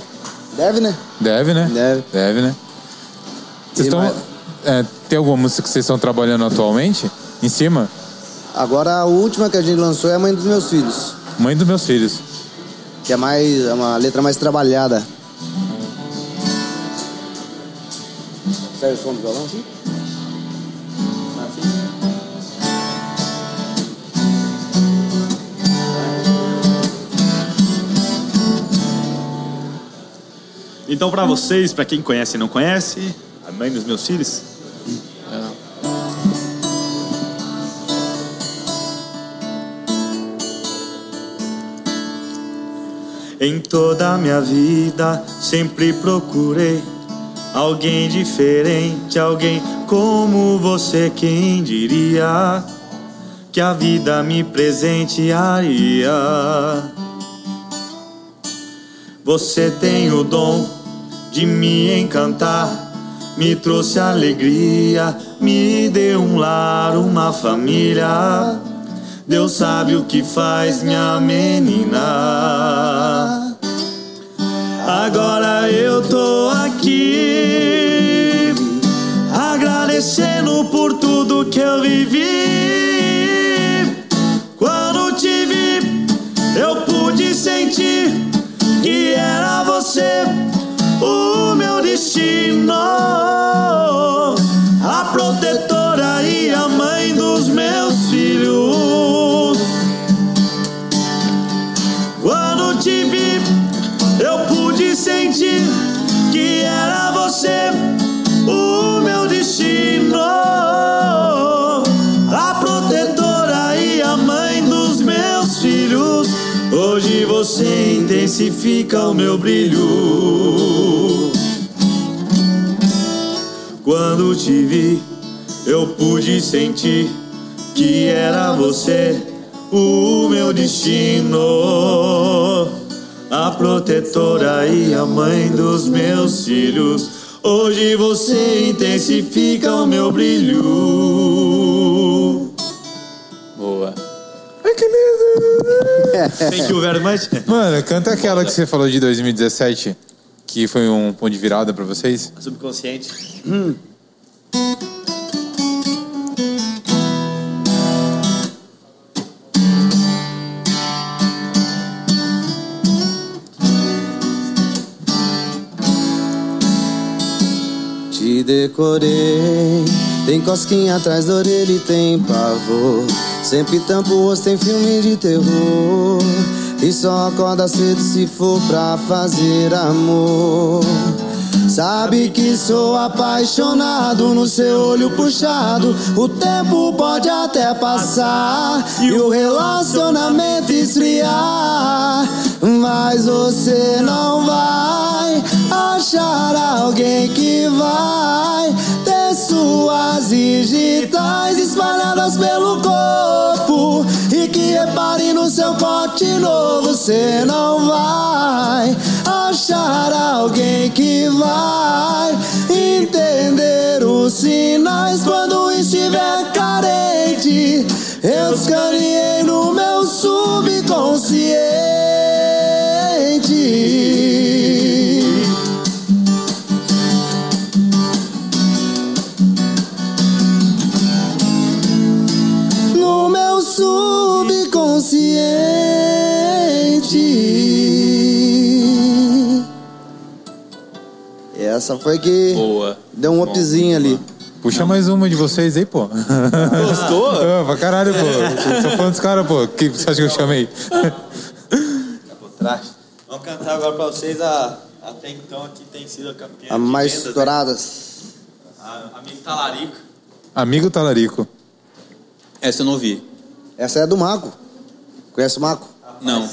Deve, né?
Deve, né?
Deve.
Deve, né? Vocês
E
estão.
mais-
é, tem alguma música que vocês estão trabalhando atualmente? Em cima?
Agora a última que a gente lançou é a mãe dos meus filhos.
Mãe dos meus filhos.
Que é mais. É uma letra mais trabalhada. Sério, o som do violão assim?
Então, pra vocês, pra quem conhece e não conhece, a mãe dos meus filhos. Em toda a minha vida sempre procurei alguém diferente, alguém como você, quem diria que a vida me presentearia. Você tem o dom de me encantar, me trouxe alegria, me deu um lar, uma família. Deus sabe o que faz, minha menina. Agora eu tô aqui, agradecendo por tudo que eu vivi. Quando te vi, eu pude sentir que era você o meu destino, a protetora e a mãe dos meus filhos. Quando te vi, eu pude sentir que era você o meu destino, a protetora e a mãe dos meus filhos. Hoje você intensifica o meu brilho. Quando te vi, eu pude sentir que era você o meu destino, a protetora e a mãe dos meus filhos. Hoje você intensifica o meu brilho.
Boa.
Thank you very much.
Mano, canta aquela que você falou de 2017, que foi um ponto de virada pra vocês.
Subconsciente.
decorei. Tem cosquinha atrás da orelha e tem pavor. Sempre tampo o rosto em filme de terror. E só acorda cedo se for pra fazer amor. Sabe que sou apaixonado no seu olho puxado. O tempo pode até passar e o relacionamento esfriar. Mas você não vai achar alguém que vai ter suas digitais espalhadas pelo corpo. E que repare no seu corte novo, você não vai achar alguém que vai entender os sinais quando estiver carente. Eu escaneei no meu subconsciente. no meu subconsciente. Essa foi que
Boa.
deu um
Bom,
upzinho ali.
Puxa mais uma de vocês aí, pô.
Gostou?
Ah, pra caralho, pô. Eu Sou fã dos caras, pô. Que você acha que eu chamei?
Vamos cantar agora pra vocês a. Até então aqui tem sido a campeã.
A mais
vendas,
estourada.
A, tá amigo Talarico.
Amigo Talarico.
Essa eu não vi.
Essa é do Marco. Conhece o Marco?
Não.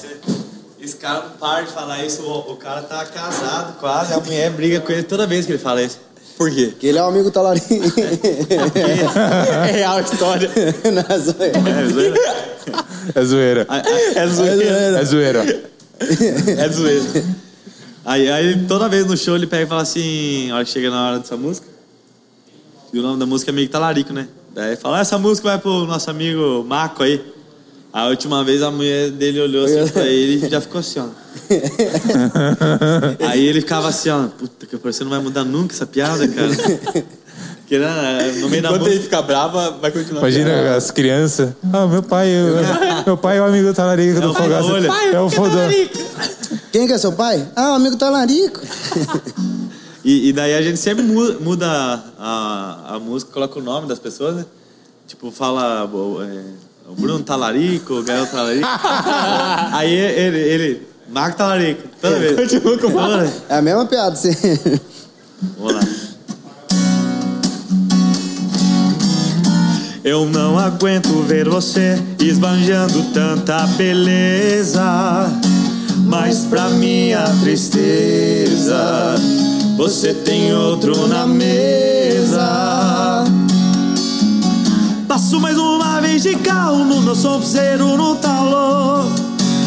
Esse cara não para de falar isso, o, o cara tá casado quase, a mulher briga com ele toda vez que ele fala isso.
Por quê?
Que ele é um amigo talarim.
É real a história.
Não, zoeira.
É zoeira.
É zoeira.
É zoeira.
É zoeira. Aí, aí toda vez no show ele pega e fala assim, a hora que chega na hora dessa música. E o nome da música é Amigo Talarico, né? Daí ele fala, "Ah, essa música vai pro nosso amigo Marco aí. A última vez a mulher dele olhou assim pra ele e já ficou assim, ó. Aí ele ficava assim, ó, puta que pariu, você não vai mudar nunca essa piada, cara. Porque né, no meio da
Enquanto
música.
ele ficar brava, vai continuar.
Imagina as crianças. Ah, meu pai. eu- meu pai é o amigo Talarico
É
do
o pai da
Fogaça.
Olha.
É o fodão.
Quem que é seu pai? Ah, o amigo talarico.
E, e daí a gente sempre mu- muda a, a música, coloca o nome das pessoas, né? Tipo, fala bo- é, o Bruno Talarico, o Gael Talarico. Aí ele, ele, Marco Talarico, toda vez. Continua com o Marco.
É a mesma piada. Você...
Vamos lá. Eu não aguento ver você esbanjando tanta beleza. Mas pra minha tristeza, você tem outro na mesa. Passo mais uma vez de calmo, meu sonzeiro no talô. tá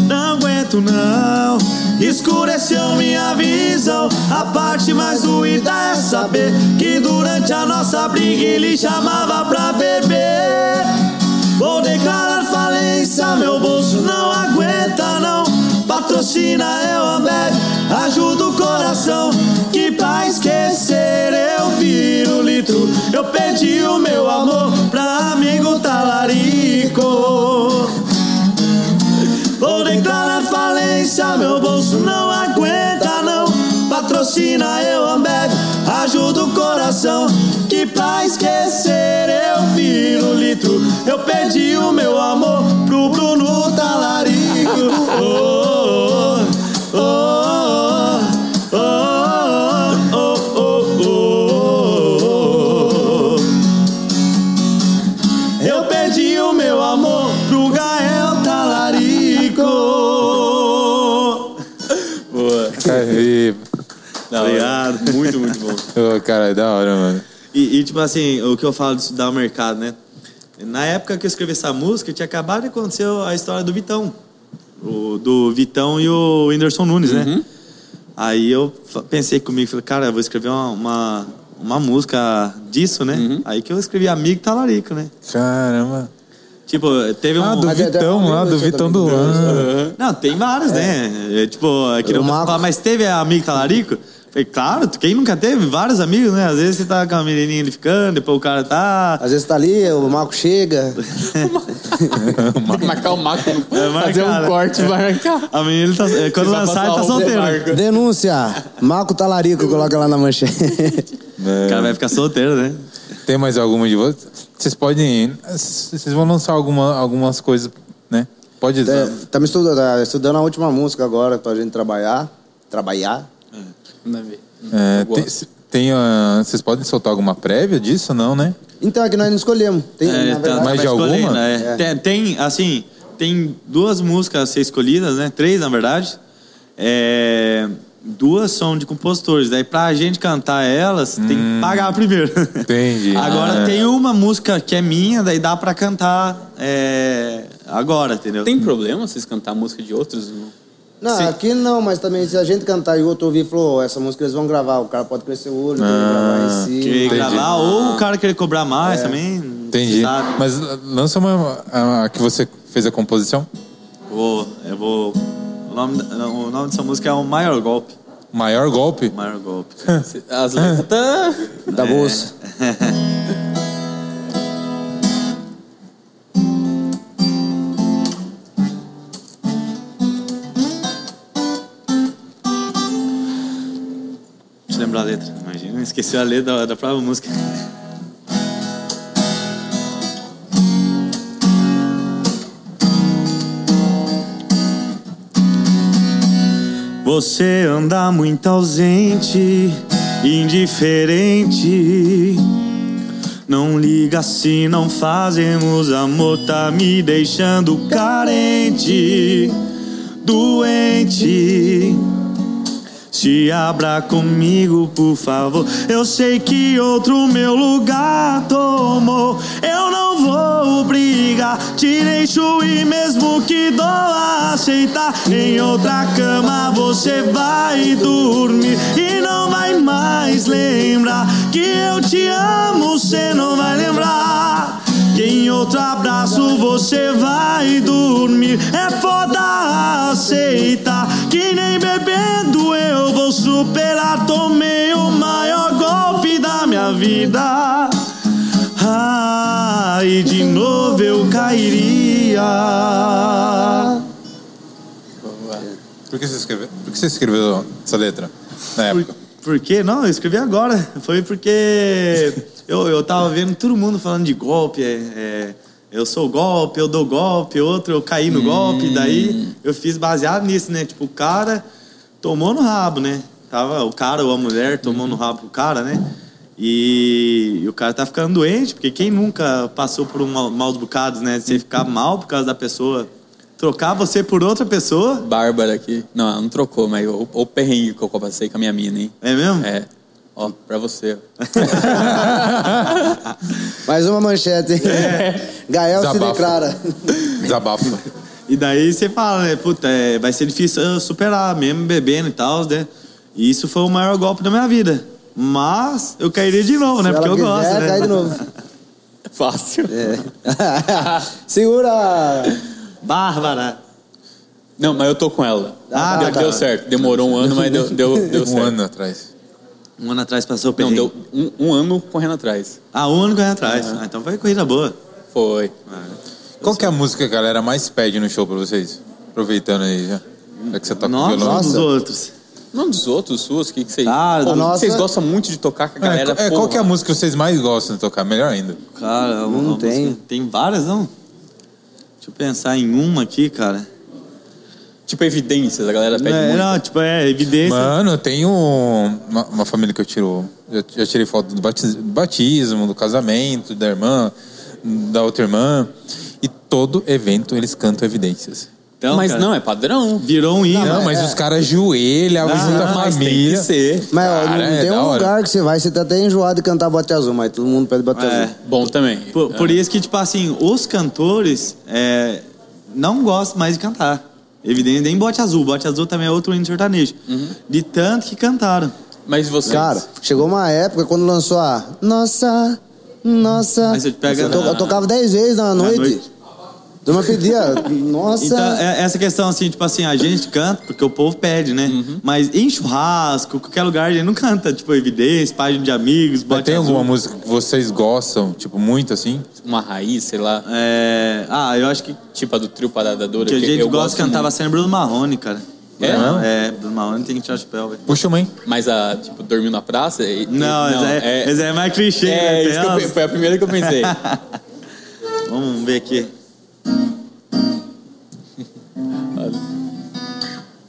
Não aguento não, escureceu minha visão. A parte mais doída é saber que durante a nossa briga ele chamava pra beber. Vou declarar falência, meu bolso não aguenta não. Patrocina eu Ambev, ajuda o coração que pra esquecer eu viro litro. Eu perdi o meu amor pra amigo talarico. Vou declarar falência, meu bolso não aguenta não. Patrocina eu Ambev, ajuda o coração que pra esquecer eu viro litro. Eu perdi o meu amor pro Bruno Talarico. Oh, oh, oh, oh, oh, oh, oh, oh. Eu perdi o meu amor pro Gael Talarico.
Boa.
Cara, e-
Da hora.
Obrigado.
Muito, muito bom.
ô, cara, é da hora, mano.
E, e, tipo assim, o que eu falo de estudar o mercado, né? Na época que eu escrevi essa música, tinha acabado de acontecer a história do Vitão. O, do Vitão e o Whindersson Nunes,
Uhum.
né? Aí eu fa- pensei comigo, falei, cara, eu vou escrever uma, uma, uma música disso, né?
Uhum.
Aí que eu escrevi Amigo Talarico, né?
Caramba.
Tipo, teve um...
Ah, do
Mas é-
Vitão
é-
lá, do
é-
Vitão do ano.
Não, tem várias, né? É, tipo, aqui não
O Marco-
falar, mas teve amigo talarico? Falei, claro, quem nunca teve? Vários amigos, né? Às vezes você tá com a menininha ali ficando, depois o cara tá.
Às vezes tá ali, o Marco chega.
Tem que marcar o Marco.
marcar,
fazer um
né?
corte e marcar.
A menina, ele tá, é, quando
Você vai
lançar,
passar
ele tá
um
solteiro.
demarco.
Denúncia. Marco talarico, coloca lá na manchete.
O cara vai ficar solteiro, né?
É. Tem mais alguma de vocês? Vocês podem. Vocês vão lançar alguma, algumas coisas, né? Pode
É, tá me estudando, tá estudando a última música agora pra gente trabalhar. Trabalhar.
Nada a ver.
É,
Eu
tem,
gosto.
tem, ah, vocês podem soltar alguma prévia disso, não, né?
Então, é que nós não escolhemos. Tem,
É,
na
tá-
Mas
verdade,
tá
de
escolhendo,
alguma?
é.
É.
Tem, tem, assim, tem duas músicas a ser escolhidas, né? Três, na verdade. É, duas são de compositores. Daí, pra gente cantar elas, tem que pagar primeiro.
Hum. Entendi.
Agora,
Ah.
tem uma música que é minha, daí dá pra cantar é, agora, entendeu?
Tem problema vocês cantar música de outros? Não?
Não,
Sim.
aqui não, mas também se a gente cantar e o outro ouvir e falou, "Ó, essa música eles vão gravar, o cara pode crescer o olho, pode gravar em cima.
Ah, que
Entendi.
gravar, ou o cara querer cobrar mais também. não
Entendi.
sabe.
Mas ah, lança uma a, a que você fez a composição.
Vou, eu vou. O nome, da- o nome dessa música é O Maior Golpe.
Maior golpe.
O Maior Golpe.
As letras tá...
Da bolsa.
Deixa eu lembrar a letra. Imagina, esqueci a letra da, da própria música. Você anda muito ausente, indiferente. Não liga se não fazemos amor, tá me deixando carente, doente. Se abra comigo, por favor. Eu sei que outro meu lugar tomou. Eu não vou brigar. Te deixo e mesmo que doa aceitar. Em outra cama você vai dormir e não vai mais lembrar que eu te amo. Você não vai lembrar. Que em outro abraço você vai dormir. É foda aceitar que nem bebendo eu vou superar. Tomei o maior golpe da minha vida. Ah, e de novo eu cairia.
Por que você escreveu? Por que você escreveu essa letra na
Por,
época?
por quê? Não, eu escrevi agora. Foi porque eu, eu tava vendo todo mundo falando de golpe. é, é, eu sou golpe, eu dou golpe, outro, eu caí no golpe. Daí eu fiz baseado nisso, né? Tipo, o cara tomou no rabo, né? Tava o cara ou a mulher tomou no rabo o cara, né? E, e o cara tá ficando doente, porque quem nunca passou por um mal, maus bocados, né? Você ficar mal por causa da pessoa, trocar você por outra pessoa,
Bárbara aqui. Não, ela não trocou, mas o, o perrengue que eu passei com a minha mina, hein?
é mesmo?
É. Ó, pra você.
Mais uma manchete.
É.
Gael se
Desabafo.
declara.
Desabafo.
E daí você fala, né? Puta, é, vai ser difícil eu superar, mesmo bebendo e tal, né? E isso foi o maior golpe da minha vida. Mas eu cairia de novo, né?
Se
Porque
ela
eu
quiser,
gosto, né?
cai de novo.
Fácil.
É. Segura!
Bárbara.
Não, mas eu tô com ela.
Ah,
deu,
tá.
deu certo. Demorou um ano, mas deu, deu, deu
um
certo.
ano atrás.
Um ano atrás passou o
Não,
perrengue.
deu um, um ano correndo atrás.
Ah, um ano correndo atrás. Ah, então foi corrida
Tá
boa.
Foi.
Qual que é a música que a galera mais pede no show pra vocês? Aproveitando aí já. Já que você toca
Nossa,
violão.
um dos outros.
Não dos outros, suas, o que, que vocês.
Ah,
Pô,
a
nossa-
Vocês gostam muito de tocar com a galera.
É, é,
pô,
qual que é a música que vocês mais gostam de tocar? Melhor ainda.
Cara, uma
Não
música-
tem.
Tem várias, não? Deixa eu pensar em uma aqui, cara.
Tipo, evidências, a galera pede
É,
muito.
não, tipo, é evidência.
Mano, eu tenho um, uma, uma família que eu tiro. Eu já tirei foto do batiz- do batismo, do casamento, da irmã, da outra irmã. E todo evento eles cantam evidências.
Então,
mas
cara,
não, é padrão.
Virou um hino.
Não, mas os caras ajoelham, junta a
mas tem
família.
que ser.
Mas ó,
Cara,
não
é
tem
da
um
hora.
lugar que você vai, você tá até enjoado de cantar Bote Azul, mas todo mundo pede Bote
É.
Azul.
Bom também.
Por, por isso que, tipo assim, os cantores é, não gostam mais de cantar. Evidente, nem Bote Azul. Bote Azul também é outro hino sertanejo.
Uhum.
De tanto que cantaram.
Mas vocês.
Cara, chegou uma época quando lançou a Nossa, Nossa.
Aí você pega
eu, to-
na-
eu tocava 10 vezes na noite.
noite.
Turma pedia, Nossa.
Então, é- essa questão, assim, tipo assim, a gente canta porque o povo pede, né?
Uhum.
Mas em churrasco, qualquer lugar, a gente não canta. Tipo, Evidência, Página de Amigos,
Mas
Bote
tem
Azul.
alguma música que vocês gostam, tipo, muito assim?
Uma raiz, sei lá.
É, Ah, eu acho que,
Tipo a do trio Parada Dura.
que a gente
eu
gosta
gosto
de cantar
muito.
bastante Bruno Marrone, cara.
É?
Não, é, Bruno Marrone tem que tirar o chapéu, velho.
Puxa, mãe.
Mas a, tipo, dormiu na praça? e-
Não, esse é, esse é mais clichê,
É,
né?
isso que eu
Tem
pe- foi a primeira que eu pensei.
umas- Vamos ver aqui.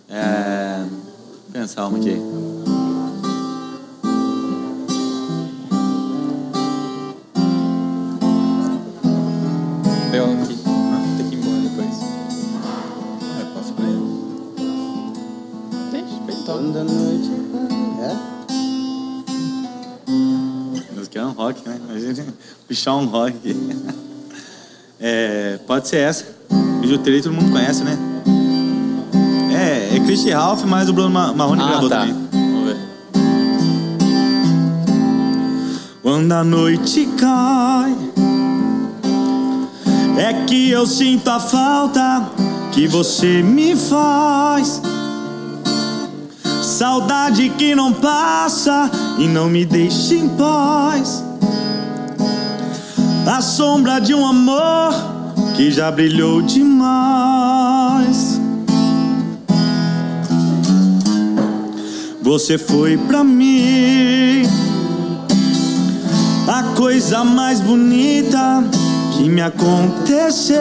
É... Pensar uma aqui.
Deu aqui. Tem que ir embora depois.
Toda noite. É?
Música é um rock, né? Imagina puxar um rock. É, pode ser essa. Bijuteria todo mundo conhece, né? É, é Christian Ralph, mas o Bruno Ma- Marrone
Ah,
gravou
tá.
também.
Vamos ver.
Quando a noite cai, é que eu sinto a falta que você me faz. Saudade que não passa e não me deixa em paz. A sombra de um amor que já brilhou demais. Você foi pra mim a coisa mais bonita que me aconteceu.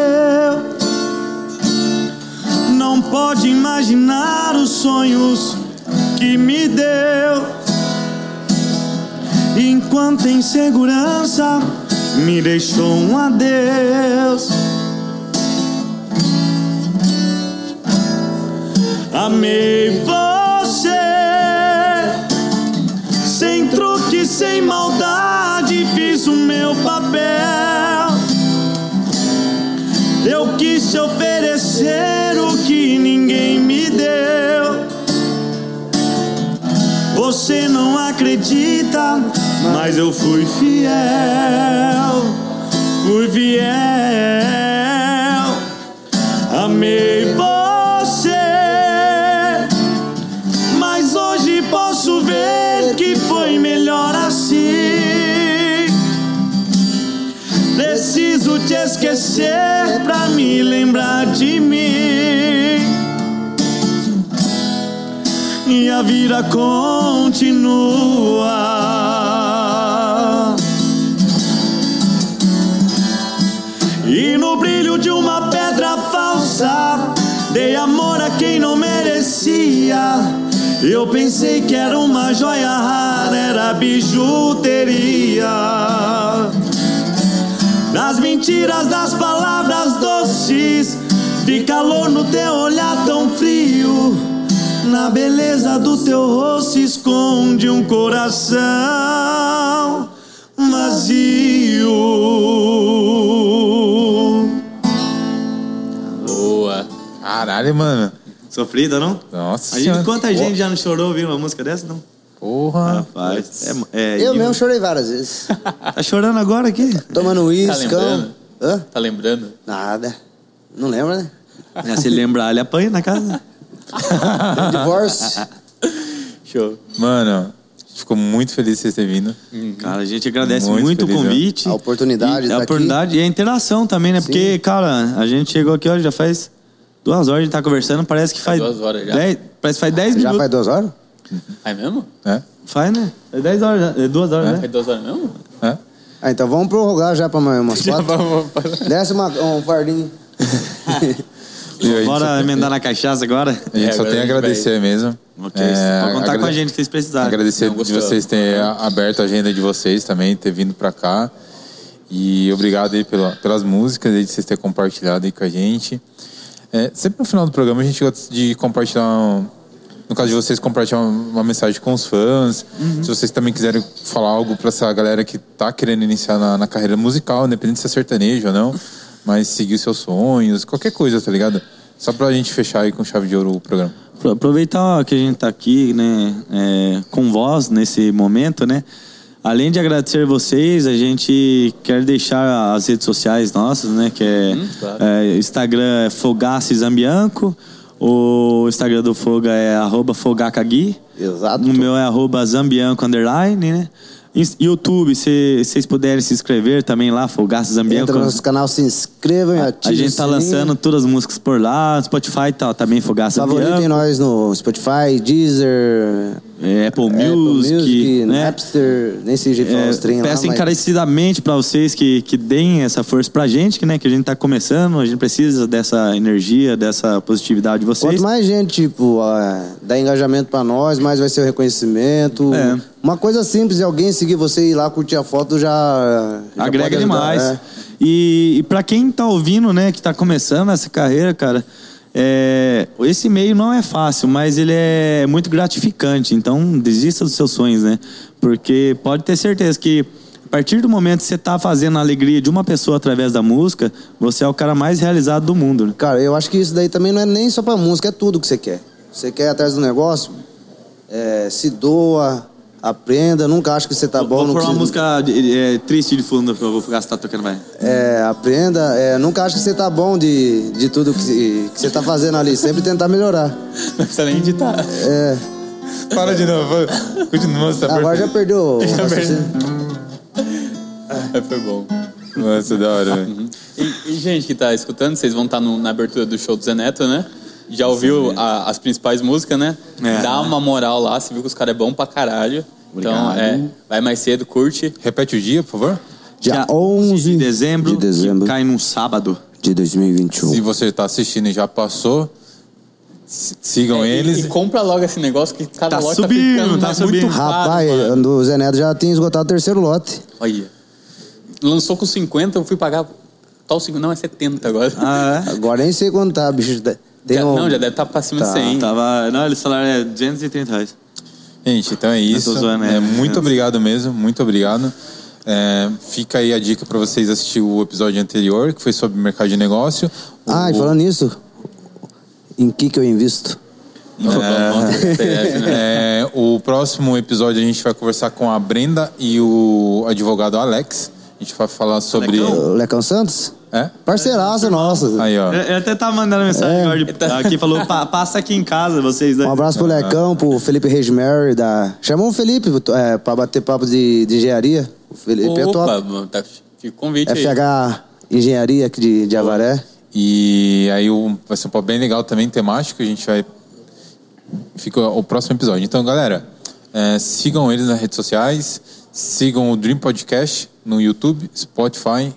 Não pode imaginar os sonhos que me deu. Enquanto em segurança me deixou um adeus. Amei você. Sem truque, sem maldade, fiz o meu papel. Eu quis te oferecer o que ninguém me deu. Você não acredita, mas eu fui fiel. Fui fiel. Amei você. Mas hoje posso ver que foi melhor assim. Preciso te esquecer pra me lembrar de mim. E a vida continua. E no brilho de uma pedra falsa, dei amor a quem não merecia. Eu pensei que era uma joia rara, era bijuteria. Nas mentiras das palavras doces, vi calor no teu olhar tão frio. Na beleza do teu rosto se esconde um coração vazio.
Boa.
Caralho, mano.
Sofrida, não?
Nossa
A gente,
senhora. Ah.
quanta gente já não chorou ouvindo uma música dessa, não?
Porra.
Rapaz, é, é,
Eu
e-
mesmo chorei várias vezes.
Tá chorando agora aqui? Tá
Tomando uísque.
lembrando?
Hã?
Tá lembrando?
Nada. Não lembra, né?
É, se lembrar, ele apanha na casa.
Deu divórcio.
Show.
Mano, a gente ficou muito feliz de vocês terem vindo.
Cara, a gente agradece
Muito
muito, o
feliz, né?
convite.
A oportunidade de
e, a
tá
oportunidade e a interação também, né? Porque, cara, a gente chegou aqui, ó, já faz duas horas a gente tá conversando, parece que faz.
duas horas já.
Dez, parece que faz dez
Já
minutos.
faz duas horas?
Ah, É mesmo?
É?
Faz, né? É dez horas, já, é duas horas,
É
né?
duas horas mesmo?
É?
Ah, então vamos prorrogar já pra amanhã umas quatro.
Vamos, vamos.
Desce uma, um fardinho.
E a gente só-
Bora emendar na cachaça agora?
A gente
É,
só
agora
tem a
a gente
agradecer mesmo.
Ok,
É,
pode contar com a
agrade-
gente que vocês precisarem.
Agradecer
Não,
de
gostou.
vocês terem a- aberto a agenda de vocês também, ter vindo pra cá. E obrigado aí pela, pelas músicas aí de vocês terem compartilhado aí com a gente. É, sempre no final do programa a gente gosta de compartilhar, um- no caso de vocês, compartilhar uma, uma mensagem com os fãs. Se vocês também quiserem falar algo pra essa galera que tá querendo iniciar na, na carreira musical, independente se é sertanejo ou não, mas seguir os seus sonhos, qualquer coisa, tá ligado? Só pra gente fechar aí com chave de ouro o programa.
Pro- Aproveitar que a gente tá aqui, né, é, com vós nesse momento, né? Além de agradecer vocês, a gente quer deixar as redes sociais nossas, né? Que é,
Hum,
claro.
é, Instagram é Fogace Zambianco, o Instagram do Foga é arroba Fogacagui.
Exato.
O meu é arroba Zambianco underline, né? Ins- YouTube, se vocês puderem se inscrever também lá, Fogaços Ambiente.
Entra no nosso canal, se inscrevam, ativem
A gente
o
tá
sininho.
lançando todas as músicas por lá, Spotify e tal, também Fogaça
Favoritem
Ambiente.
nós no Spotify, Deezer,
É, Apple
Apple
Music, né?
Napster, nem sei jeito falar
É,
os trem lá.
peço
mas-
encarecidamente pra vocês que, que deem essa força pra gente, que, né, que a gente tá começando, a gente precisa dessa energia, dessa positividade de vocês.
Quanto mais gente, tipo, ah, dá engajamento pra nós, mais vai ser o reconhecimento.
É.
Uma coisa simples, é alguém seguir você e ir lá curtir a foto já. já
Agrega
pode ajudar,
demais.
né?
E, e para quem tá ouvindo, né, que tá começando essa carreira, cara, é, esse meio não é fácil, mas ele é muito gratificante. Então, desista dos seus sonhos, né? Porque pode ter certeza que a partir do momento que você tá fazendo a alegria de uma pessoa através da música, você é o cara mais realizado do mundo, né?
Cara, eu acho que isso daí também não é nem só pra música, é tudo que você quer. Você quer ir atrás do negócio, é, se doa, aprenda, nunca acha que você tá bom.
vou
não
pôr uma
precisa-
música de- é, triste de fundo, eu vou gastar tocando, vai.
É, aprenda, é, nunca acha que você tá bom de, de tudo que, que você tá fazendo ali. Sempre tentar melhorar.
Não precisa nem editar.
É,
Para de novo. Continua, você tá
agora já
perfeito.
perdeu. o raciocínio.
É, foi bom.
Nossa, da hora, velho.
E, e, gente que tá escutando, vocês vão estar na abertura do show do Zé Neto, né? Já ouviu a- as principais músicas, né?
É.
Dá uma moral lá, você viu que os caras é bom pra caralho. Então,
Obrigado.
é, vai mais cedo, curte.
Repete o dia, por favor.
Dia 11
de dezembro,
de dezembro.
que cai num sábado.
de 2021.
Se você tá assistindo e já passou, si- sigam
É, E-
Então, eles.
E, compra logo esse negócio que cada
Tá
loja
subindo,
tá ficando
tá
muito
subindo.
caro,
Rapaz,
mano.
o Zé Neto já tinha esgotado o terceiro lote.
Olha. Lançou com 50, eu fui pagar tal 50. Não, é 70 agora.
Ah, é?
Agora nem sei quanto tá, bicho. Tem
Já-
um-
Não, já deve estar pra cima de
Tá,
100.
Tava, não, eles falaram é 230 reais.
Gente, então é
tô
isso.
zoando, é.
é, muito obrigado mesmo, muito obrigado. É, fica aí a dica pra vocês assistir o episódio anterior, que foi sobre mercado de negócio. O-
Ah, e falando nisso, em que que eu invisto?
então,
É, o próximo episódio a gente vai conversar com a Brenda e o advogado Alex. A gente vai falar sobre.
Alecão?
O Lecão Santos?
É?
Parceiraça nossa.
Aí, ó.
Eu até tava mandando mensagem agora de- aqui, falou, "Pa- passa aqui em casa, vocês né?" dois.
É. Um abraço pro Lecão, pro Felipe Regemary da... Chamou o Felipe é, pra bater papo de, de engenharia. O Felipe é
Opa,
top.
mano, tá, fica o convite aí.
FH Engenharia aqui de, de Avaré.
E aí o- vai ser um papo bem legal também, temático. A gente vai. Fica o próximo episódio. Então, galera, é, sigam eles nas redes sociais. Sigam o Dream Podcast no YouTube, Spotify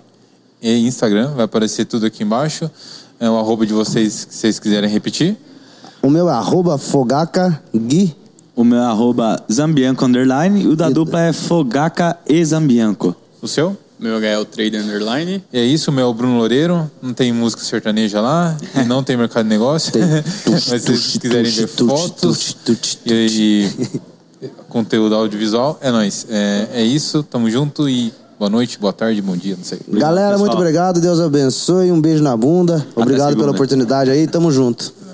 e Instagram. Vai aparecer tudo aqui embaixo. É o arroba de vocês que vocês quiserem repetir.
O meu é arroba Fogaca Gui.
O meu é arroba Zambianco Underline e o da dupla é Fogaca e Zambianco.
O seu?
Meu é o Trader Underline.
E é isso, meu é o Bruno Loureiro. Não tem música sertaneja lá, e não tem mercado de negócio. Mas se vocês
Tuxi,
quiserem
tuxi,
ver
tuxi,
fotos
tuxi, tuxi, tuxi.
e, e conteúdo audiovisual, é nóis. É, é isso, tamo junto e boa noite, boa tarde, bom dia, não sei.
Galera,
pessoal.
muito obrigado. Deus abençoe. Um beijo na bunda. Obrigado
segunda.
pela oportunidade aí. Tamo junto.